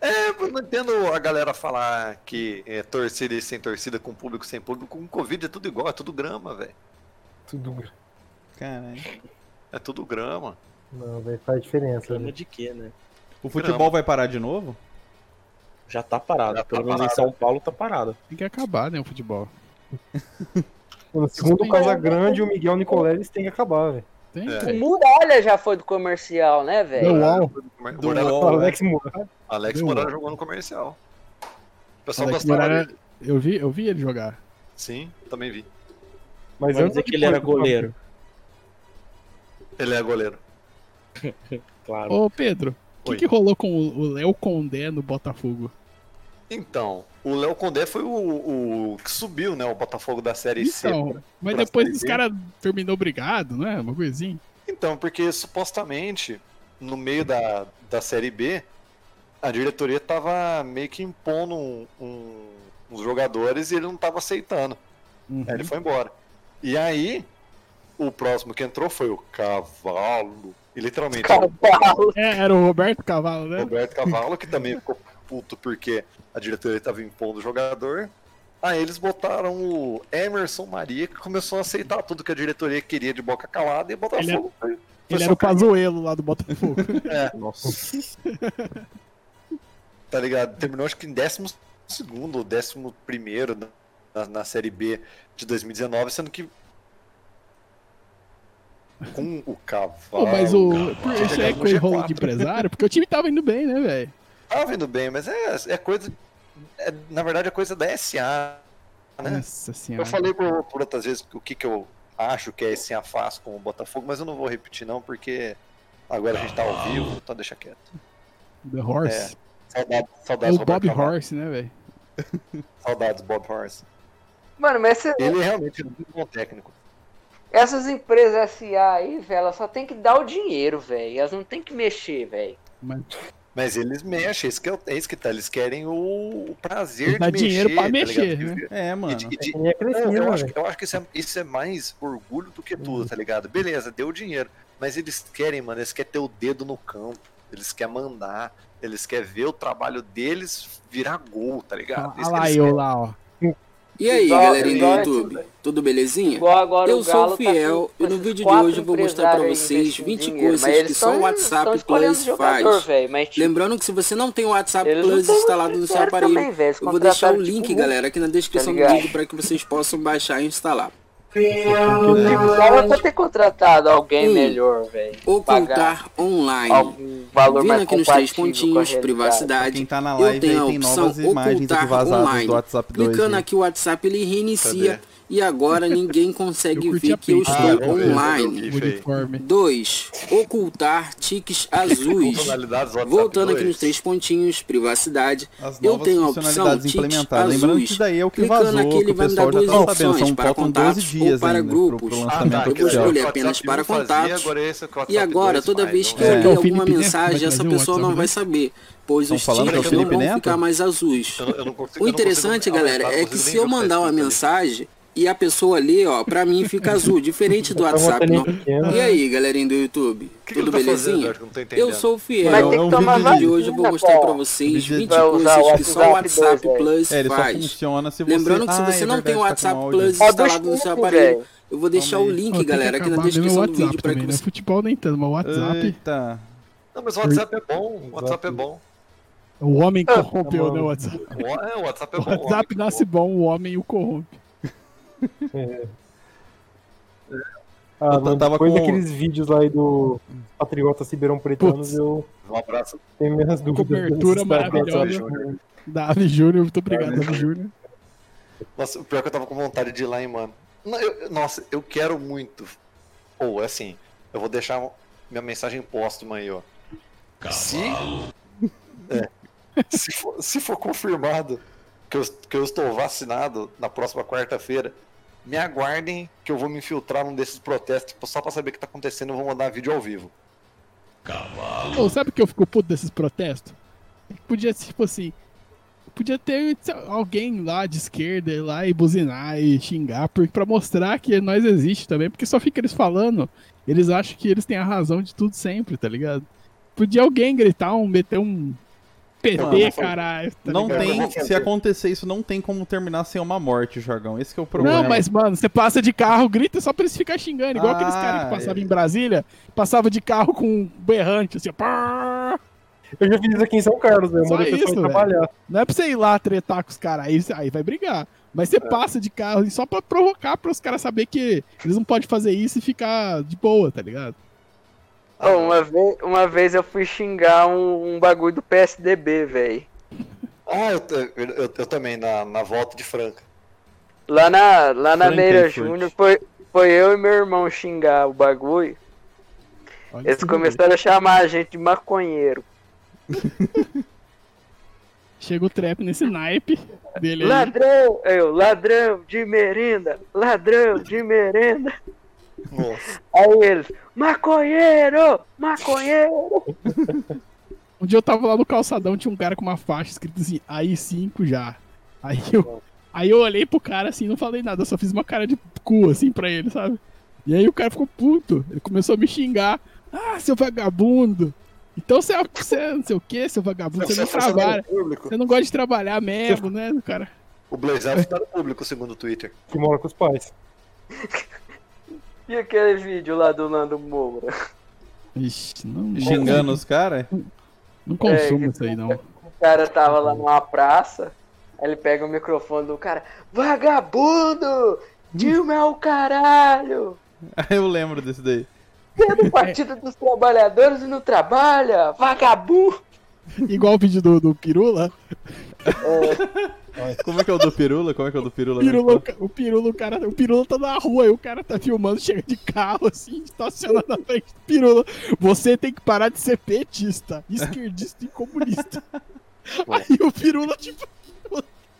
[SPEAKER 6] É, eu não entendo a galera falar que é, torcida e sem torcida, com público e sem público, com Covid é tudo igual, é tudo grama, velho.
[SPEAKER 4] Tudo.
[SPEAKER 2] Caralho.
[SPEAKER 6] É tudo grama.
[SPEAKER 4] Não, velho, faz diferença.
[SPEAKER 1] Problema
[SPEAKER 4] né?
[SPEAKER 1] de quê, né?
[SPEAKER 2] O futebol vai parar de novo?
[SPEAKER 1] Já tá parado.
[SPEAKER 6] Já tá
[SPEAKER 1] Pelo menos
[SPEAKER 6] parado.
[SPEAKER 1] em São Paulo tá parado.
[SPEAKER 5] Tem que acabar, né, o futebol.
[SPEAKER 4] Mano, segundo o Casagrande, o Miguel Nicolé, eles têm que acabar, velho.
[SPEAKER 5] Tem
[SPEAKER 6] É.
[SPEAKER 5] que.
[SPEAKER 3] O Muralha já foi do comercial, né,
[SPEAKER 5] The
[SPEAKER 3] velho?
[SPEAKER 5] Wall.
[SPEAKER 6] Comer-
[SPEAKER 2] Do
[SPEAKER 6] Morava-
[SPEAKER 2] UOL, né?
[SPEAKER 4] Alex Moura.
[SPEAKER 6] Alex
[SPEAKER 5] Deu
[SPEAKER 6] Morano
[SPEAKER 5] um.
[SPEAKER 6] jogou no comercial. O pessoal
[SPEAKER 5] Alex
[SPEAKER 6] gostava
[SPEAKER 5] Moreno-
[SPEAKER 6] dele.
[SPEAKER 5] Eu vi, eu vi ele jogar.
[SPEAKER 6] Sim, também vi.
[SPEAKER 1] Vamos
[SPEAKER 4] Mas
[SPEAKER 1] dizer
[SPEAKER 4] antes
[SPEAKER 1] é que ele era
[SPEAKER 4] depois do
[SPEAKER 1] goleiro.
[SPEAKER 6] Ele é goleiro.
[SPEAKER 1] Claro.
[SPEAKER 5] Ô, Pedro, o que,
[SPEAKER 6] Oi.
[SPEAKER 5] que rolou com o o Léo Condé no Botafogo?
[SPEAKER 6] Então, o Léo Condé foi o, o que subiu, né? O Botafogo da Série C.
[SPEAKER 5] Então, mas
[SPEAKER 6] pra
[SPEAKER 5] depois
[SPEAKER 6] Série
[SPEAKER 5] os
[SPEAKER 6] B.
[SPEAKER 5] caras terminou brigado, né? Uma coisinha.
[SPEAKER 6] Então, porque supostamente, no meio da, da Série B, a diretoria tava meio que impondo um- um- uns jogadores e ele não tava aceitando.
[SPEAKER 5] Uhum.
[SPEAKER 6] Aí ele foi embora. E aí, o próximo que entrou foi o Cavalo. E literalmente,
[SPEAKER 3] Cavalo.
[SPEAKER 5] É, era o Roberto Cavalo, né?
[SPEAKER 6] Roberto Cavalo,
[SPEAKER 5] [laughs]
[SPEAKER 6] que também ficou puto porque a diretoria tava impondo o jogador. Aí eles botaram o Emerson Maria, que começou a aceitar tudo que a diretoria queria de boca calada e Botafogo. foi- foi
[SPEAKER 5] Ele
[SPEAKER 6] só
[SPEAKER 5] era o
[SPEAKER 6] cair,
[SPEAKER 5] Pazuello lá do Botafogo.
[SPEAKER 1] Nossa.
[SPEAKER 6] Tá ligado? Terminou acho que em décimo segundo ou décimo primeiro na, na Série B de 2019, sendo que com o Cavalo.
[SPEAKER 5] Pô, mas o. Isso é
[SPEAKER 6] Chegamos no né?
[SPEAKER 5] coisa rolo de
[SPEAKER 6] G4.
[SPEAKER 5] empresário, porque o time tava indo bem, né, velho?
[SPEAKER 6] Tá vindo bem, mas é, é coisa. é, na verdade, é coisa da SA, né?
[SPEAKER 5] Nossa senhora.
[SPEAKER 6] Eu falei por, por outras vezes o que, que eu acho que é esse afasto com o Botafogo, mas eu não vou repetir não, porque agora a gente tá ao vivo, então deixa quieto.
[SPEAKER 5] The Horse.
[SPEAKER 6] Saudades,
[SPEAKER 5] É,
[SPEAKER 6] saudades
[SPEAKER 5] o Bob
[SPEAKER 6] Roberto Cavalo.
[SPEAKER 5] Horse, né, velho?
[SPEAKER 6] Saudades Bob Horse.
[SPEAKER 3] Mano, mas esse-
[SPEAKER 6] Ele realmente é muito bom técnico.
[SPEAKER 3] essas empresas SA aí, velho, elas só tem que dar o dinheiro, velho. Elas não tem que mexer, velho.
[SPEAKER 6] Mas eles mexem, esse que é, o- é isso que tá. Eles querem o, o prazer
[SPEAKER 5] Dá
[SPEAKER 6] de mexer.
[SPEAKER 5] dinheiro pra
[SPEAKER 6] tá ligado?
[SPEAKER 5] mexer,
[SPEAKER 6] Que-
[SPEAKER 5] né?
[SPEAKER 2] É, mano.
[SPEAKER 6] e de- e de-
[SPEAKER 4] Ele é
[SPEAKER 6] Não,
[SPEAKER 4] crescido,
[SPEAKER 6] eu,
[SPEAKER 4] né,
[SPEAKER 6] acho,
[SPEAKER 4] velho.
[SPEAKER 6] que- eu acho que isso é, isso é mais orgulho do que tudo, tá ligado? Beleza, deu dinheiro. Mas eles querem, mano, eles querem ter o dedo no campo. Eles querem mandar. Eles querem ver o trabalho deles virar gol, tá ligado?
[SPEAKER 5] Olha
[SPEAKER 6] Isso
[SPEAKER 5] Ah, lá
[SPEAKER 6] que eles
[SPEAKER 5] eu lá, ó.
[SPEAKER 8] E aí,
[SPEAKER 3] Igual-
[SPEAKER 8] galerinha
[SPEAKER 3] igual
[SPEAKER 8] do YouTube? Tudo belezinha?
[SPEAKER 3] Igual agora
[SPEAKER 8] Eu
[SPEAKER 3] o
[SPEAKER 8] sou
[SPEAKER 3] Galo
[SPEAKER 8] o Fiel
[SPEAKER 3] tá com
[SPEAKER 8] e no
[SPEAKER 3] esses
[SPEAKER 8] vídeo de
[SPEAKER 3] quatro
[SPEAKER 8] hoje eu vou mostrar pra
[SPEAKER 3] empresários aí
[SPEAKER 8] vocês
[SPEAKER 3] investindo
[SPEAKER 8] 20
[SPEAKER 3] dinheiro,
[SPEAKER 8] coisas
[SPEAKER 3] mas
[SPEAKER 8] que
[SPEAKER 3] eles
[SPEAKER 8] só o
[SPEAKER 3] tão-
[SPEAKER 8] WhatsApp
[SPEAKER 3] tão escolhendo
[SPEAKER 8] Plus
[SPEAKER 3] jogador,
[SPEAKER 8] faz.
[SPEAKER 3] velho, mas, tipo,
[SPEAKER 8] Lembrando que se você não tem o WhatsApp
[SPEAKER 3] eles não
[SPEAKER 8] Plus
[SPEAKER 3] tão
[SPEAKER 8] instalado no seu
[SPEAKER 3] dinheiro
[SPEAKER 8] aparelho,
[SPEAKER 3] também, velho. Eles
[SPEAKER 8] eu vou deixar o
[SPEAKER 3] contrataram,
[SPEAKER 8] link,
[SPEAKER 3] tipo,
[SPEAKER 8] galera, aqui na descrição do
[SPEAKER 3] ligado?
[SPEAKER 8] vídeo para que vocês possam baixar e instalar.
[SPEAKER 3] O Galo vai um ter contratado alguém
[SPEAKER 8] Hum.
[SPEAKER 3] melhor, velho. Pagar
[SPEAKER 8] Ocultar online.
[SPEAKER 3] algum valor
[SPEAKER 8] Vindo
[SPEAKER 3] mais
[SPEAKER 8] aqui nos três
[SPEAKER 3] compatível com a
[SPEAKER 8] pontinhos,
[SPEAKER 3] realidade.
[SPEAKER 2] Pra
[SPEAKER 8] privacidade.
[SPEAKER 2] quem tá na
[SPEAKER 8] Eu
[SPEAKER 2] live
[SPEAKER 8] tenho a
[SPEAKER 2] aí, tem
[SPEAKER 8] opção
[SPEAKER 2] novas imagens
[SPEAKER 8] ocultar
[SPEAKER 2] aqui vazadas
[SPEAKER 8] online.
[SPEAKER 2] do WhatsApp 2.
[SPEAKER 8] Clicando
[SPEAKER 2] né?
[SPEAKER 8] aqui o WhatsApp ele reinicia
[SPEAKER 6] Cadê?
[SPEAKER 8] e agora ninguém [laughs] consegue
[SPEAKER 5] Eu curti
[SPEAKER 8] ver
[SPEAKER 5] a
[SPEAKER 8] que eu
[SPEAKER 5] pizza.
[SPEAKER 8] estou
[SPEAKER 6] Ah, vamos ver, vamos ver.
[SPEAKER 8] online.
[SPEAKER 5] O uniforme.
[SPEAKER 8] 2. Ocultar tiques azuis.
[SPEAKER 6] Funcionalidades do WhatsApp
[SPEAKER 8] Voltando aqui
[SPEAKER 6] dois.
[SPEAKER 8] nos três pontinhos, privacidade.
[SPEAKER 2] As novas
[SPEAKER 8] Eu tenho a opção
[SPEAKER 2] funcionalidades
[SPEAKER 8] tiques
[SPEAKER 2] implementadas. Lembrando que
[SPEAKER 8] azuis.
[SPEAKER 2] isso daí é o que
[SPEAKER 8] Clicando
[SPEAKER 2] vazou,
[SPEAKER 8] aqui,
[SPEAKER 2] que
[SPEAKER 8] ele
[SPEAKER 2] o
[SPEAKER 8] vai me
[SPEAKER 2] pessoal
[SPEAKER 8] dar
[SPEAKER 2] já
[SPEAKER 8] duas
[SPEAKER 2] tá sabendo.
[SPEAKER 8] opções,
[SPEAKER 2] São
[SPEAKER 8] para
[SPEAKER 2] faltam
[SPEAKER 8] contatos
[SPEAKER 2] 12 dias
[SPEAKER 8] ou para
[SPEAKER 2] ainda pro, pro
[SPEAKER 8] grupos.
[SPEAKER 6] Ah,
[SPEAKER 2] lançamento
[SPEAKER 6] tá,
[SPEAKER 8] Eu vou
[SPEAKER 2] oficial.
[SPEAKER 8] escolher
[SPEAKER 6] o
[SPEAKER 8] apenas
[SPEAKER 6] WhatsApp
[SPEAKER 8] para
[SPEAKER 6] um fazia,
[SPEAKER 8] contatos.
[SPEAKER 6] agora esse é o
[SPEAKER 8] E
[SPEAKER 6] WhatsApp
[SPEAKER 8] agora,
[SPEAKER 6] dois
[SPEAKER 8] toda
[SPEAKER 6] faz,
[SPEAKER 8] vez que
[SPEAKER 6] então,
[SPEAKER 8] eu
[SPEAKER 5] É.
[SPEAKER 8] ler
[SPEAKER 5] É o
[SPEAKER 8] alguma
[SPEAKER 5] Felipe Neto
[SPEAKER 8] mensagem,
[SPEAKER 5] que vai
[SPEAKER 8] essa
[SPEAKER 5] fazer o
[SPEAKER 8] pessoa não
[SPEAKER 5] WhatsApp
[SPEAKER 8] vai
[SPEAKER 5] dele.
[SPEAKER 8] saber, pois
[SPEAKER 2] um né? Tão
[SPEAKER 8] os
[SPEAKER 2] falando
[SPEAKER 8] tiques
[SPEAKER 6] que é o
[SPEAKER 8] não
[SPEAKER 2] Felipe
[SPEAKER 8] vão
[SPEAKER 2] Neto?
[SPEAKER 8] ficar mais azuis.
[SPEAKER 6] Então, eu não- eu não consigo- eu não
[SPEAKER 8] O
[SPEAKER 6] consigo
[SPEAKER 8] interessante,
[SPEAKER 6] aumentar,
[SPEAKER 8] galera,
[SPEAKER 6] não
[SPEAKER 8] é
[SPEAKER 6] consigo
[SPEAKER 8] que
[SPEAKER 6] nem tá
[SPEAKER 8] se eu
[SPEAKER 6] ver o
[SPEAKER 8] mandar uma
[SPEAKER 6] texto ali.
[SPEAKER 8] mensagem, e a pessoa lê, ó, pra mim fica azul, diferente
[SPEAKER 4] Tá
[SPEAKER 8] do WhatsApp, não. E aí, galerinha do YouTube?
[SPEAKER 6] O que que ele
[SPEAKER 8] Tudo
[SPEAKER 6] tá fazendo,
[SPEAKER 8] belezinha?
[SPEAKER 6] Arthur? Não tô entendendo.
[SPEAKER 8] Eu sou o Fiel.
[SPEAKER 3] Vai
[SPEAKER 2] Não,
[SPEAKER 3] ter
[SPEAKER 2] é um
[SPEAKER 3] que tomar
[SPEAKER 2] vídeo de-
[SPEAKER 3] vacina,
[SPEAKER 8] E hoje eu vou mostrar pra
[SPEAKER 3] pô.
[SPEAKER 8] vocês
[SPEAKER 2] Vai
[SPEAKER 8] 20
[SPEAKER 3] usar o
[SPEAKER 8] coisas que só o
[SPEAKER 3] WhatsApp
[SPEAKER 8] WhatsApp
[SPEAKER 3] dois,
[SPEAKER 8] Plus
[SPEAKER 2] É, ele só
[SPEAKER 8] faz.
[SPEAKER 2] funciona se você.
[SPEAKER 8] Lembrando que se
[SPEAKER 2] Ah, é
[SPEAKER 8] você não tem o
[SPEAKER 2] verdade, tá com
[SPEAKER 8] WhatsApp
[SPEAKER 2] áudio.
[SPEAKER 8] Plus
[SPEAKER 3] Ó, do
[SPEAKER 8] instalado no seu
[SPEAKER 3] Chico,
[SPEAKER 8] aparelho,
[SPEAKER 3] velho.
[SPEAKER 8] eu vou deixar
[SPEAKER 2] Calma
[SPEAKER 8] o
[SPEAKER 2] aí.
[SPEAKER 5] Ó,
[SPEAKER 8] link,
[SPEAKER 5] tem que
[SPEAKER 8] galera, aqui na
[SPEAKER 5] acabar mesmo o
[SPEAKER 8] descrição do
[SPEAKER 5] WhatsApp
[SPEAKER 8] vídeo pra que
[SPEAKER 5] também, né?
[SPEAKER 8] você
[SPEAKER 5] Futebol nem tanto, mas o WhatsApp.
[SPEAKER 2] Eita.
[SPEAKER 6] Não, mas o WhatsApp é bom. O WhatsApp é bom.
[SPEAKER 5] O
[SPEAKER 6] [laughs]
[SPEAKER 5] homem corrompeu,
[SPEAKER 4] tá
[SPEAKER 5] né?
[SPEAKER 4] bom.
[SPEAKER 5] O WhatsApp.
[SPEAKER 6] O, é, o WhatsApp é
[SPEAKER 5] O
[SPEAKER 6] bom.
[SPEAKER 5] WhatsApp nasce bom, o homem o corrompe.
[SPEAKER 4] Ah,
[SPEAKER 2] Eu
[SPEAKER 4] mano,
[SPEAKER 2] tava
[SPEAKER 4] depois
[SPEAKER 2] com-
[SPEAKER 4] daqueles vídeos lá aí do Patriotas Ribeirão Pretanos,
[SPEAKER 5] Putz.
[SPEAKER 4] eu
[SPEAKER 6] Um abraço.
[SPEAKER 4] tenho minhas dúvidas.
[SPEAKER 5] Cobertura
[SPEAKER 4] dessas
[SPEAKER 5] maravilhosa.
[SPEAKER 4] paradas.
[SPEAKER 5] Davi Júnior, muito obrigado, Davi Júnior.
[SPEAKER 6] Nossa, o pior é que eu tava com vontade de ir lá, hein, mano. Não, eu- eu- nossa, eu quero muito. Ou, é assim, eu vou deixar minha mensagem póstuma aí, ó. Se. É. se, for, se for confirmado que eu, que eu estou vacinado na próxima quarta-feira, me aguardem que eu vou me infiltrar num desses protestos tipo, só pra saber o que tá acontecendo. Eu vou mandar vídeo ao vivo.
[SPEAKER 5] Ô, sabe o que eu fico puto desses protestos? É que Podia, tipo assim. Podia ter sei lá, alguém lá de esquerda ir lá e buzinar e xingar por, pra mostrar que nós existe também, porque só fica eles falando. Eles acham que eles têm a razão de tudo sempre, tá ligado? Podia alguém gritar, um, meter um PT,
[SPEAKER 2] Mano, não-
[SPEAKER 5] caralho. tá
[SPEAKER 2] Não
[SPEAKER 5] ligado?
[SPEAKER 2] tem, se acontecer isso, não tem como terminar sem uma morte, Jorgão. Esse que é o problema.
[SPEAKER 5] Não, mas, mano, você passa de carro, grita só pra eles ficarem xingando. Igual aqueles
[SPEAKER 2] Ah,
[SPEAKER 5] caras que passavam
[SPEAKER 2] é.
[SPEAKER 5] em Brasília, passava de carro com um berrante, assim, ó. pá.
[SPEAKER 4] Eu já fiz isso aqui em São Carlos, eu
[SPEAKER 5] Só
[SPEAKER 4] mandei o
[SPEAKER 5] isso,
[SPEAKER 4] pessoal ir trabalhar.
[SPEAKER 5] Não é pra você ir lá tretar com os caras, aí, aí vai brigar. Mas você passa de carro e só pra provocar, pra os caras saber que eles não podem fazer isso e ficar de boa, tá ligado?
[SPEAKER 3] Ô, uma, vez, uma vez eu fui xingar um, um bagulho do PSDB, velho.
[SPEAKER 6] Ah, eu, t- eu, eu- eu também, na, na volta de Franca.
[SPEAKER 3] Lá na, lá na
[SPEAKER 2] Franca e
[SPEAKER 3] Meira
[SPEAKER 2] Furt.
[SPEAKER 3] Júnior foi, foi eu e meu irmão xingar o bagulho.
[SPEAKER 5] Olha
[SPEAKER 3] Eles
[SPEAKER 5] que
[SPEAKER 3] começaram a chamar a gente de maconheiro.
[SPEAKER 5] doido. Chega o trap nesse naipe dele aí.
[SPEAKER 3] Ladrão! Eu, ladrão de merenda! Ladrão de merenda!
[SPEAKER 6] Nossa.
[SPEAKER 3] Aí eles, maconheiro! Maconheiro!
[SPEAKER 5] Um dia eu tava lá no calçadão, tinha um cara com uma faixa escrito assim, aí 5 já. Aí eu, aí eu olhei pro cara assim, não falei nada, eu só fiz uma cara de cu assim pra ele, sabe? E aí o cara ficou puto, ele começou a me xingar. Ah, seu vagabundo! Então você é, você é não sei o que, seu vagabundo, você não
[SPEAKER 6] é
[SPEAKER 5] trabalha.
[SPEAKER 6] funcionário público.
[SPEAKER 5] Você não gosta de trabalhar mesmo, né, cara?
[SPEAKER 6] O Blazer está no público, segundo o Twitter.
[SPEAKER 4] Que mora com os pais.
[SPEAKER 3] E aquele vídeo lá do Nando Moura?
[SPEAKER 5] Ixi, não,
[SPEAKER 2] Xingando os caras?
[SPEAKER 5] não consumo
[SPEAKER 3] É,
[SPEAKER 5] isso aí, não.
[SPEAKER 3] O cara tava lá numa praça, aí ele pega o microfone do cara, vagabundo! Dilma é o caralho!
[SPEAKER 2] [laughs] Eu lembro desse daí.
[SPEAKER 3] Você é do Partido dos Trabalhadores e não trabalha! Vagabundo!
[SPEAKER 5] [laughs] Igual o vídeo do, do Pirula,
[SPEAKER 2] Como é que é o do Pirula? Como é que é o do [laughs] Pirula? então.
[SPEAKER 5] Pirula, o ca- o Pirula, o cara, o Pirula tá na rua e o cara tá filmando, chega de carro assim, estacionado na frente do Pirula. Você tem que parar de ser petista, esquerdista
[SPEAKER 2] [laughs]
[SPEAKER 5] e comunista. Aí o Pirula, tipo,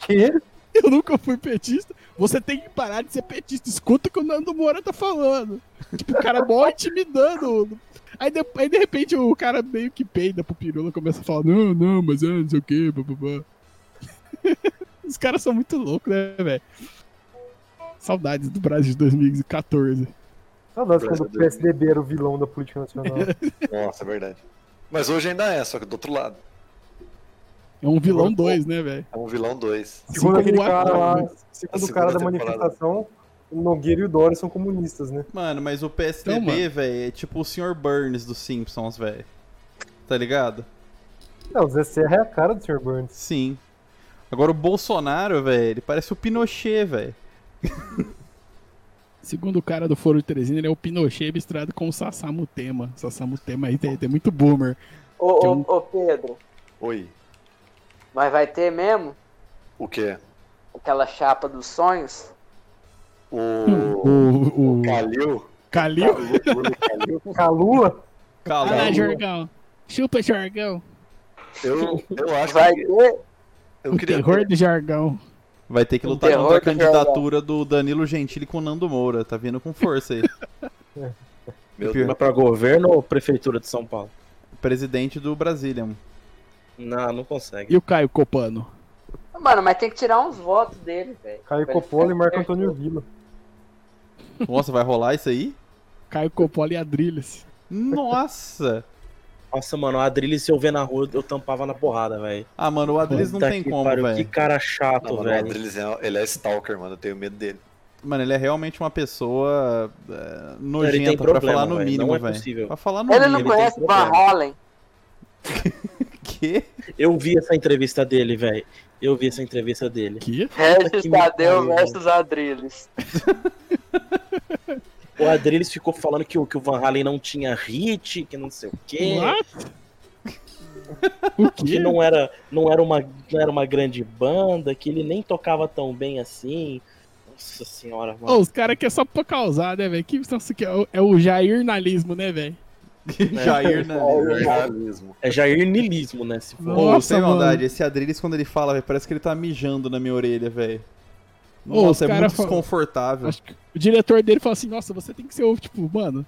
[SPEAKER 4] Que?
[SPEAKER 5] [laughs] eu nunca fui petista, você tem que parar de ser petista, escuta o que o Nando Moura tá falando. Tipo, o cara mó intimidando. Aí de, aí, de repente o cara meio que peida pro Pirula, começa a falar, não, não, mas é, não sei o que, bababá. [laughs] Os caras são muito loucos, né, velho? Saudades do Brasil de 2014.
[SPEAKER 4] Saudades quando o PSDB era o vilão da
[SPEAKER 1] [laughs]
[SPEAKER 4] política nacional.
[SPEAKER 6] Nossa, é verdade. Mas hoje ainda é, só que do outro lado.
[SPEAKER 5] É um vilão 2, né, velho?
[SPEAKER 6] É um vilão 2.
[SPEAKER 5] Assim
[SPEAKER 4] Segundo
[SPEAKER 5] como
[SPEAKER 4] aquele
[SPEAKER 5] o atual,
[SPEAKER 4] cara lá,
[SPEAKER 5] né?
[SPEAKER 4] segundo o
[SPEAKER 6] segunda
[SPEAKER 4] cara da
[SPEAKER 6] temporada.
[SPEAKER 4] manifestação, o Nogueira e o Dória são comunistas, né?
[SPEAKER 2] Mano, mas o
[SPEAKER 5] Então,
[SPEAKER 2] PSDB,
[SPEAKER 5] mano.
[SPEAKER 2] velho, é tipo o Sr. Burns dos Simpsons, velho. Tá ligado?
[SPEAKER 4] Não, o Zé Serra é a cara do Sr. Burns.
[SPEAKER 2] Sim. Agora o Bolsonaro, velho, ele parece o Pinochet, velho.
[SPEAKER 5] Segundo o cara do Foro de Teresina, ele é o Pinochet misturado com o Sassamutema. Sassamutema aí tem, tem muito boomer.
[SPEAKER 3] Ô, ô, ô Pedro,
[SPEAKER 6] Oi.
[SPEAKER 3] mas vai ter mesmo
[SPEAKER 6] O quê?
[SPEAKER 3] aquela chapa dos sonhos?
[SPEAKER 6] O.
[SPEAKER 5] O, o
[SPEAKER 6] Calil?
[SPEAKER 5] Calil.
[SPEAKER 4] Calula?
[SPEAKER 2] Calou.
[SPEAKER 5] Ah, Jorgão. Chupa, Jorgão.
[SPEAKER 6] Eu, eu acho
[SPEAKER 3] Vai
[SPEAKER 6] que.
[SPEAKER 3] ter?
[SPEAKER 6] Eu
[SPEAKER 5] O
[SPEAKER 6] queria.
[SPEAKER 5] terror de Jorgão.
[SPEAKER 2] Vai ter que lutar
[SPEAKER 3] terror
[SPEAKER 2] contra a
[SPEAKER 3] que já-
[SPEAKER 2] candidatura do Danilo Gentili com o Nando Moura. Tá vindo com força aí. [laughs]
[SPEAKER 6] Meu
[SPEAKER 2] Pior.
[SPEAKER 6] Deus.
[SPEAKER 1] Mas pra governo ou prefeitura de São Paulo?
[SPEAKER 2] Presidente do Brasília. mano.
[SPEAKER 1] Não, não consegue.
[SPEAKER 5] E o Caio Copano?
[SPEAKER 3] Mano, mas tem que tirar uns votos dele, velho.
[SPEAKER 4] Caio Coppola e Marco Antônio Villa.
[SPEAKER 2] Nossa, vai rolar isso aí?
[SPEAKER 5] Caio Coppola e Adrilles.
[SPEAKER 2] Nossa!
[SPEAKER 1] Nossa, mano, a Adrilles, se eu ver na rua, eu tampava na porrada, velho.
[SPEAKER 2] Ah, mano, o Adriles não
[SPEAKER 1] Puta
[SPEAKER 2] tem
[SPEAKER 1] que
[SPEAKER 2] como,
[SPEAKER 1] pariu, Que
[SPEAKER 2] velho.
[SPEAKER 1] cara chato,
[SPEAKER 6] Não, mano, o
[SPEAKER 1] velho.
[SPEAKER 6] Adriles é, ele é stalker, mano. Eu tenho medo dele.
[SPEAKER 2] Mano, ele é realmente uma pessoa é, nojenta,
[SPEAKER 1] Ele tem
[SPEAKER 2] pra
[SPEAKER 1] problema,
[SPEAKER 2] falar no
[SPEAKER 1] velho,
[SPEAKER 2] mínimo,
[SPEAKER 1] não é
[SPEAKER 2] velho.
[SPEAKER 1] possível.
[SPEAKER 2] pra falar no
[SPEAKER 3] [laughs] Ele
[SPEAKER 2] mínimo.
[SPEAKER 3] não conhece
[SPEAKER 1] tem
[SPEAKER 3] Van
[SPEAKER 1] problema.
[SPEAKER 3] Halen.
[SPEAKER 2] [laughs] Que?
[SPEAKER 1] Eu vi essa entrevista dele, velho. Eu vi essa entrevista dele.
[SPEAKER 5] Que?
[SPEAKER 1] que
[SPEAKER 3] Regis
[SPEAKER 1] me
[SPEAKER 3] Tadeu
[SPEAKER 1] pariu.
[SPEAKER 3] versus Adrilles.
[SPEAKER 1] O Adriles ficou falando que o, que o Van Halen não tinha hit, que não sei o quê.
[SPEAKER 5] What? o
[SPEAKER 1] É. que
[SPEAKER 5] quê?
[SPEAKER 1] não era, não, era uma, não era uma grande banda, que ele nem tocava tão bem assim. Nossa senhora,
[SPEAKER 5] Ô,
[SPEAKER 1] mano.
[SPEAKER 5] os caras que é só pra causar, né, velho? Que, nossa, que é, o, é o jairnalismo, né, velho?
[SPEAKER 2] Jair, né? Oh.
[SPEAKER 6] Jornalismo.
[SPEAKER 1] É Jair Nilismo, né? Se for.
[SPEAKER 5] Nossa,
[SPEAKER 2] Pô, sem
[SPEAKER 5] mano.
[SPEAKER 2] maldade, esse Adriles, quando ele fala, velho, parece que ele tá mijando na minha orelha, velho.
[SPEAKER 5] Ô, os
[SPEAKER 2] Nossa, é
[SPEAKER 5] cara
[SPEAKER 2] muito
[SPEAKER 5] fala-
[SPEAKER 2] desconfortável.
[SPEAKER 5] Acho que o diretor dele falou assim: Nossa, você tem que ser, o tipo, mano.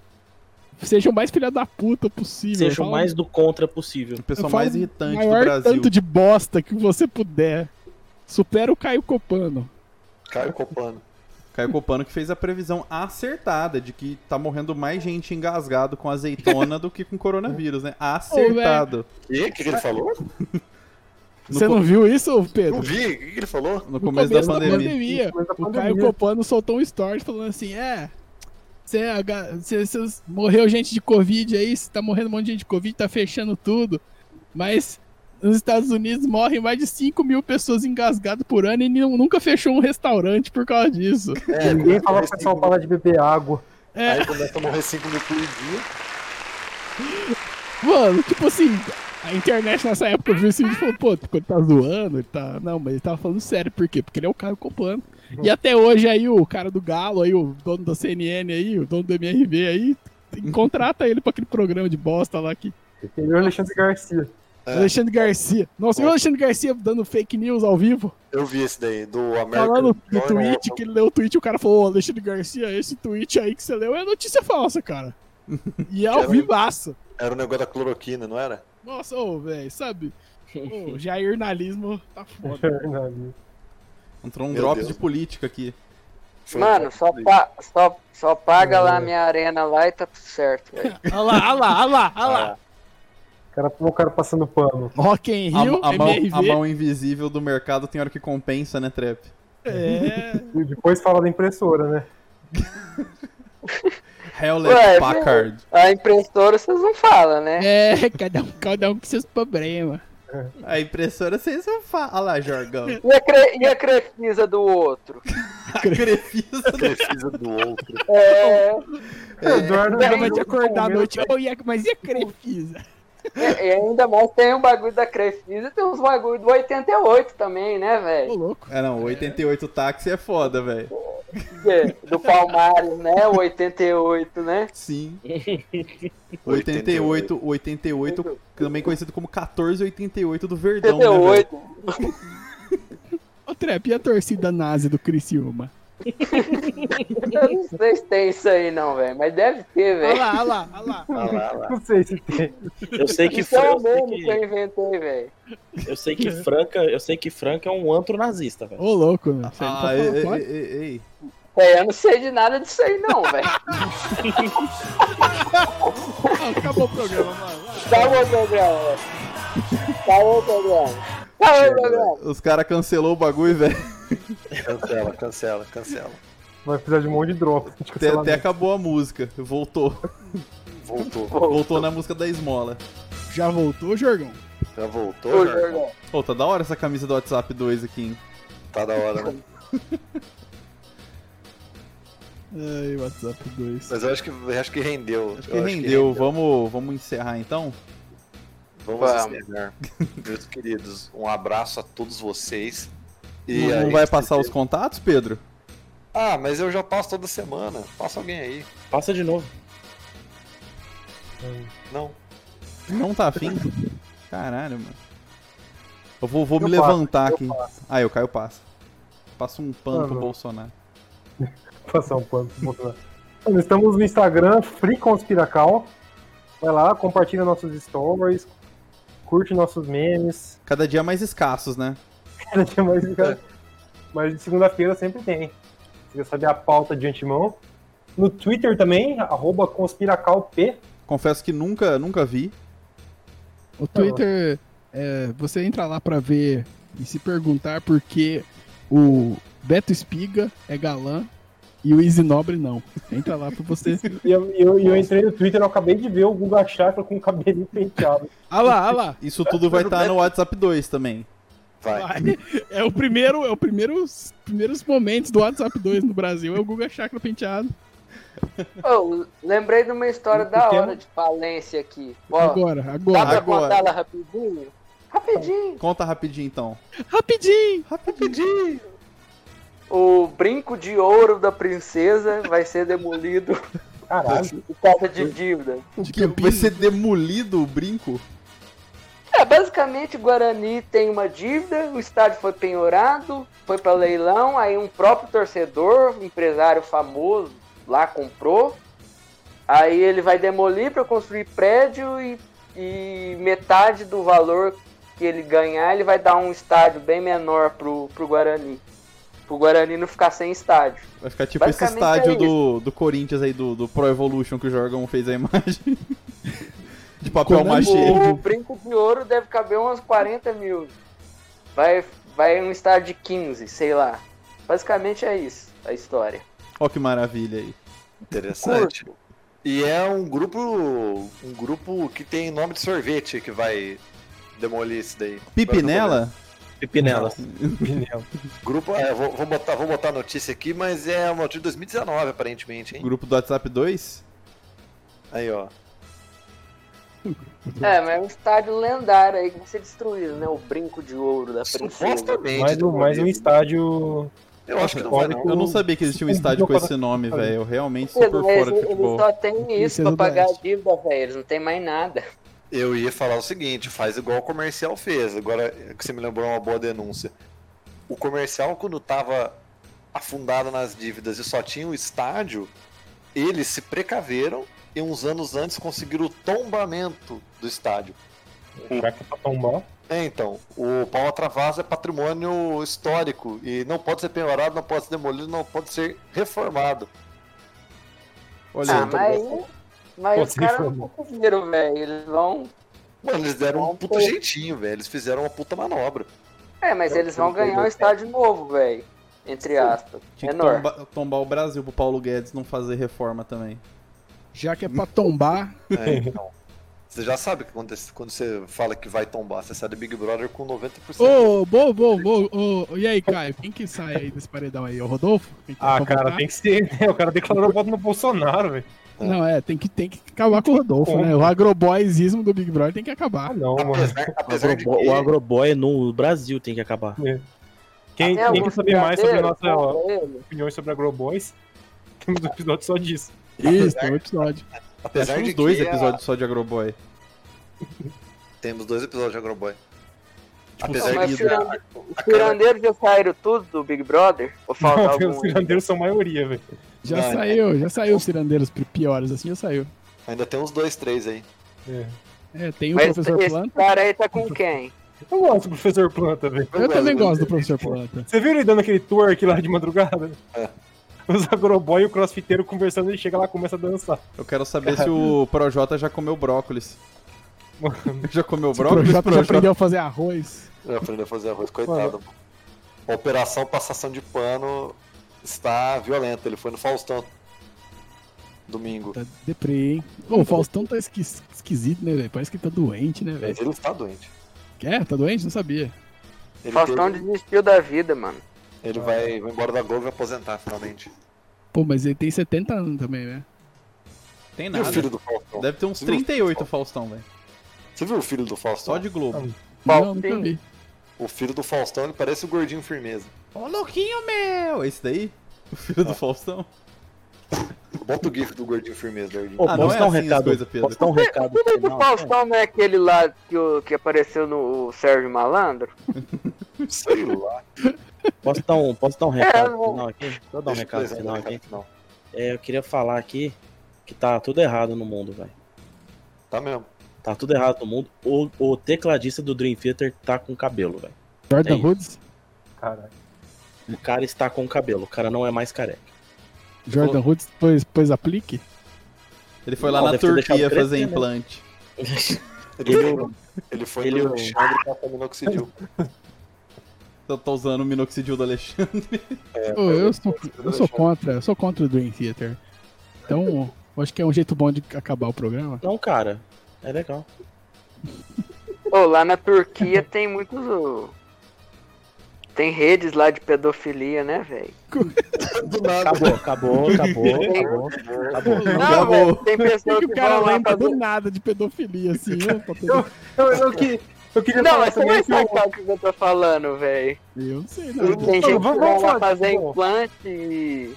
[SPEAKER 5] Seja o mais filha da puta possível.
[SPEAKER 1] Seja o
[SPEAKER 5] Fala
[SPEAKER 1] mais do contra possível.
[SPEAKER 2] A pessoa
[SPEAKER 5] falo
[SPEAKER 2] mais irritante do
[SPEAKER 5] maior
[SPEAKER 2] Brasil.
[SPEAKER 5] tanto de bosta que você puder. Supera o Caio Copano.
[SPEAKER 6] Caio Copano.
[SPEAKER 2] Caio Copano que fez a previsão acertada de que tá morrendo mais gente engasgado com azeitona do que com coronavírus,
[SPEAKER 5] [laughs]
[SPEAKER 2] né? Acertado.
[SPEAKER 6] E o que, que ele falou?
[SPEAKER 2] No
[SPEAKER 5] você
[SPEAKER 2] co-
[SPEAKER 5] não viu isso, Pedro?
[SPEAKER 6] Não vi. O que, que ele falou?
[SPEAKER 2] No começo da pandemia.
[SPEAKER 4] No começo da
[SPEAKER 5] O Caio
[SPEAKER 4] pandemia.
[SPEAKER 5] Copano soltou um story falando assim: É. Você, você, você morreu gente de Covid aí, você tá morrendo um monte de gente de Covid, tá fechando tudo. Mas nos Estados Unidos morrem mais de 5 mil pessoas engasgadas por ano e nu- nunca fechou um restaurante por causa disso.
[SPEAKER 4] Ninguém fala pro pessoal parar de beber água.
[SPEAKER 5] É,
[SPEAKER 6] Aí começa a morrer 5 mil por dia.
[SPEAKER 5] Mano, tipo assim, a internet nessa época viu esse vídeo e falou, pô, ele tá zoando, ele tá. Não, mas ele tava falando sério, por quê? Porque ele é o Caio Copano. E até hoje aí o cara do Galo, aí, o dono da CNN aí, o dono do MRV aí, tem- contrata ele pra aquele programa de bosta lá que.
[SPEAKER 4] Ele é o Alexandre Garcia.
[SPEAKER 6] É.
[SPEAKER 5] Alexandre Garcia. Nossa, e o
[SPEAKER 6] Nossa.
[SPEAKER 5] Alexandre Garcia dando fake news ao vivo?
[SPEAKER 6] Eu vi esse daí, do American
[SPEAKER 5] Falando no
[SPEAKER 6] Journal.
[SPEAKER 5] tweet, que ele leu o tweet, o cara falou, ô, Alexandre Garcia, esse tweet aí que você leu é notícia falsa, cara. E é ao
[SPEAKER 6] Cara,
[SPEAKER 5] vivaço.
[SPEAKER 6] Era o negócio da cloroquina, não era?
[SPEAKER 5] Nossa, ô, velho, sabe? [laughs] Ô, jairnalismo tá foda.
[SPEAKER 4] [laughs] É
[SPEAKER 2] Entrou um
[SPEAKER 6] Meu
[SPEAKER 2] drops
[SPEAKER 6] Deus.
[SPEAKER 2] de política aqui.
[SPEAKER 6] Foi
[SPEAKER 3] Mano, só, pa- só, só paga lá a minha arena lá e tá tudo certo, velho.
[SPEAKER 5] Olha lá, olha lá, olha lá, olha lá.
[SPEAKER 4] O cara, o cara passando pano.
[SPEAKER 5] É. Rock in
[SPEAKER 2] A,
[SPEAKER 5] Rio,
[SPEAKER 2] a mão,
[SPEAKER 5] MRV.
[SPEAKER 2] a mão invisível do mercado tem hora que compensa, né, Trap?
[SPEAKER 5] É,
[SPEAKER 4] E depois fala da impressora, né?
[SPEAKER 2] Hewlett
[SPEAKER 3] Ué,
[SPEAKER 2] é Packard.
[SPEAKER 3] A impressora vocês não falam, né?
[SPEAKER 5] é, cada um, cada um com seus problemas.
[SPEAKER 2] A impressora, vocês não falam. Olha lá, Jorgão.
[SPEAKER 5] [laughs]
[SPEAKER 3] E a, cre... e a crefisa do outro?
[SPEAKER 2] A Crefisa.
[SPEAKER 6] Precisa do outro.
[SPEAKER 3] É,
[SPEAKER 4] Eduardo
[SPEAKER 5] O cara vai te acordar à
[SPEAKER 4] Palmeiras,
[SPEAKER 5] noite. Ô, e a- mas e a Crefisa?
[SPEAKER 3] e é, ainda mais tem o bagulho da crefisa e tem uns bagulho do 88 também, né,
[SPEAKER 5] Ô,
[SPEAKER 3] velho?
[SPEAKER 5] louco.
[SPEAKER 2] É, não, 88 táxi é foda, velho.
[SPEAKER 3] É, Do Palmares, né? O 88, né?
[SPEAKER 2] [laughs] Sim. 88, 88, também conhecido como 1488 do Verdão, né, velho?
[SPEAKER 3] 88.
[SPEAKER 5] Ô, Trep, e a torcida nazi do Criciúma?
[SPEAKER 3] Eu não sei se tem isso aí, não, velho. Mas deve ter,
[SPEAKER 5] Olha
[SPEAKER 3] velho.
[SPEAKER 5] lá, olha lá, olha lá.
[SPEAKER 6] Ah, lá, lá.
[SPEAKER 4] Não sei se tem.
[SPEAKER 1] Eu sei que,
[SPEAKER 3] [laughs] Isso
[SPEAKER 1] Fran-
[SPEAKER 3] é
[SPEAKER 1] eu
[SPEAKER 3] o mesmo
[SPEAKER 1] sei
[SPEAKER 3] que eu inventei, velho.
[SPEAKER 1] que, eu sei que Franca, eu sei que Franca é um antro nazista, velho.
[SPEAKER 5] Ô, louco, meu. Isso aí não tá
[SPEAKER 2] Ah,
[SPEAKER 5] falando
[SPEAKER 2] ei,
[SPEAKER 5] fora.
[SPEAKER 2] ei, ei, ei.
[SPEAKER 3] É, eu não sei de nada disso aí, não, velho.
[SPEAKER 5] Ah, Acabou o programa, mano.
[SPEAKER 3] Acabou o programa, velho. Acabou o programa. Acabou o programa.
[SPEAKER 2] Os caras cancelou o bagulho, [laughs] velho.
[SPEAKER 6] Cancela, cancela, cancela.
[SPEAKER 4] Vai precisar de um monte de [laughs] drops. de
[SPEAKER 2] Até, até
[SPEAKER 4] cancelamento.
[SPEAKER 2] acabou a música. Voltou.
[SPEAKER 6] Voltou.
[SPEAKER 2] Voltou na música da esmola.
[SPEAKER 5] Já voltou, Jorgão?
[SPEAKER 6] Já voltou,
[SPEAKER 3] Ô,
[SPEAKER 6] Jorge?
[SPEAKER 3] Jorgão.
[SPEAKER 2] Pô, tá da hora essa camisa do WhatsApp 2 aqui, hein?
[SPEAKER 6] Tá da hora, né?
[SPEAKER 5] Ai, WhatsApp 2.
[SPEAKER 6] Mas eu acho que, eu acho que rendeu.
[SPEAKER 2] Acho
[SPEAKER 6] Eu
[SPEAKER 2] que rendeu. Vamos, vamos encerrar então?
[SPEAKER 6] Vamos
[SPEAKER 3] Vamos.
[SPEAKER 6] encerrar. Meus queridos, um abraço a todos vocês. E
[SPEAKER 2] Não,
[SPEAKER 6] aí,
[SPEAKER 2] não vai
[SPEAKER 6] se
[SPEAKER 2] passar os
[SPEAKER 6] vocês-
[SPEAKER 2] contatos, Pedro?
[SPEAKER 6] Ah, mas eu já passo toda semana. Passa alguém aí.
[SPEAKER 2] Oh.
[SPEAKER 1] Passa de novo.
[SPEAKER 6] Não.
[SPEAKER 2] Não tá afim? Caralho, mano. Eu vou, vou
[SPEAKER 4] Eu
[SPEAKER 2] me
[SPEAKER 4] passo,
[SPEAKER 2] levantar
[SPEAKER 4] eu
[SPEAKER 2] aqui. Ah, eu caio passa. Passa um pano
[SPEAKER 4] Ah,
[SPEAKER 2] pro
[SPEAKER 4] não.
[SPEAKER 2] Bolsonaro.
[SPEAKER 4] Passar um pano pro Bolsonaro. Mano, estamos no Instagram, Free Conspiracal. Vai lá, compartilha nossos stories, curte nossos memes. [laughs]
[SPEAKER 2] Cada dia mais escassos, né?
[SPEAKER 4] quarta-feira tem mais indicação. Mas de segunda-feira sempre tem. Você quer saber a pauta de antemão. No Twitter também, arroba conspiracalp.
[SPEAKER 2] Confesso que nunca, nunca vi.
[SPEAKER 5] O Twitter, é, você entra lá pra ver e se perguntar por que o Beto Espiga é galã e o Easy Nobre não. Entra lá pra você.
[SPEAKER 4] E eu, e eu, e eu entrei no Twitter, eu acabei de ver o Guga Chakra com o cabelinho penteado.
[SPEAKER 5] [laughs] Ah lá, ah lá.
[SPEAKER 2] Isso tudo vai estar no WhatsApp 2 também.
[SPEAKER 6] Vai.
[SPEAKER 5] É o primeiro, é o primeiro, os primeiros momentos do WhatsApp 2 no Brasil. É o Guga Chakra penteado.
[SPEAKER 3] Ô, lembrei de uma história da hora de falência aqui. Ó,
[SPEAKER 5] Agora,
[SPEAKER 3] dá pra
[SPEAKER 5] agora.
[SPEAKER 2] agora.
[SPEAKER 3] contar ela rapidinho? Rapidinho.
[SPEAKER 2] Conta rapidinho então.
[SPEAKER 5] Rapidinho!
[SPEAKER 3] O brinco de ouro da princesa vai ser demolido [laughs]
[SPEAKER 4] Caralho.
[SPEAKER 3] por causa de dívida.
[SPEAKER 5] O
[SPEAKER 2] De que vai ser demolido o brinco?
[SPEAKER 3] É, basicamente, Guarani tem uma dívida, o estádio foi penhorado, foi para leilão, aí um próprio torcedor, um empresário famoso, lá comprou. Aí ele vai demolir para construir prédio e, e metade do valor que ele ganhar, ele vai dar um estádio bem menor pro, pro Guarani. Pro Guarani não ficar sem estádio.
[SPEAKER 2] Vai ficar tipo esse
[SPEAKER 3] Basicamente
[SPEAKER 2] estádio
[SPEAKER 3] é isso.
[SPEAKER 2] do, do Corinthians aí, do, do Pro Evolution que o Jorgão fez a imagem. [laughs] De papel
[SPEAKER 5] Quando
[SPEAKER 2] machê.
[SPEAKER 3] O brinco de ouro deve caber umas 40 mil. Vai, vai um estádio de 15, sei lá. Basicamente é isso a história.
[SPEAKER 2] Ó que maravilha aí.
[SPEAKER 6] Interessante. E é um grupo. Um grupo que tem nome de sorvete que vai demolir isso daí.
[SPEAKER 2] Pipinela?
[SPEAKER 1] Pipinela.
[SPEAKER 6] Grupo. É, vou, vou botar, vou botar a notícia aqui, mas é uma notícia de 2019, aparentemente, hein?
[SPEAKER 2] Grupo do WhatsApp 2?
[SPEAKER 6] Aí, ó.
[SPEAKER 4] Uhum.
[SPEAKER 3] É, mas é um estádio lendário aí que vai ser destruído, né? O brinco de ouro da princesa.
[SPEAKER 6] Supostamente.
[SPEAKER 4] Mais um, mais um
[SPEAKER 6] demolido.
[SPEAKER 4] estádio.
[SPEAKER 6] Eu acho que não vai, não.
[SPEAKER 2] Eu não sabia que existia um estádio com esse nome, velho. Eu realmente super
[SPEAKER 3] Mas
[SPEAKER 2] fora de
[SPEAKER 3] eles
[SPEAKER 2] futebol.
[SPEAKER 3] só tá
[SPEAKER 4] é
[SPEAKER 3] tem isso
[SPEAKER 5] Princesa
[SPEAKER 3] pra
[SPEAKER 5] do
[SPEAKER 3] pagar a
[SPEAKER 5] Oeste.
[SPEAKER 3] dívida, velho. Eles não tem mais nada.
[SPEAKER 6] Eu ia falar o seguinte, faz igual o comercial fez. Agora que você me lembrou uma boa denúncia. O comercial, quando tava afundado nas dívidas e só tinha o estádio, eles se precaveram e uns anos antes conseguiram o tombamento do estádio.
[SPEAKER 4] Será que é pra tombar?
[SPEAKER 6] É, então, o pau travasa é patrimônio histórico e não pode ser penhorado, não pode ser demolido, não pode ser reformado.
[SPEAKER 2] Olha
[SPEAKER 3] Ah,
[SPEAKER 2] aí.
[SPEAKER 4] tá
[SPEAKER 3] mas, mas
[SPEAKER 4] Pô,
[SPEAKER 3] os
[SPEAKER 4] se
[SPEAKER 3] caras
[SPEAKER 4] for,
[SPEAKER 3] não conseguiram, velho. Eles vão.
[SPEAKER 6] Mano, eles deram um
[SPEAKER 3] Bom,
[SPEAKER 6] puta
[SPEAKER 3] pô.
[SPEAKER 6] jeitinho, velho. Eles fizeram uma puta manobra.
[SPEAKER 3] É, mas eles vão ganhar um estádio novo, velho. Entre aspas.
[SPEAKER 2] Tinha que
[SPEAKER 3] Menor.
[SPEAKER 2] tomba- tombar o Brasil pro Paulo Guedes não fazer reforma também.
[SPEAKER 5] Já que é pra tombar,
[SPEAKER 6] É, então. Você já sabe que quando, quando você fala que vai tombar, você sai do Big Brother com 90%.
[SPEAKER 5] Ô, boa, boa, boa. Ô, e aí, Caio? Quem que sai aí desse paredão aí? O Rodolfo? Quem que
[SPEAKER 4] Ah,
[SPEAKER 5] vai
[SPEAKER 4] cara,
[SPEAKER 5] votar?
[SPEAKER 4] tem que ser, né? O cara declarou voto no Bolsonaro, velho.
[SPEAKER 5] Não, é, tem que, tem que acabar com o Rodolfo, né? O agroboysismo do Big Brother tem que
[SPEAKER 4] Ah,
[SPEAKER 5] acabar.
[SPEAKER 4] não, mano.
[SPEAKER 6] Apesar,
[SPEAKER 1] O
[SPEAKER 6] apesar de
[SPEAKER 1] agroboy,
[SPEAKER 6] que,
[SPEAKER 1] o agroboy no Brasil tem que acabar.
[SPEAKER 4] Quem,
[SPEAKER 3] Tem
[SPEAKER 4] quem
[SPEAKER 3] algum
[SPEAKER 4] quer saber mais sobre a
[SPEAKER 3] brigadeiro
[SPEAKER 4] nossa ó,
[SPEAKER 3] contra ele?
[SPEAKER 4] opinião sobre agroboys? [laughs] Temos um episódio só disso.
[SPEAKER 5] Isso, é um episódio.
[SPEAKER 2] Acho
[SPEAKER 6] apesar
[SPEAKER 2] que
[SPEAKER 6] de
[SPEAKER 2] uns dois
[SPEAKER 6] que a-
[SPEAKER 2] episódios só de Agroboy.
[SPEAKER 6] Temos dois episódios de Agroboy.
[SPEAKER 2] Tipo,
[SPEAKER 6] Apesar
[SPEAKER 3] Não, mas
[SPEAKER 2] seguido.
[SPEAKER 3] tirando- Os pirandeiros já saíram tudo do Big Brother? Ou falta
[SPEAKER 4] Não, os
[SPEAKER 3] algum?
[SPEAKER 4] grandeiros são maioria, velho.
[SPEAKER 5] Já
[SPEAKER 6] Não, é.
[SPEAKER 5] saiu, já saiu os cirandeiros pi- piores, assim já saiu.
[SPEAKER 6] Ainda tem uns dois, três aí.
[SPEAKER 5] É, tem o
[SPEAKER 3] Mas
[SPEAKER 5] professor
[SPEAKER 3] esse
[SPEAKER 5] Planta.
[SPEAKER 3] cara aí tá com quem?
[SPEAKER 4] Eu gosto do professor Planta, velho.
[SPEAKER 5] Eu também
[SPEAKER 6] né?
[SPEAKER 5] gosto do professor Planta.
[SPEAKER 4] Você viu ele dando aquele tour aqui lá de madrugada?
[SPEAKER 6] É.
[SPEAKER 4] Os agroboy e o crossfiteiro conversando, ele chega lá e começa a dançar.
[SPEAKER 2] Eu quero saber se o Projota já comeu
[SPEAKER 5] [laughs]
[SPEAKER 2] brócolis. já comeu
[SPEAKER 5] O
[SPEAKER 2] brócolis,
[SPEAKER 5] Projota já
[SPEAKER 2] Projota?
[SPEAKER 5] aprendeu a fazer arroz.
[SPEAKER 6] Eu aprendi a fazer arroz, coitado. A operação passação de pano está violenta. Ele foi no Faustão. Domingo.
[SPEAKER 5] Tá deprê, hein? Ô, o Faustão tá esqui- esquisito, né, velho? Parece que ele tá doente, né, velho?
[SPEAKER 6] Mas ele está doente.
[SPEAKER 5] É, tá doente? Não sabia.
[SPEAKER 6] Ele,
[SPEAKER 3] Faustão
[SPEAKER 6] teve-
[SPEAKER 3] desistiu da vida, mano.
[SPEAKER 6] ele vai, vai embora da Globo e vai aposentar finalmente.
[SPEAKER 5] Pô, mas ele tem 70 anos também, né?
[SPEAKER 2] Tem
[SPEAKER 6] E o
[SPEAKER 2] nada.
[SPEAKER 6] filho do Faustão?
[SPEAKER 2] Deve ter uns 38 Faustão, velho.
[SPEAKER 6] Você viu o filho do Faustão?
[SPEAKER 2] Só de Globo.
[SPEAKER 5] Não, nunca
[SPEAKER 3] Faustinho.
[SPEAKER 5] vi.
[SPEAKER 6] O filho do Faustão ele parece o gordinho firmeza.
[SPEAKER 2] Ô, louquinho meu! Esse daí? O filho
[SPEAKER 5] Ah.
[SPEAKER 2] do Faustão?
[SPEAKER 6] Bota o gif do gordinho firmeza, Gordinho.
[SPEAKER 1] Ô,
[SPEAKER 2] Ah, não
[SPEAKER 1] posso
[SPEAKER 2] é
[SPEAKER 1] dar um
[SPEAKER 2] assim as
[SPEAKER 1] recado?
[SPEAKER 2] coisas, Pedro.
[SPEAKER 1] Posso dar um recado?
[SPEAKER 3] O filho do
[SPEAKER 1] final?
[SPEAKER 3] Faustão não é aquele lá que, o- que apareceu no o Sérgio Malandro?
[SPEAKER 6] Sei lá.
[SPEAKER 1] Posso dar um, posso dar um recado
[SPEAKER 3] não.
[SPEAKER 1] final aqui? Deixa eu dar um
[SPEAKER 6] Deixa eu
[SPEAKER 1] recado
[SPEAKER 6] apresentar
[SPEAKER 1] final
[SPEAKER 6] o
[SPEAKER 1] aqui.
[SPEAKER 6] recado tá final.
[SPEAKER 1] É, eu queria falar aqui que tá tudo errado no mundo, velho.
[SPEAKER 6] Tá mesmo.
[SPEAKER 1] Tá tudo errado no mundo. O, o tecladista do Dream Theater tá com cabelo, velho.
[SPEAKER 5] Jordan
[SPEAKER 1] É isso.
[SPEAKER 5] Hoods?
[SPEAKER 4] Cara,
[SPEAKER 1] O cara está com cabelo, o cara não é mais careca.
[SPEAKER 5] Jordan Woods, pois, pois aplique.
[SPEAKER 2] Ele foi lá
[SPEAKER 1] Não,
[SPEAKER 2] na
[SPEAKER 1] deve ter deixado
[SPEAKER 2] Turquia
[SPEAKER 1] crescer,
[SPEAKER 2] fazer
[SPEAKER 1] né?
[SPEAKER 2] implante.
[SPEAKER 6] Ele, ele foi
[SPEAKER 1] ele-
[SPEAKER 6] no tá Alexandre pra fazer minoxidil.
[SPEAKER 2] Eu tô usando o minoxidil do Alexandre.
[SPEAKER 5] Ô, eu, sou, eu sou contra, eu sou contra o Dream Theater. Então, eu acho que é um jeito bom de acabar o programa.
[SPEAKER 1] Não, cara. É legal.
[SPEAKER 3] Ô, lá na
[SPEAKER 5] [laughs]
[SPEAKER 3] Turquia tem muitos. ô, Tem redes lá de pedofilia, né, velho?
[SPEAKER 6] Do nada.
[SPEAKER 1] Acabou, acabou,
[SPEAKER 4] [laughs]
[SPEAKER 1] acabou, acabou.
[SPEAKER 3] Não, velho, tem
[SPEAKER 5] Por
[SPEAKER 3] pessoas
[SPEAKER 5] que
[SPEAKER 3] que,
[SPEAKER 5] o cara
[SPEAKER 3] vão lá
[SPEAKER 5] lembra
[SPEAKER 3] fazer.
[SPEAKER 5] do nada de pedofilia assim? Eu, tô tendo-
[SPEAKER 4] eu, eu, que, eu queria
[SPEAKER 3] Não,
[SPEAKER 4] falar
[SPEAKER 3] mas você
[SPEAKER 4] também
[SPEAKER 3] vai
[SPEAKER 4] que eu-
[SPEAKER 3] sacar o que eu tô falando, velho.
[SPEAKER 5] eu não sei nada.
[SPEAKER 3] Tem gente que
[SPEAKER 4] vamos-
[SPEAKER 3] vai
[SPEAKER 4] vamos
[SPEAKER 3] lá
[SPEAKER 4] falar
[SPEAKER 3] fazer
[SPEAKER 4] disso, bom.
[SPEAKER 3] implante e.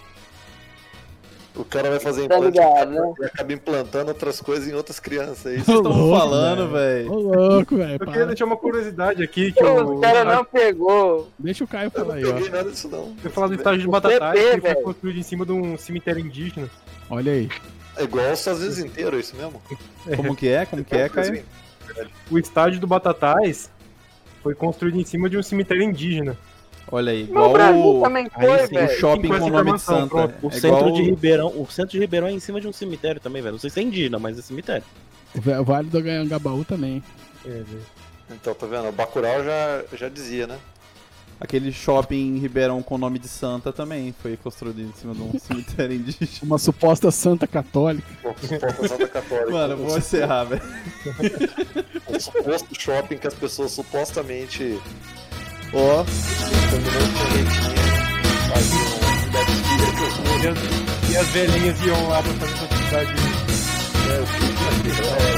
[SPEAKER 6] O cara vai fazer
[SPEAKER 3] Tá
[SPEAKER 6] implante
[SPEAKER 3] ligado, né?
[SPEAKER 6] e acaba implantando outras coisas em outras crianças. É isso.
[SPEAKER 5] Ô,
[SPEAKER 2] Estão
[SPEAKER 5] louco,
[SPEAKER 2] falando,
[SPEAKER 5] velho.
[SPEAKER 2] velho.
[SPEAKER 5] Ô, louco, velho.
[SPEAKER 4] Eu
[SPEAKER 5] para.
[SPEAKER 4] queria deixar uma curiosidade aqui que
[SPEAKER 3] Pô,
[SPEAKER 4] eu,
[SPEAKER 3] o cara não pegou.
[SPEAKER 5] Deixa o Caio
[SPEAKER 6] Eu não
[SPEAKER 5] falar aí, ó.
[SPEAKER 6] peguei nada disso, não.
[SPEAKER 4] eu falar do estágio de Batatais
[SPEAKER 3] Bebê,
[SPEAKER 4] que foi
[SPEAKER 3] velho.
[SPEAKER 4] construído em cima de um cemitério indígena.
[SPEAKER 5] Olha aí.
[SPEAKER 6] É igual os Estados Unidos inteiro, é isso mesmo?
[SPEAKER 2] Como que é? Como que é, Caio?
[SPEAKER 4] O estádio do Batatais foi construído em cima de um cemitério indígena.
[SPEAKER 2] Olha aí,
[SPEAKER 3] Não, o
[SPEAKER 2] igual
[SPEAKER 3] Brasil
[SPEAKER 2] o,
[SPEAKER 3] também
[SPEAKER 1] aí
[SPEAKER 3] foi,
[SPEAKER 1] sim,
[SPEAKER 2] o
[SPEAKER 3] velho.
[SPEAKER 2] shopping
[SPEAKER 4] Tem
[SPEAKER 2] com
[SPEAKER 4] essa
[SPEAKER 2] o nome de
[SPEAKER 4] informação,
[SPEAKER 2] Santa.
[SPEAKER 4] pronto.
[SPEAKER 2] É
[SPEAKER 1] O centro
[SPEAKER 2] igual
[SPEAKER 1] de Ribeirão, o centro de Ribeirão é em cima de um cemitério também, velho. Não sei se é indígena, mas é cemitério.
[SPEAKER 5] O ve- o Vale do Ganhangabaú também.
[SPEAKER 6] Então, tá vendo? O Bacurau já, já dizia, né?
[SPEAKER 2] aquele shopping em Ribeirão com o nome de Santa também. Foi construído em cima de um [laughs] cemitério indígena.
[SPEAKER 5] Uma suposta santa católica.
[SPEAKER 6] O suposto Santa Católica.
[SPEAKER 2] Mano, eu vou encerrar, velho.
[SPEAKER 6] O suposto shopping que as pessoas supostamente
[SPEAKER 2] Ó,
[SPEAKER 6] combinou com quem tinha, faziam um deve ser que eu sou,
[SPEAKER 4] E as velhinhas iam lá pra fazer essa atividade.
[SPEAKER 6] né? Eu fiz, né?